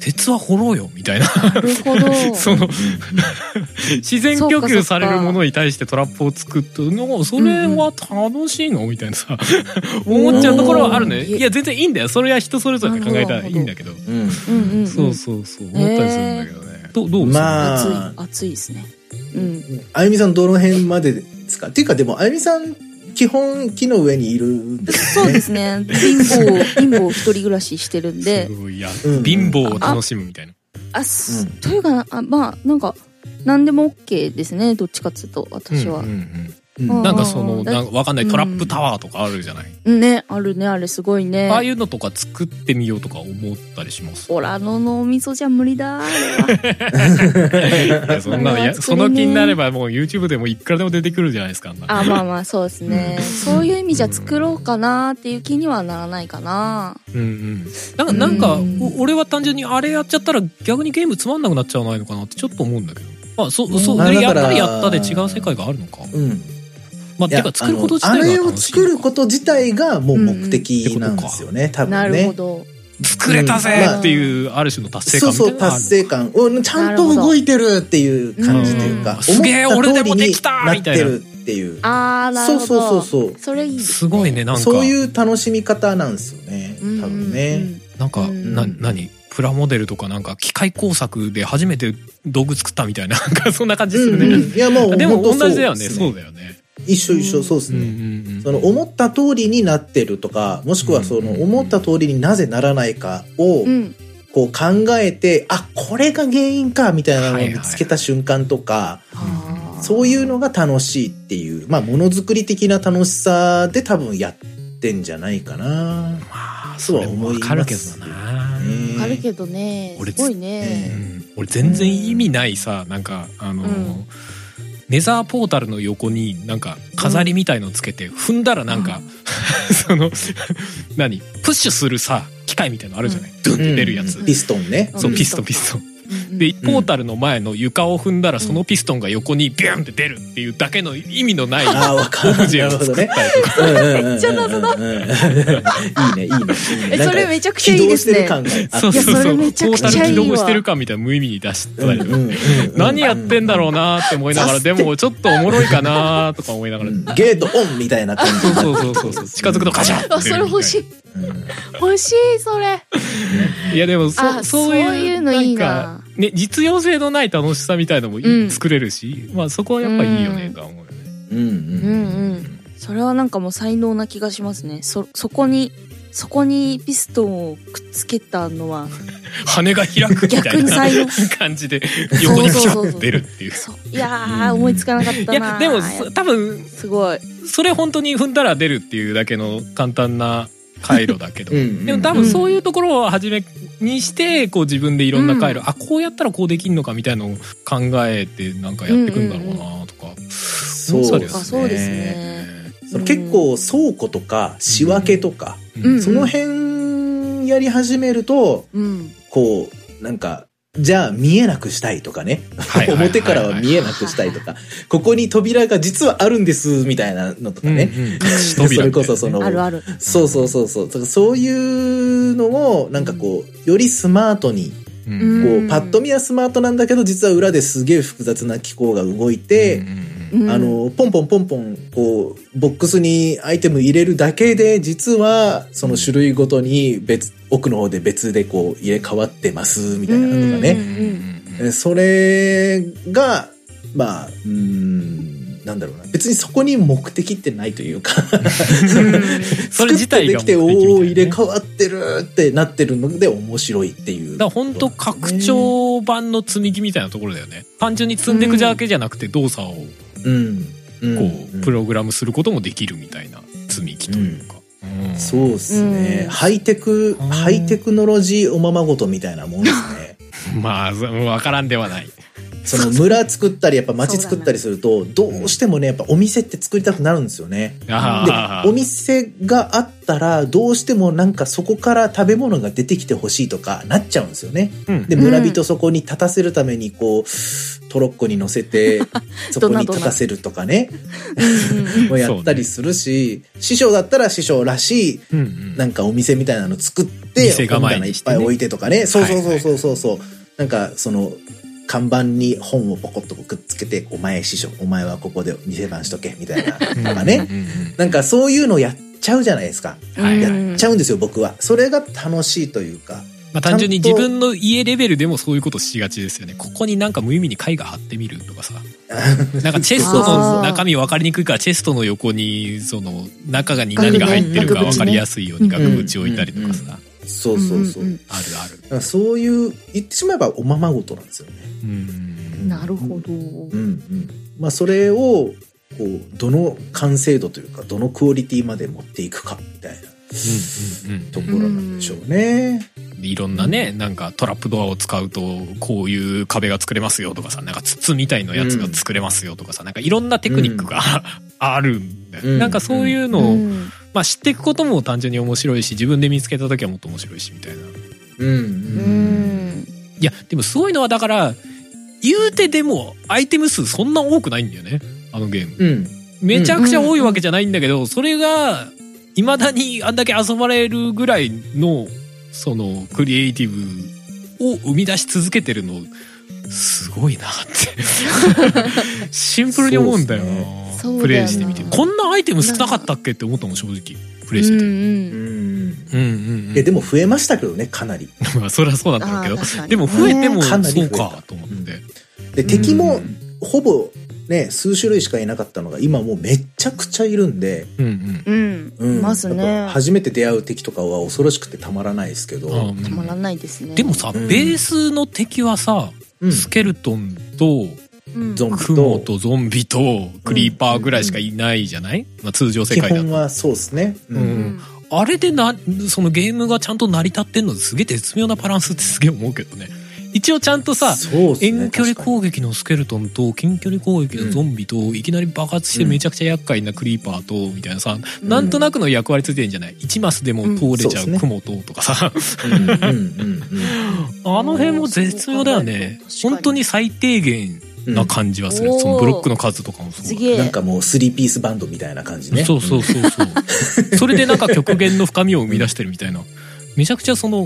S2: 鉄は掘ろうよみたいな
S3: なるほど。
S2: その自然供給されるものに対してトラップを作ったのそれは楽しいのみたいなさ思っちゃうところはあるね
S3: うん
S2: いや全然いいんだよそれは人それぞれ考えたらいいんだけど
S1: うん
S3: うんうんうん。
S2: そうそうそう思ったりするんだけどね、どうどう
S1: まあ
S3: 暑い、暑いですね。うん。
S1: あゆみさんどの辺までですかっていうかでもあゆみさん基本木の上にいるんです
S3: そうですね。貧 乏、貧乏一人暮らししてるんで。
S2: すごいいや
S1: うん
S2: 貧乏を楽しむみたいな
S3: あ、
S1: う
S3: す
S1: ん
S3: というかなあまあなんか何でも OK ですねどっちかっつうと私は、
S2: うん
S1: う
S2: うん
S1: ん
S2: うんなんかその
S3: だ
S2: なんかわかんないトラップタワーとかあるじゃない、
S3: ねあるねあれすごいね
S2: ああいうのとか作ってみようとか思ったりし ます
S3: オラの脳みそじゃ無理だあれは
S2: いやそんなのいや
S3: 作れねえ
S2: その気になればもう YouTube でもいくらでも出てくるじゃないですかあんなの
S3: あまあまあそうですね、
S1: うん
S3: そういう意味じゃ作ろうかなっていう気にはならないかな
S2: うんうん、なんかなんか、
S3: うん
S2: お俺は単純にあれやっちゃったら逆にゲームつまんなくなっちゃわないのかなってちょっと思うんだけど。まあ、そ
S1: ん
S2: そう
S1: まあ
S2: で
S1: だか
S2: やっ
S1: ら
S2: たらやったで違う世界があるのか。
S1: うん
S2: まあ、
S1: い
S2: て
S1: や
S2: か作ること自
S1: あのあ
S2: 体
S1: れ
S2: が
S1: を
S2: 楽しい
S1: 作ること自体がもう目的なんですよね、多
S3: な
S1: 分
S3: るほ
S1: ね
S3: ど、
S2: 作れたぜ
S1: うんまあ
S2: っていうある種の達成
S1: そう
S2: 感み
S1: そう
S2: たいなのがある
S1: 達成感うんちゃんと動いてるっていう感じというか、
S2: うんすげえ
S1: 思った通り
S2: 俺でもできた
S1: になってるっていう
S3: ああなる
S1: そう
S3: ほど
S1: そうそうそう
S3: それいいです
S2: すごいねなんか
S1: そういう楽しみ方なんですよね多分ね、
S2: なんか、
S3: うん
S2: な何プラモデルとかなんか機械工作で初めて道具作ったみたいななんかそんな感じする
S1: うんうん
S2: ね。
S1: いやもう
S2: でも
S1: 本当そう
S2: 同じだよね
S1: っす
S2: そうだよね。
S1: 一緒一緒そうです
S2: うん
S1: ね、
S2: うんうん
S1: その思った通りになってるとかもしくはその
S2: うん
S1: 思った通りになぜならないかを
S3: うんうん
S1: こう考えてあこれが原因かみたいなのを
S2: はいはい
S1: 見つけた瞬間とか
S3: あー
S1: そういうのが楽しいっていうまあものづくり的な楽しさで多分やってんじゃないかな。
S2: まあ
S1: そうは
S2: それも
S1: 思い
S2: わ
S1: ます
S2: かるけどな。
S1: ね
S3: わかるけどね
S2: 俺
S3: すごいね、
S2: うん俺全然意味ないさなんかあのー、
S3: うん
S2: ネザーポータルの横になんか飾りみたいのつけて踏んだらなんか、 その何プッシュするさ機械みたいのあるじゃない、ドゥンって出るやつ、
S3: うん
S1: ピストンね。
S2: そう
S3: うん
S2: ピストンピストン、
S3: うん
S2: でポータルの前の床を踏んだらそのピストンが横にビュンって出るっていうだけの意味の ない
S1: ああ、わか
S2: オ
S1: る。
S2: ブジェ
S1: なる
S2: を
S1: ほ
S2: 作
S1: ど
S2: ったり
S1: ね
S2: とか。
S1: め
S3: っちゃ謎だ
S1: いいね、いいね、いいね。
S3: えそれめちゃくちゃいいです
S1: なん
S3: ね
S1: か起動してる感があ
S2: そう
S1: って
S2: そうそう
S3: いやそれめちゃくちゃいいわ
S2: トータル起動してるかみたいな無意味に出してたりとか
S1: うんうんうん
S2: 何やってんだろうなーって思いながらでもちょっとおもろいかなーとか思いながら
S1: うんゲートオンみたいな感じ
S2: そう
S1: になって
S2: そうそうそう近づくとカシャッ
S3: あそれ欲しい
S1: うん
S3: 欲しいそれ
S2: いやでもそ
S3: あ
S2: そう
S3: そうい
S2: いうう
S3: の
S2: ない
S3: い
S2: ん
S3: な
S2: かね実用性のない楽しさみたいのもい
S3: うん
S2: 作れるしまあそこはやっぱいいよねとは思うよね
S1: うん
S3: う
S1: うん
S3: んうんそれはなんかもう才能な気がしますねそそこにそこにピストンをくっつけたのは
S2: 羽が開くみた
S3: 逆
S2: い
S3: に
S2: な
S3: 才能
S2: 感じで横にカシャ
S3: そ
S2: ッ
S3: うそうそう
S2: 出るっていう
S3: そういやー思いつかなかっ
S2: い
S3: たな
S2: やでもそ多分
S3: すごい
S2: それ本当に踏んだら出るっていうだけの簡単な回路だけど
S1: うんうん。
S2: でも多分そういうところを初めにしてこう自分でいろんな回路、あこうやったらこうできんのかみたいのを考えてなんかやってくんだろうなとか、
S1: そうで
S2: あ
S1: す
S3: そうで
S1: ね
S3: すね。
S1: その結構倉庫とか仕分けとか、
S3: うん
S1: その辺やり始めると、
S3: うん
S1: こう、なんか、じゃあ見えなくしたいとかね。
S2: はいはいはいはい
S1: 表からは見えなくしたいとか、ここに扉が実はあるんです、みたいなのとか
S2: うんうん
S1: ね。
S2: 隠し扉みたいなね
S1: それこそその
S3: あるある
S1: そうそうそうそう。だからそういうのを、なんかこう、よりスマートに、
S2: う
S1: こ
S2: ん
S3: う
S1: う、
S3: ん
S1: パッと見はスマートなんだけど、実は裏ですげえ複雑な機構が動いて、
S2: うんうんうん
S3: うん
S1: あの、ポンポンポンポン、こう、ボックスにアイテム入れるだけで、実は、その種類ごとに別、奥の方で別でこう、入れ替わってます、みたいなのとか
S3: うん
S1: ね。
S2: うん
S1: えそれが、まあ、うーん、なんだろうな。別にそこに目的ってないというか、
S2: それ自体が
S1: 作ってできて、
S2: 目
S1: お
S2: 的みたいなね
S1: おー、入れ替わってるってなってるので面白いっていう。
S2: だから本当拡張版の積み木みたいなところだよね単純に積んでいくだけじゃなくて動作をこ
S1: うん。うん。
S2: うプログラムすることもできるみたいな積み木というか、うん
S1: そうですね、
S3: うん
S1: ハイテク、
S2: うん
S1: ハイテクノロジーおままごとみたいなもんですね。
S2: まあ分からんではない
S1: その村作ったり、やっぱ街作ったりすると、どうしてもね、やっぱお店って作りたくなるんですよね。で
S2: あ、ー
S1: お店があったら、どうしてもなんかそこから食べ物が出てきてほしいとかなっちゃうんですよね。
S2: うん
S1: で、
S3: うん
S1: 村人そこに立たせるために、こう、トロッコに乗せて、そこに立たせるとかね、もやったりするし、師匠だったら師匠らしい、
S2: うんうん
S1: なんかお店みたいなの作って、
S2: 店
S1: 本
S2: 構え
S1: 棚い
S2: に
S1: っ
S2: して
S1: ぱ
S2: ね
S1: い置いてとかね。そうそう
S2: はい
S1: そ
S2: は
S1: う
S2: い
S1: そうそうそう。なんかその、看板に本をポコッとこうくっつけて、お前師匠、お前はここで店番しとけ、みたいな、とかね。
S2: うんうんうん
S1: なんかそういうのやっちゃうじゃないですか。
S2: はい
S1: やっちゃうんですよ、僕は。それが楽しいというか。
S2: まあ、単純に自分の家レベルでもそういうことしがちですよね。ここになんか無意味に貝が張ってみるとか さ。なんかチェストの中身分かりにくいから、チェストの横に、その、中に何が入ってるか分かりやすいように額縁を置いたりとかさ。
S1: そうそうそう。
S3: うんうんうん
S1: だ
S2: あるある。
S1: からそういう、言ってしまえばおままごとなんですよね。
S2: うん。
S3: なるほど
S1: うんうん。まあそれを、こう、どの完成度というか、どのクオリティまで持っていくか、みたいな。
S2: うんうん
S1: ところなんでしょうね。
S2: うんいろんなね、なんかトラップドアを使うと、こういう壁が作れますよとかさ、なんか筒みたいなやつが作れますよとかさ、なんかいろんなテクニックがあるんだよね。
S1: うん
S2: なんかそういう
S3: う
S2: のを、
S3: ん
S2: まあ、知っていくことも単純に面白いし自分で見つけた時はもっと面白いしみたいな
S1: うん、う。
S3: うんん
S2: いやでもすごいのはだから言うてでもアイテム数そんな多くないんだよねあのゲーム
S1: うん。
S2: めちゃくちゃ多いわけじゃないんだけど、それが未だにあんだけ遊ばれるぐらいのそのクリエイティブを生み出し続けてるのすごいなって シンプルに思うんだよな
S3: そうっすね
S2: プレイしてみて
S3: そうだよ
S2: こ
S3: な
S2: んなアイテム少なかったっけって思ったもん正直プレイ
S3: う
S2: してて。
S1: うん。
S2: うんうん
S3: ん
S2: うん
S1: え、でも増えましたけどね、かなり。
S2: まあそりゃそうなんだろうけ
S3: あー確か
S2: ど
S3: に
S2: でも増えても
S1: ねかなり増
S2: そ
S1: え
S2: う
S1: た
S2: かと思って、
S1: で、敵も
S2: うん
S1: ほぼね、数種類しかいなかったのが、今もうめちゃくちゃいるんで、
S2: うんうん
S3: うん
S1: う
S3: い
S1: ん。
S3: ます
S1: やっ
S3: ね
S1: ぱ初めて出会う敵とかは恐ろしくてたまらないですけ
S2: あ
S1: ど、
S2: ー
S3: たまらないですね
S2: でもさ、
S1: うん
S2: ベースの敵はさ、
S1: うん。
S2: スケルトンと
S3: うん
S1: ゾンビ
S2: クモとゾンビとクリーパーぐらいしかいないじゃない、まあ、通常世
S1: 基
S2: 界だ
S1: 本
S2: と
S1: はそうですね。う。
S2: うんんあれでなそのゲームがちゃんと成り立ってんのすげえ絶妙なバランスってすげえ思うけどね一応ちゃんとさ、
S1: そうっすね
S2: 遠距離攻撃のスケルトンと近距離攻撃のゾンビと、いきなり爆発してめちゃくちゃ厄介なクリーパーとみたいなさ、
S1: うん
S2: なんとなくの役割ついてるんじゃない1マスでも通れち
S1: うんそうっ
S2: ゃ
S1: すね
S2: う雲ととかさ、
S1: うんうんうん
S2: あの辺も絶妙だよね
S3: うんそう考えると確かに
S2: 本当に最低限
S1: うん
S2: な感じはする、
S3: うん
S2: そのブロックの数とかもそう
S3: す
S2: だ
S3: げえ
S1: なんかもうスリーピースバンドみたいな感じね。
S2: そうそうそうそう それでなんか極限の深みを生み出してるみたいなめちゃくちゃその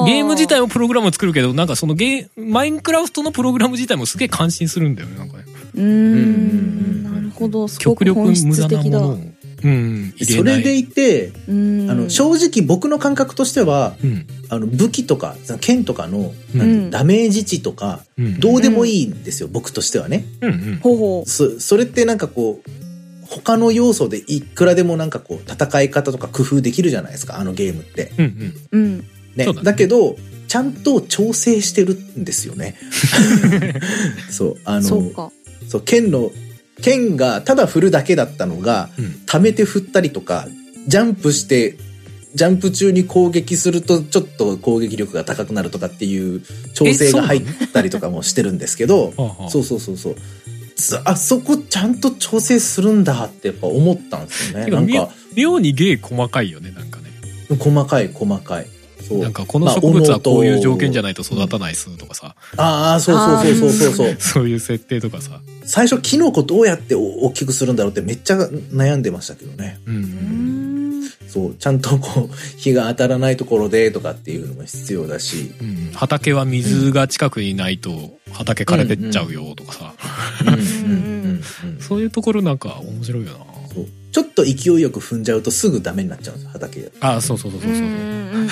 S3: お
S2: ゲーム自体
S3: を
S2: もプログラムを作るけどなんかそのゲーマインクラフトのプログラム自体もすげえ感心するんだよねなんかね
S3: うーん
S1: ん
S3: なるほどすご
S2: 極
S3: く
S2: 力
S3: 本
S2: 無
S3: 質
S2: 駄な
S3: 的
S2: も
S3: だ
S2: のをうん入
S1: そ
S2: れ
S1: れ
S2: ない
S1: でいて、
S3: うーん
S1: あの、正直僕の感覚としては、
S2: うん
S1: あの、武器とか、その剣とかの、
S2: うん
S1: なんていうダメージ値とか、
S2: うん
S1: どうでもいいんですよ、僕としてはね。
S2: うんうん
S3: ほうほう
S1: そ、それってなんかこう、他の要素でいくらでもなんかこう、戦い方とか工夫できるじゃないですか、あのゲームって。
S2: うんうん
S3: うん
S1: ね。
S2: そ
S1: だ
S2: うだね
S1: けど、ちゃんと調整してるんですよ ね。そう、あの、
S3: そうか
S1: そう剣の剣がただ振るだけだったのが
S2: うん
S1: 溜めて振ったりとかジャンプしてジャンプ中に攻撃するとちょっと攻撃力が高くなるとかっていう調整が入ったりとかもしてるんですけど
S2: はあはあ
S1: そうそうそうそうつあそこちゃんと調整するんだってやっぱ思ったんですよね
S2: てか
S1: なん
S2: み
S1: か
S2: 妙に芸細かいよねなんかね
S1: 細かい細かいそう
S2: なんかこの植物はこういう条件じゃないと育たないっすとかさ、
S1: ああそうそうそうそうそうそう
S2: そういう設定とかさ、
S1: 最初キノコどうやって大きくするんだろうってめっちゃ悩んでましたけどね
S2: うんう
S3: うー
S2: ん、
S3: ん
S1: そう、ちゃんとこう、 日が当たらないところでとかっていうのも必要だし、
S2: うん、畑は水が近くにないと畑枯れてっちゃうよとかさ、
S1: うんうん
S3: うん
S2: そういうところなんか面白いよな
S1: そうちょっと勢いよく踏んじゃうとすぐダメになっちゃうんですよ、畑だと
S2: あそうそうそう
S3: う
S2: そうそう、うん
S3: んうん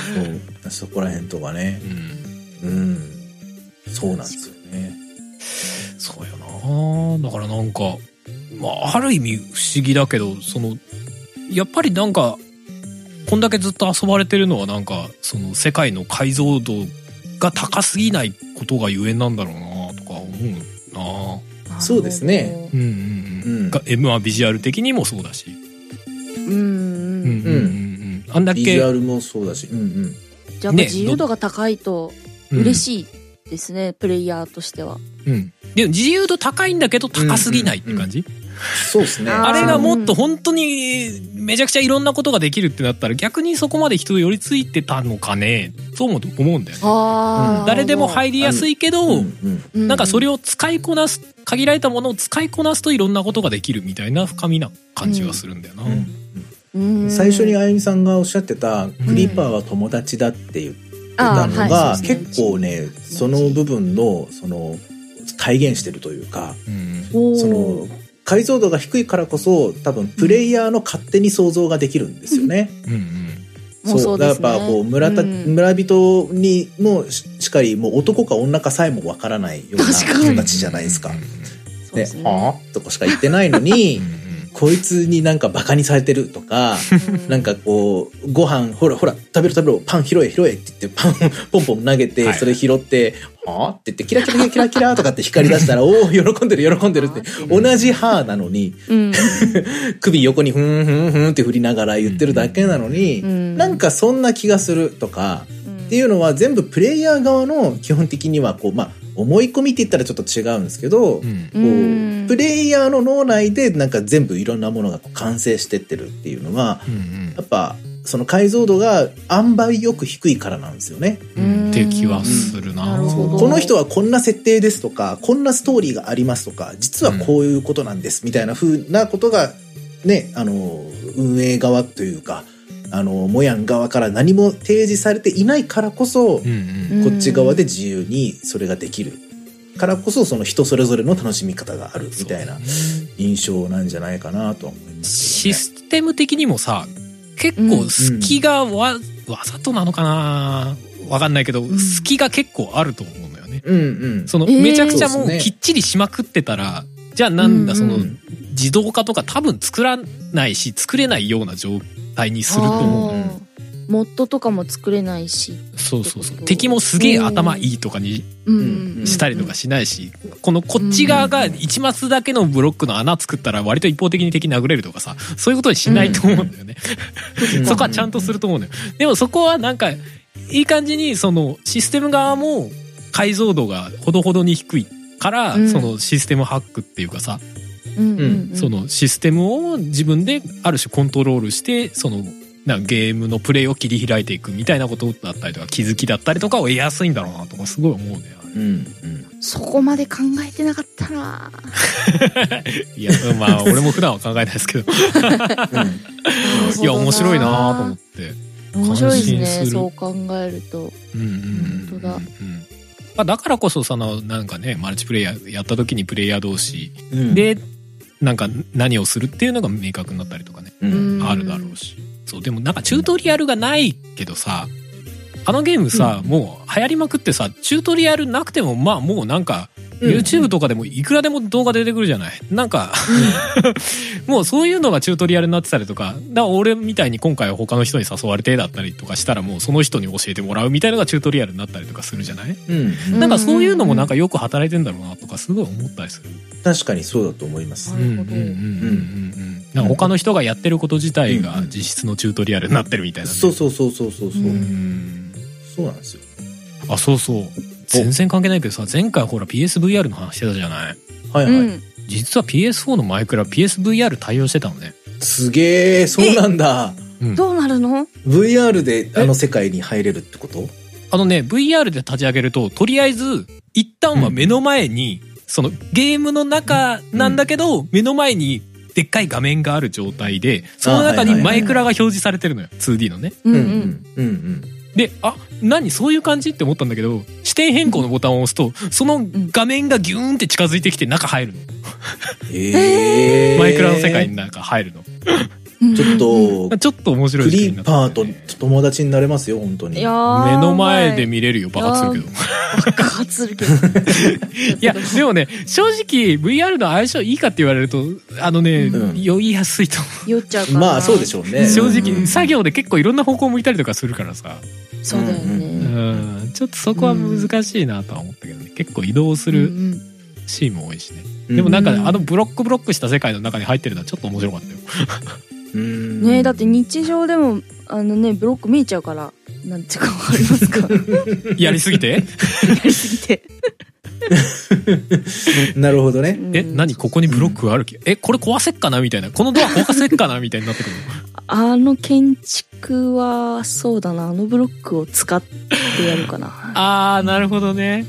S1: そうそこら辺とかね。うん。そうなんですよね。
S2: そうよなだからなんか、まあ、ある意味不思議だけどそのやっぱりなんかこんだけずっと遊ばれてるのはなんかその世界の解像度が高すぎないことがゆえんなんだろうなとか思うな
S3: うん
S1: そうですね
S2: うんうん
S1: う
S2: うんんが M はビジュアル的にもそうだし、
S3: うんう
S2: う
S3: ん
S2: んうんうんうん、あんだ
S1: ビジ
S2: け
S1: ュアルもそうだし、うんうん。
S3: やっぱ
S2: ね
S3: 自由度が高いと嬉しいですね、プレイヤーとしては
S2: うんうんでも自由度高いんだけど高すぎないって感じ、
S1: そうですね。
S3: あ
S2: あ
S3: ー
S2: れがもっと本当にめちゃくちゃいろんなことができるってなったら逆にそこまで人寄りついてたのかねそう思うと思うんだよね
S3: あ
S1: う
S3: あ
S1: ん
S2: 誰でも入りやすいけど、
S1: うんうん
S2: なんかそれ
S3: を
S2: を使いこなす限られたものを使いこなすといろんなことができるみたいな深みな感じはするんだよな、
S1: うん最初にあゆみさんがおっしゃってた「クリーパーは友達だ」っていうたのが、結構ねその部分のその体現してるというか、
S2: うん
S1: そ
S3: そ
S1: の解像度が低いからこそ多分プレイヤーの勝手に想像ができるんですよね。
S2: うんうん
S3: もそうで
S1: だ
S3: すね
S1: からやっぱこう村た、
S3: うん
S1: 村人にもししっかりもう男か女かさえもわからないような
S3: 確かに
S1: 人たちじゃないですか。
S2: うんうん
S3: そう
S1: で
S3: です
S1: 「
S3: ね
S1: はあ?」とかしか言ってないの に
S2: うんうん
S1: こいつになんかバカにされてるとか。なんかこうご飯ほらほら食べろ食べろパン拾え拾えって言ってパンポンポン投げ
S2: は
S1: て
S2: い
S1: それ拾って「はあ?」って言ってキラキラキラキラキラとかって光り出した ら「おお喜んでる喜んでる」って同じ「はあ」なのに
S3: うん
S1: 首横にふんふんふんって振りながら言ってるだけなのに、
S3: うん
S1: なんかそんな気がするとかっていううのは全部プレイヤー側の基本的にはこう、まあ、思い込みって言ったらちょっと違うんですけど、
S2: うんうん
S1: こうプレイヤーの脳内でなんか全部いろんなものがこう完成してってるっていうのは
S2: うん
S1: やっぱその解像度が塩梅よく低いからなんですよね。
S2: うんって気はするな,、
S3: うんなるほど
S1: この人はこんな設定ですとかこんなストーリーがありますとか実はこういうことなんですみたいな風なことがねあの運営側というかあのモヤン側から何も提示されていないからこそ、
S2: うんう
S1: こ
S2: ん
S1: っち側で自由にそれができるからこそその人それぞれの楽しみ方があるみたいな印象なんじゃないかなとは思いますけ
S2: シ
S1: どね。
S2: ステム的にもさ結構隙がわ,、わざとなのかなわかんないけど、
S3: ん
S2: 隙が結構あると思うのよね。
S1: うんうん
S2: その
S3: えー
S2: めちゃくちゃも
S1: そうです
S2: う
S1: ね
S2: きっちりしまくってたら、じゃあなんだ
S3: うん
S2: そ
S3: うん
S2: の自動化とか多分作らないし作れないような状態にすると思う。
S1: う
S3: あーモッドとかも作れないし
S2: そうそうそう
S3: うん
S2: 敵もすげえ頭いいとかに
S3: うん
S2: したりとかしないし、このこっち側が1マスだけのブロックの穴作ったら割と一方的に敵殴れるとかさそういうことにしないと思うんだよね、
S1: うん
S2: そこはちゃんとすると思うのよでもそこはなんかいい感じにそのシステム側も解像度がほどほどに低いから、
S3: うん
S2: そのシステムハックっていうかさ、
S3: うんうんうん
S2: そのシステムを自分である種コントロールしてそのなゲームのプレイを切り開いていくみたいなことだったりとか気づきだったりとかを得やすいんだろうなとかすごい思う ね。
S1: うん
S3: そこまで考えてなかったな。
S2: いやまあ俺も普段は考えないですけど
S1: う
S2: いや面白いなと思って。
S3: て面白い
S2: 感心
S3: です
S2: す
S3: ね。
S2: る
S3: そう考えると。
S2: うんうんうん
S3: 本当だ
S2: うんうんまあ、だからこそそのなんかねマルチプレイヤーやった時にプレイヤー同士
S1: んうん、
S2: でなんか何をするっていうのが明確になったりとかね、
S1: うん
S2: あるだろうしそうでもなんかチュートリアルがないけどさあのゲームさ、もう流行りまくってさチュートリアルなくてもまあもうなんか
S1: うん
S2: YouTube とかでもいくらでも動画出てくるじゃないなんか もうそういうのがチュートリアルになってたりとかだから俺みたいに今回は他の人に誘われてだったりとかしたらもうその人に教えてもらうみたいのがチュートリアルになったりとかするじゃない
S1: うん、
S2: なんかそういうのもなん
S3: か。
S2: かよく働いてんだろうなとかすごい思ったりする。
S1: 確かにそうだと思います
S3: な。るほ
S2: うん
S3: ど
S2: うんうんうんうんなんか他の人がやってること自体が実質のチュートリアルになってるみたいなね、
S1: そうそうそうそうそうそう、
S3: う
S2: うん
S1: そうなんですよ。
S2: あそうそう全然関係ないけどさ前回ほら PSVR の話してたじゃない
S1: はいうはい。
S3: ん。
S2: 実は PS4 のマイクラ PSVR 対応してたのね、
S1: すげえ、そうなんだ。
S2: うん
S3: どうなるの？
S1: VR であの世界に入れるってこと
S2: あのね VR で立ち上げるととりあえず一旦は目の前に、そのゲームの中なんだけど、目の前にでっかい画面がある状態でその中
S1: あはいはいは
S2: に
S1: い
S2: マイクラが表示されてるのよ 2D のね
S3: う
S1: うん
S3: う。
S1: うんんうんうん
S2: であ何そういう感じって思ったんだけど視点変更のボタンを押すとその画面がギューンって近づいてきて中入るの、
S1: えー
S2: マイクラの世界になんか入るの
S3: うん
S1: ちょっと、
S2: ちょっと面白い
S1: ク
S2: 時
S1: リ
S2: 間に
S1: ー
S2: なった
S1: パ
S2: よ
S1: ー
S2: ね
S1: と友達になれますよ、本当に。
S3: いや
S2: 目
S3: ー
S2: の前で見れるよ爆発するけど
S3: 爆発するけど。
S2: いやでもね正直 VR の相性いいかって言われるとあのね、
S1: うん
S2: 酔いやすいと
S3: 酔っちゃうから。
S1: まあそうでし
S3: ょ。
S1: ょうね。
S2: 正
S1: う
S2: 直
S1: ん
S2: 作業で結構いろんな方向向いたりとかするからさ、
S3: そうだよ
S2: う
S3: ね。
S2: ん、ちょっとそこは難しいなとは思ったけどね結構移動する
S3: うん
S2: シーンも多いしね、でもなんか
S3: うん
S2: あのブロックブロックした世界の中に入ってるのはちょっと面白かったよ
S1: うん
S3: ねえだって日常でもあのねブロック見えちゃうからなんていうかわかりま すかや
S2: やりすぎて
S3: りすぎて、
S1: なるほどね。
S2: え何ここにブロックがあるけえこれ壊せっかなみたいなこのドア壊せっかなみたいになってくる
S3: あの建築はそうだなあのブロックを使ってやるかな
S2: あーなるほどね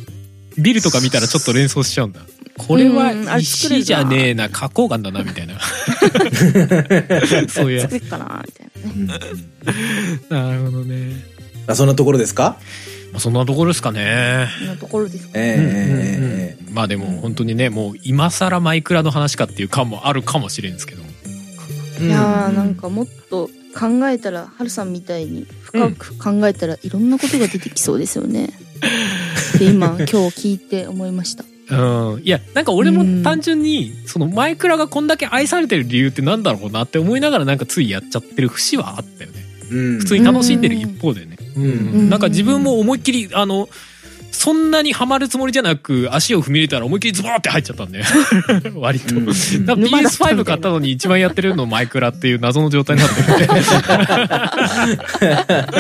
S2: ビルとか見たらちょっと連想しちゃうんだこれ
S3: うんあ
S2: は
S3: れ作れ
S2: 石
S3: るな
S2: じゃねえな花崗岩だなみたい なそういうや
S3: 作れっかなみたいなね
S1: うん
S2: つなるほどね、
S1: あそんなところですか
S2: まあ、そんなところですかね
S3: そんなところですか
S1: え
S2: うんうんうん
S1: ええええ
S2: まあでも本当にねもう今更マイクラの話かっていう感もあるかもしれんですけど
S1: ええ
S3: いやーなん。
S1: う
S3: かもっと考えたらハルさんみたいに深く考えたらいろんなことが出てきそうですよ ね、で今今日聞いて思いました
S2: うんいやなんか俺も単純にそのマイクラがこんだけ愛されてる理由ってなんだろうなって思いながらなんかついやっちゃってる節はあったよね
S1: うん
S2: 普通に楽しんでる一方でね、うん
S1: うん
S2: なんか自分も思いっきりあのそんなにはまるつもりじゃなく足を踏み入れたら思いっきりズボーって入っちゃった んで割と、
S1: うん
S2: だから
S3: 沼だったみたい
S2: PS5
S3: な
S2: 買ったのに一番やってるのマイクラっていう謎の状態にな ってるんで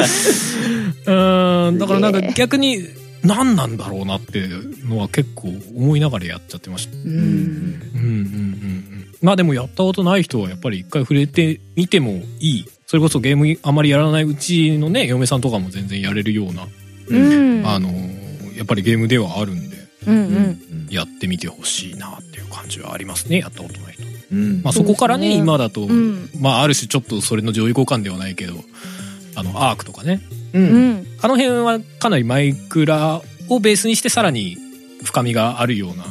S2: うんだからなんか逆に何なんだろうなっていうのは結構思いながらやっちゃってました
S1: う
S3: う
S1: んん
S2: うんうんうんうんまあでもやったことない人はやっぱり一回触れてみてもいいそれこそゲームあまりやらないうちのね嫁さんとかも全然やれるような、
S1: う
S3: うん
S1: うん
S3: ん
S2: あのやっぱりゲームではあるんで
S3: うんう
S1: うん
S3: ん
S2: やってみてほしいなっていう感じはありますねやったことない人、
S1: うん
S2: まあ、そこからね
S3: そうですね
S2: 今だと、
S3: うん
S2: まあある種ちょっとそれの上位互換ではないけどあのアークとかね
S1: う
S3: うんん
S2: あの辺はかなりマイクラをベースにしてさらに深みがあるような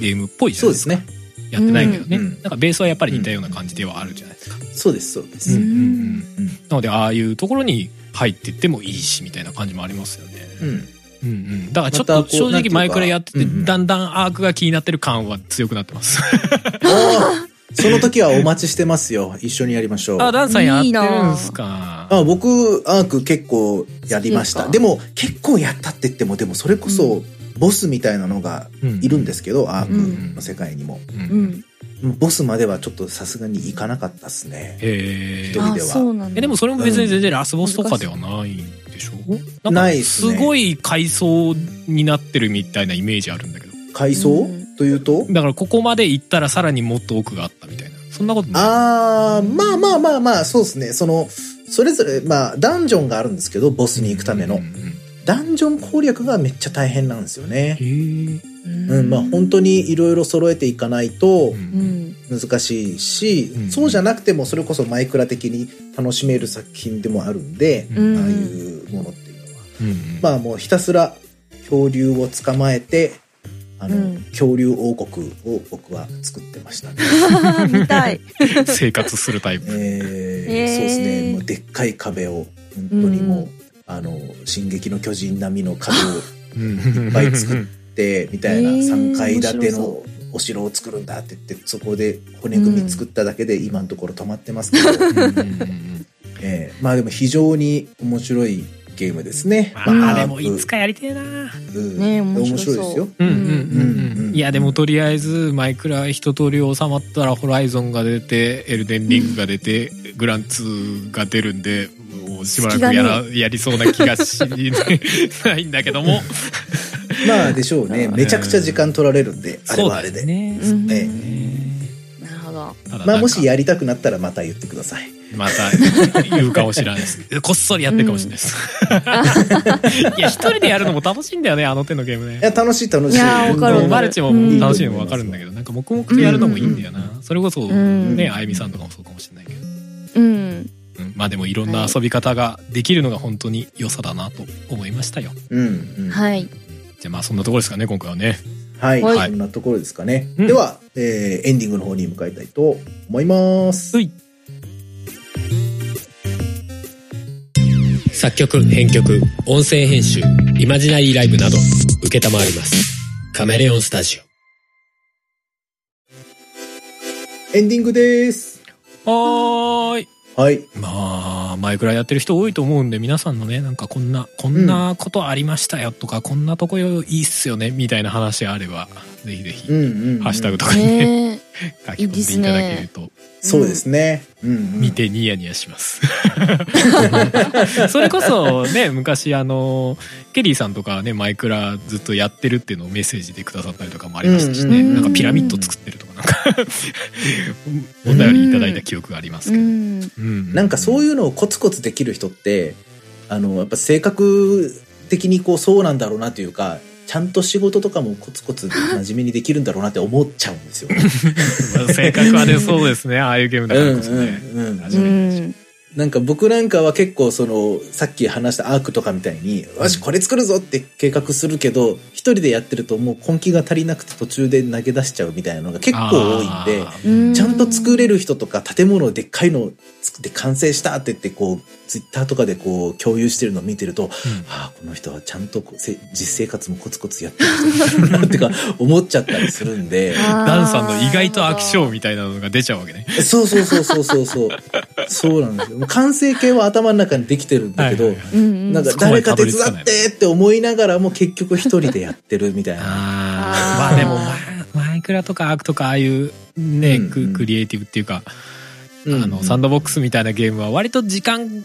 S2: ゲームっぽいじゃ
S1: そ
S2: な
S1: う
S2: い
S1: ですね。
S2: ですかやってないけどね、
S1: うんうん
S2: なんかベースはやっぱり似たような感じではあるじゃないですか、
S1: そうですそうです。
S3: う
S1: う
S3: ん
S1: ん
S2: なのでああいうところに入ってってもいいしみたいな感じもありますよね、
S1: うん
S2: うんうん、だからちょっと
S1: またこう
S2: 正
S1: なんていう
S2: 直
S1: か
S2: 前からやってて、
S1: うんうん
S2: だんだんアークが気になってる感は強くなってます
S1: その時はお待ちしてますよ。一緒にやりましょう。
S2: あ
S1: あ
S2: ダンさんやってるんですか
S1: 僕、アーク結構やりまし
S3: 好
S1: た。
S3: き
S1: で
S3: です
S1: も、結構やったって言っても、でもそれこそ、ボスみたいなのがいるんですけど、アークの世界にも。
S2: うん
S3: う
S2: うん
S3: ん
S1: ボスまではちょっとさすがに行かなかったっすね。
S2: へ
S1: 一人
S2: ー
S1: では
S3: あそうなんだ
S2: えでもそれも別に全然ラスボスとかではないんででしょなんか
S1: ないっす
S2: す
S1: ね
S2: ごい階層になってるみたいなイメージあるんだけど
S1: 階層
S3: うん
S1: というと
S2: だからここまで行ったらさらにもっと奥があったみたいなそんなことない
S1: あー、まあまあまあまあ、そうですね。その、それぞれ、まあ、ダンジョンがあるんですけど、ボスに行くため
S2: う
S1: の
S2: ん。うん
S1: ダンジョン攻略がめっちゃ大変なんですよね。
S2: へえ
S1: うん、まあ本当にいろいろ揃えていかないと
S2: う
S3: うんん
S1: 難しいし、
S2: うん
S1: そうじゃなくてもそれこそマイクラ的に楽しめる作品でもあるんで、
S2: う
S1: ああいうものっていうのは。
S2: うん
S1: まあもうひたすら恐竜を捕まえて、あの、
S3: うん
S1: 恐竜王国を僕は作ってましたね。
S3: うん、 見た い。
S2: 生活するタイプ
S1: えー
S3: えー
S1: そうですねもうでっかい壁を本当にもう、
S3: うん
S1: あの「進撃の巨人」並みの壁を
S2: い
S1: っぱい作っでみたいな
S3: えー
S1: 3階建て
S3: 面白
S1: の
S3: そ
S1: お城を作るんだって言ってそこで骨組み作っただけで今のところ止まってますけど、 えーまあでも非常に面白いゲームですね。
S2: まあ
S1: ハープ
S2: でもいつかやりてえな
S1: うん
S3: ね面白そう
S1: ですよ。
S2: うんうん
S1: うんうんうん
S2: いやでもとりあえずマイクラ一通り収まったらホライゾンが出てエルデンリングが出てグランツーが出るんでもうしばらくやら、やりそうな気がしないんだけども
S1: まあでしょうね。めちゃくちゃ時間取られるんで、あれはあれで。
S2: ね
S3: うん
S1: ええ
S3: なるほど。
S2: ただなんか
S1: まあもしやりたくなったらまた言ってください。
S2: また言うかもしれないですこっそりやってるかもしれないです、 いや一人でやるのも楽しいんだよねあの手のゲームね
S1: いや楽しい楽しい。
S3: いやーわかるわかる
S2: マルチも楽しいのも分かるんだけど、なんか黙々とやるのもいいんだよな、それこそ、
S3: うん
S2: ねあゆみさんとかもそうかもしれないけど、
S3: うん。
S2: うんまあでもいろんな遊び方ができるのが本当に良さだなと思いましたよ
S1: うん、うん。
S3: はい。
S2: じゃあまあそんなところですかね今回はね
S1: はい、
S3: はい
S1: そんなところですかね。
S2: うん
S1: では、えーエンディングの方に向かいたいと思います。
S2: い
S5: 作曲編曲音声編集イマジナリーライブなど承りますカメレオンスタジオ
S1: エンディングです。
S2: はーい
S1: はい。
S2: まあ前くらいやってる人多いと思うんで皆さんのねなんかこんなこんなことありましたよとか、こんなとこよいいっすよねみたいな話があればぜひぜひ、
S1: うんうん、うん
S2: ハッシュタグとかにね、
S3: ねえ。
S2: 書き込んでいただけると
S1: そうですね。うん、うん。
S2: 見。てニヤニヤします。 それこそね昔あのケリーさんとかねマイクラずっとやってるっていうのをメッセージでくださったりとかもありましたしね、
S3: うんうん
S2: なんかピラミッド作ってるとかなん かお便りいただいた記憶があります
S3: う
S2: けど、う
S3: ん。
S2: ん
S1: なんかそう
S2: う
S1: いうのをコツコツできる人って、あの、やっぱ性格的にこうそうなんだろうなというか、ちゃんと仕事とかもコツコツ真面目にできるんだろうなって思っちゃうんですよ。
S2: 性格はねそうです ねああいうゲームだ
S1: うん
S2: から
S1: う
S2: こそね。
S1: んうん。
S3: うん。
S1: なんか僕なんかは結構その、さっき話したアークとかみたいに、よし、これ作るぞって計画するけど、一人でやってるともう根気が足りなくて途中で投げ出しちゃうみたいなのが結構多いんで、
S2: あー
S3: うん
S1: ちゃんと作れる人とか建物をでっかいの作って完成したって言ってこう、ツイッターとかでこう共有してるのを見てると、ああ、この人はちゃんとこうせ実生活もコツコツやってる人なんだなってか 思っちゃったりするんで、
S2: ダンさんの意外と飽き性みたいなのが出ちゃうわけね。
S1: そうそうそうそうそうそう。そうなんですよ。もう完成形は頭の中にできてるんだけど、
S2: はいはいはい
S3: うんうん。
S1: なんか
S2: そこま
S1: 誰
S2: で
S1: か
S2: た
S1: 手
S2: ど
S1: 伝
S2: り着かない
S1: ってって思いながらも結局一人でやってるみたいな。
S2: あ
S3: あ
S2: ーまあ
S3: ー
S2: でもまあマイクラとかアークとかああいうね、
S1: うんうん
S2: ククリエイティブっていうか、
S1: うん
S2: あのサンドボックスみたいなゲームは割と時間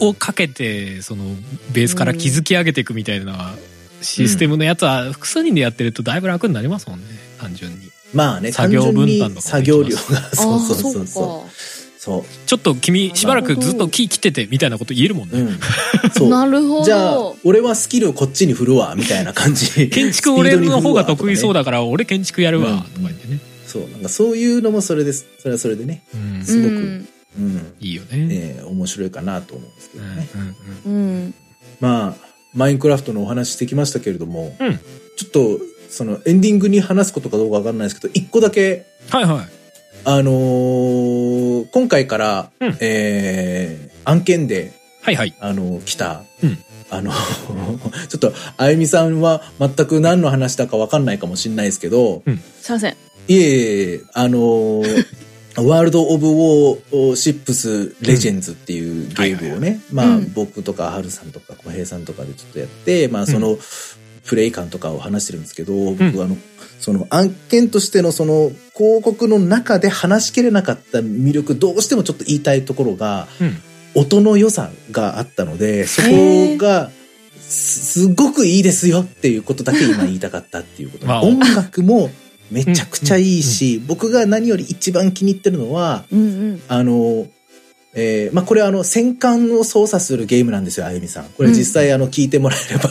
S2: をかけてそのベースから築き上げていくみたいなシステムのやつは複数人でやってるとだいぶ楽になりますもんね単純に
S1: まあね、単
S2: 作業
S1: 純
S2: 分
S1: に
S2: 担とか
S1: 作
S2: もでき
S1: 業
S2: ま
S1: 量
S2: す
S1: が、
S3: あ
S1: そう
S3: ー
S1: そう
S3: そ
S1: そう
S3: う
S1: そ
S3: か。
S1: う。そ
S2: ちょっと君しばらくずっと木切っててみたいなこと言えるもん
S1: う。う
S2: ね、
S1: ん。そ
S3: な
S1: う。
S3: るほど。
S1: じゃあ、俺はスキルこっちに振るわ、みたいな 感じ。
S2: 建築俺の方が得意そう
S1: だ。
S2: だから俺建築やるわとか言ってね、
S1: そう、なんかそういうのもそれです。それはそれでね。
S2: うん
S1: すごく
S3: うん
S1: うん。
S2: いいよね
S1: えー面白いかなと思うんですけ
S2: う
S1: ど
S2: ん
S1: ね。
S2: うんうん
S3: うん。
S1: まあ、マインクラフトのお話してきましたけれども、
S2: うん
S1: ちょっと、そのエンディングに話すことかどうかわかんないですけど、一個だけ、
S2: はいはい
S1: あのー今回から、
S2: うん
S1: えー案件で、
S2: はいはい
S1: あのー来た、
S2: うん
S1: あのー ちょっと、あゆみさんは全く何の話だかわかんないかもしれないですけど、
S3: すいません。
S1: いえいえいえ、あ のーワールド・オブ・ウォー・シップス・レジェンズっていうゲームをね、まあ、
S3: うん
S1: 僕とかハルさんとか小平さんとかでちょっとやって、まあ、その、プレイ感とかを話してるんですけど、僕、あの、その案件としてのその広告の中で話しきれなかった魅力、どうしてもちょっと言いたいところが、
S2: うん
S1: 音の良さがあったので、そこが、すすごくいいですよっていうことだけ今言いたかったっていうこと。
S2: まあ
S1: 音楽もめちゃくちゃいいし、僕が何より一番気に入ってるのは、
S3: うんうん。
S1: あの、えーまあ、これはあの、戦艦を操作するゲームなんですよ、あゆみさん。これ実際あの、聞いてもらえれば、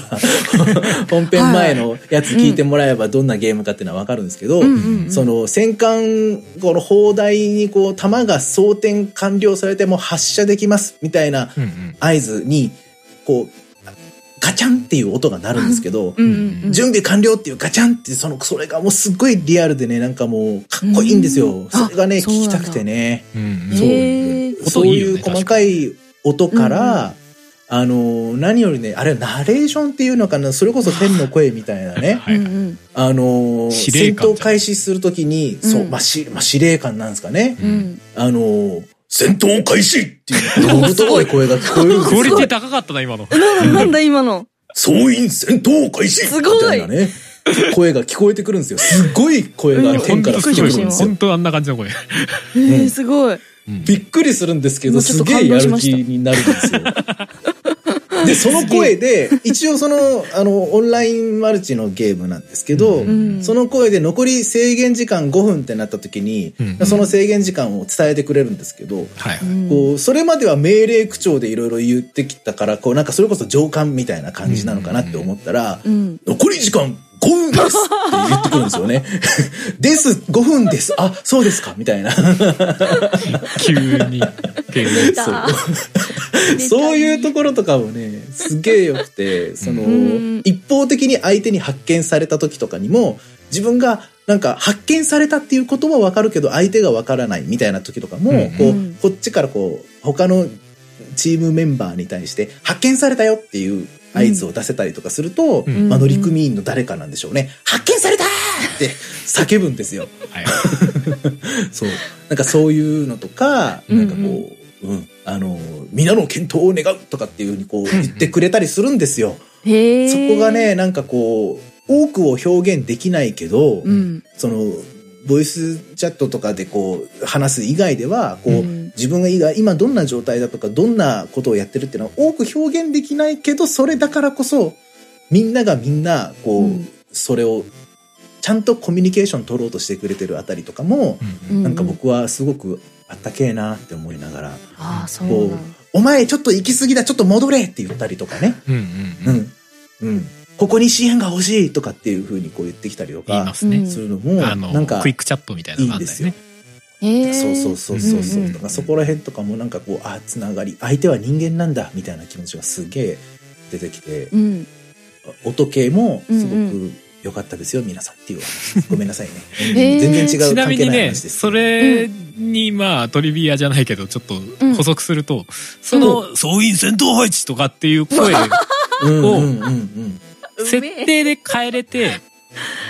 S1: 本編前のやつ聞いてもらえばどんなゲームかっていうのはわかるんですけど、
S3: うんうんうん。
S1: その戦艦この砲台にこう弾が装填完了されてもう発射できますみたいな
S2: うんうん
S1: 合図にこうガチャンっていう音が鳴るんですけど、
S3: うんうんうん。
S1: 準備完了っていうガチャンってそのそれがもうすっごいリアルでねなんかもうかっこいいんですよ、
S3: うん
S1: それがね
S3: あ
S1: 聞きたくてね
S2: うんうん
S1: そう
S3: へー
S1: そういう細かい音から、
S3: う
S1: あの何よりねあれナレーションっていうのかなそれこそ天の声みたいなね
S2: はいはい
S3: うん
S1: あのー
S2: 司
S1: 戦
S2: 令官
S1: 闘開始するときに、そう、
S3: うん
S1: まあ、し、まあ、司令官なんですかね。
S3: うん。うん。
S1: あのー戦闘開始って いう、のどごい声が聞こえるんです
S2: クオリテ
S1: よ
S2: ィ。高かったな今の
S3: なんだなんだ今の。
S1: 総員戦闘開始
S3: すご
S1: み
S3: い
S1: たいなね。声が聞こえてくるんですよ。すごい声が天から聞こえてくるんですよ
S2: 本。当あんな感じの声
S3: えー、 すごい。
S1: びっくりするんですけ
S3: も
S1: ど、
S3: うちょっ
S1: す
S3: と
S1: げえ
S3: 感
S1: や
S3: 動し
S1: る
S3: まし
S1: 気
S3: た
S1: になるんです よ。で、その声で、一応その、あの、オンラインマルチのゲームなんですけど、
S3: うん。
S1: その声で残り制限時間5分ってなった時に、
S2: うん
S1: その制限時間を伝えてくれるんですけど、
S2: はい
S3: うん、
S1: こう、それまでは命令口調でいろいろ言ってきたから、こう、なんかそれこそ上官みたいな感じなのかなって思ったら、
S3: うん。
S1: 残り時間5分ですって言ってくるんですよね。 です、5分です。あ、そうですかみたいな。
S2: 急にゲーム
S3: 出
S1: そう
S3: た。
S1: そういうところとかもね、すげえ良くて、その
S3: ん、
S1: 一方的に相手に発見された時とかにも、自分が、なんか、発見されたっていうこともわかるけど、相手がわからないみたいな時とかも、
S2: うん
S1: こ
S3: う、
S1: うんこっちからこう、他のチームメンバーに対して、発見されたよっていう合図を出せたりとかすると、
S2: うん
S1: まあ、乗組員の誰かなんでしょうね、発見されたーって叫ぶんですよ。
S2: はい
S1: そう。なんかそういうのとか、
S3: うん
S1: な
S3: うんん
S1: かこう、うん。あの、皆の健闘を願うとかっていうふうにこう言ってくれたりするんですよ。
S3: へえ。
S1: そこがね、なんかこう、多くを表現できないけど、
S3: うん。
S1: その、ボイスチャットとかでこう、話す以外では、こう、
S3: うん
S1: 自分が今今どんな状態だとか、どんなことをやってるっていうのは多く表現できないけど、それだからこそ、みんながみんな、こう、
S3: うん
S1: それを、ちゃんとコミュニケーション取ろうとしてくれてるあたりとかも、
S3: うん
S1: なんか。僕はすごくあったけえなって思いながら、
S3: ああ、そ
S1: こ
S3: う
S1: う
S3: なんだ。、
S1: お前ちょっと行き過ぎだ、ちょっと戻れって言ったりとかね。
S2: うんうんう
S1: うんん。うん。ここに支援が欲しいとかっていう風にこう言ってきたりと
S2: 言いま
S1: か、
S2: すね
S1: するのも、
S2: あ
S1: な
S2: の
S1: んか
S2: クイ、ックチャットみたいなのがあったよね
S3: へえ。
S1: そうそうそうそうそううんとか、そこら辺とかもなんかこう、あ、つながり、相手は人間なんだみたいな気持ちがすげえ出てきて、
S3: うん。
S1: 音系もすご
S3: う
S1: く良かったですよ、皆さんって いうお話です。ごめんなさいね。
S3: へー
S1: 全然違う
S2: ちな
S1: 関
S2: み
S1: 係
S2: に
S1: ない
S2: ね
S1: 話です。
S2: それにまあトリビアじゃないけどちょっと
S3: ん
S2: 補足すると、その「総員戦闘配置」とかっていう声
S1: うん
S2: を
S1: うんうんうん。
S2: 設定で変えれて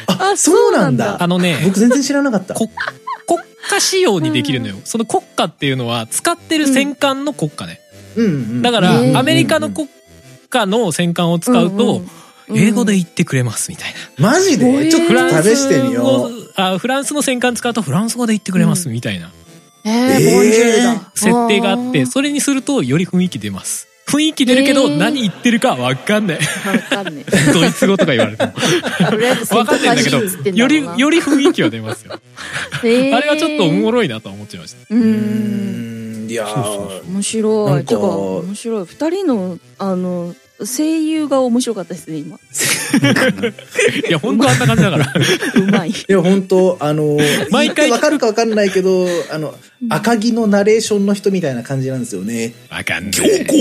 S1: あ、
S3: あ
S1: そうなん
S3: そうなん
S1: だ
S2: あ。のね
S1: 僕全然知らなかった。
S2: こ 国家仕様にできるのよその国家っていうのは使ってる戦艦の国家ね、
S1: うんうん
S2: だから
S3: うん
S2: アメリカの国家の戦艦を使うと英語で言ってくれますみたいな、
S1: マジ
S3: へ
S1: で
S3: ー
S1: ちょっ
S2: フラ
S1: と
S2: ン
S1: 試
S2: ス
S1: してみよ
S2: 語
S1: う。
S2: あフランスの戦艦使うとフランス語で言ってくれますみたいな
S3: ええ
S1: えー
S3: ボンジュールだ。
S2: 設定があって
S3: ー
S2: それにするとより雰囲気出ます雰囲気出るけど
S3: えー
S2: 何言ってるかわかん ない
S3: わかんねえ。
S2: ドイツ語とか言われても
S3: とりあえず戦
S2: わか
S3: 闘
S2: んないんだ
S3: 開
S2: け
S3: 始
S2: ど
S3: っつってんだ
S2: よ
S3: ろ
S2: り
S3: うな。
S2: より雰囲気は出ますよ
S3: へー
S2: あれはちょっとおもろいなとは思っちゃいました
S1: う
S3: うーん。
S1: ーん、いやー
S2: そうそう
S3: 面白
S1: なん
S3: い。
S1: か
S3: てか、面白い。二人の、あの、声優が面白かったですね、今。
S2: いや本当あんな感じ だから
S3: うま い。
S1: いや、本当あの、
S2: 毎
S1: 毎
S2: 回
S1: 回わかるかわかんないけど、あの、赤木のナレーションの人みたいな感じなんですよね。
S2: わかんな
S1: 強
S2: い
S1: 硬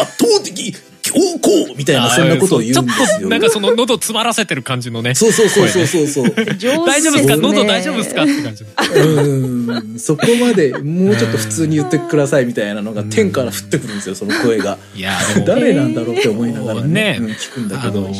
S1: 圧倒的強硬みたいな、
S2: あー
S1: そんなことを言うんです
S2: ちょ
S1: よ
S2: っと。なんかその喉詰まらせてる感じのね
S1: そうそうそうそうそうそう。
S3: 上手
S2: 大丈夫ですか
S3: ね
S2: 喉大丈夫ですかって 感じの
S1: うーん、そこまでもうちょっと普通に言ってくださいみたいなのが天から降ってくるんですよ、その声が。
S2: いやでも
S1: 誰なんだろうって思いながらね、
S2: えー
S1: うん聞くんだ
S2: あ
S1: けど
S2: の。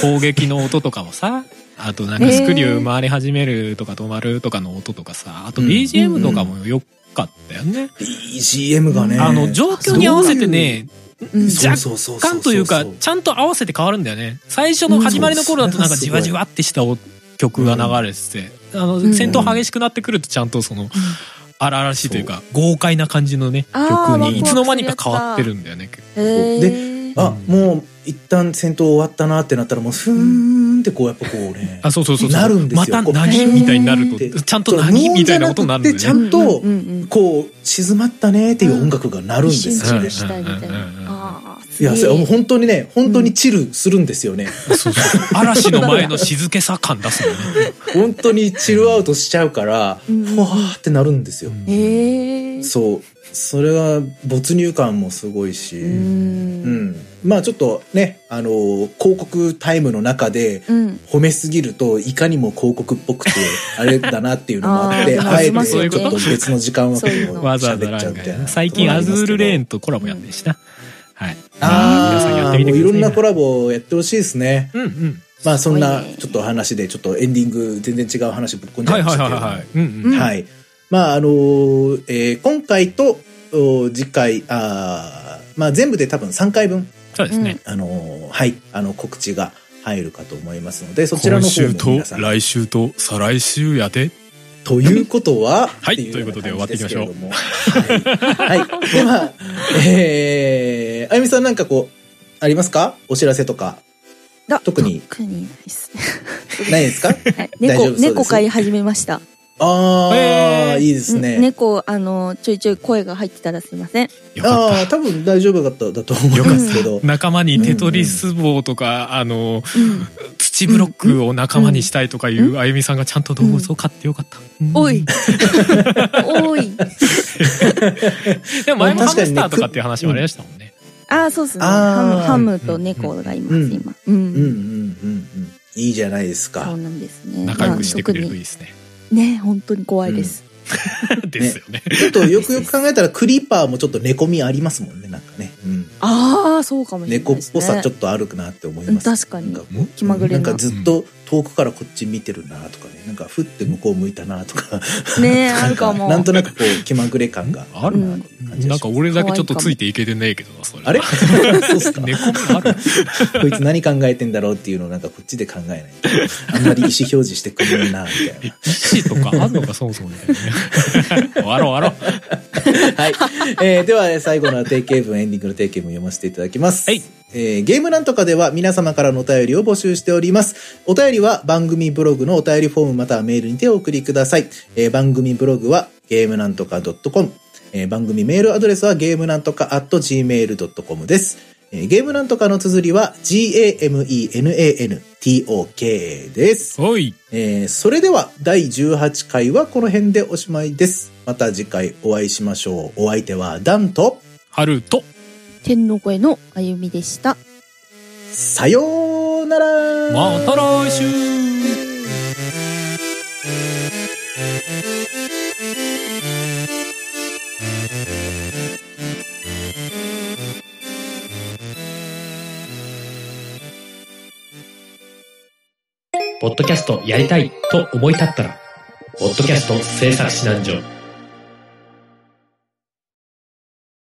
S2: 砲撃の音とかもさあとなんかスクリュー回り始めるとか止まるとかの音とかさあと
S1: うん
S2: BGM とかも良かったよね、
S1: BGM がね。
S2: あの状況に合わせてね
S3: うん
S1: そうそうそうそうそうそう、
S2: カンというかちゃんと合わせて変わるんだよね最初の始まりの頃だとなんかじわじわってした曲が流れてて、あの戦闘激しくなってくるとちゃんとその、荒々しいというか豪快な感じのね曲
S3: あーワクワク
S2: にいつの間にか変わってるんだよね結構
S3: へー
S1: で
S2: うん
S1: あ、もう一旦戦闘終わったなってなったらもうふーんってこうやっぱこうね
S2: あそうそうそうそう
S1: なるんですよ
S2: ま
S1: こ
S2: た
S1: う
S2: なぎみたいになると
S1: で
S2: ちゃんとなぎみたいなことになるんだよね
S1: ちゃんと
S3: うんうんうん
S1: こう静まったねっていう音楽が鳴るんです
S3: 一
S1: よ、
S3: 瞬注意したいみたい
S2: うんうんう
S3: な
S2: んうんうん
S3: あー
S1: いやそれはもう
S3: す
S1: 本当にね本当にチルするんですよね、
S2: そうそう嵐の前の静けさ感出すのね
S1: 本当にチルアウトしちゃうから
S3: うん
S1: ふわーってなるんですよ、
S3: げえへえ
S1: そうそれは没入感もすごいし、
S3: う
S1: うんん、まあちょっとね、あのー広告タイムの中で
S3: うん
S1: 褒めすぎるといかにも広告っぽくてあれだなっていうのもあって
S3: あー
S1: あえ
S3: まあそうい
S1: て
S3: う
S1: ちょ
S3: こ
S1: っ
S3: と
S1: と別の時間枠で
S3: そういう
S1: も
S3: の
S2: わざわざ
S1: 喋っ
S2: ラ
S1: ちゃう
S2: ン
S1: み
S2: が
S1: たいな
S2: 最近アズールレーン
S1: ン
S2: とコラボやってるしなはい皆さんや
S1: あ
S2: っ
S1: あ
S2: てみ
S1: も
S2: て
S1: うい
S2: く
S1: ろ
S2: ださ
S1: ん
S2: い
S1: な
S2: ね
S1: コラボをやってほしいですね
S2: うんうん
S1: まあそんな
S3: すごいね
S1: ちょっとお話でちょっとエンディング全然違う話ぶっこんじゃ
S2: はいい
S1: まし
S2: はい
S1: た
S2: は
S1: け
S2: い
S1: れども
S2: はいうんうん
S1: はい。まあ、あのーえー今回と、お次回、あーまあ、全部で多分3回分、
S2: そうですね
S1: あのーはい、あの、告知が入るかと思いますので、そちらの方も皆さん。
S2: 来週と再来週やで
S1: ということは、
S2: はい
S1: っな
S2: ということで終わっていきましょ
S1: 感
S2: う
S1: じですけれども。はい。 はいでは、えー、あゆみさんなんかこう、ありますかお知らせとか。
S3: だ
S1: 特に
S3: 特にないっすね
S1: ないです か
S3: はい
S1: 大丈夫そう
S3: 猫
S1: です
S3: 猫飼い始めました
S1: あー、
S2: えー
S1: いいですね。
S3: うん猫あのちょいちょい声が入ってたらすいません
S2: よかった
S1: ああ、多分大丈夫だった、だと思うんですけど。
S2: 仲間にテトリス棒とか、あの
S3: うん
S2: 土ブロックを仲間にしたいとかいううあゆみさんがちゃんと動物を飼ってよかった、うん
S3: お いおい
S2: でも前も
S1: まあ
S2: ハ
S1: 確か
S2: ム
S1: に
S2: ス
S1: ね
S2: ターとかっていう話もありましたもんね、
S3: ああそうですねハム
S1: あー
S3: ハムと猫がいます、
S1: うん
S3: 今うん、
S1: うんうんうんうん。いいじゃないですか。
S3: そうなんですね
S2: 仲良くしてくれるといいで
S3: まあ
S2: すね、
S3: 特にね本当に怖いです、
S2: ですよね
S1: ちょっとよくよく考えたらクリーパーもちょっと猫みありますもんね、なんかね。うん、
S3: ああそうかもしれな
S1: 猫
S3: い
S1: っ
S3: です、ね、
S1: ぽさちょっとあるかなって思います。
S3: うん確かに
S1: なんもう
S3: 気まぐれな
S1: なんかずっと遠くからこっち見てるなとかね、なんかふって向こう向いたなとか、
S3: ねえ
S1: なん
S3: あるかも
S1: なんとなくこう気まぐれ感が
S2: あ
S1: あ
S2: る
S1: る
S2: な
S1: な
S3: うん
S1: という感じ
S2: な
S1: が
S2: ん
S1: し
S2: か
S1: ます。
S2: 俺だけちょっとついていけてねえけどなそれ
S1: あれ そうっすか
S2: 猫味ある
S1: こいつ何考えてんだろうっていうのをなんかこっちで考えないと。あんまり意思表示してくれないな、みたいな。
S2: 意思とかあんのかそもそもみたいな ね終わろう終わろう
S1: はい。えーでは、最後の定型文、エンディングの定型文読ませていただきます。
S2: はい
S1: えーゲームなんとかでは皆様からのお便りを募集しております。お便りは番組ブログのお便りフォームまたはメールにてお送りください。えー番組ブログはゲームなんとか .com。えー番組メールアドレスはゲームなんとか at gmail.com です。えーゲームなんとかの綴りは g-a-m-e-n-a-n-t-o-k です。
S2: おい
S1: えーそれでは第18回はこの辺でおしまいです。また次回お会いしましょう。お相手はダンと、
S2: 春と
S3: 天の声のあゆみでした
S1: さようなら
S2: また来週
S5: ポッドキャストやりたいと思い立ったら、ポッドキャスト制作指南所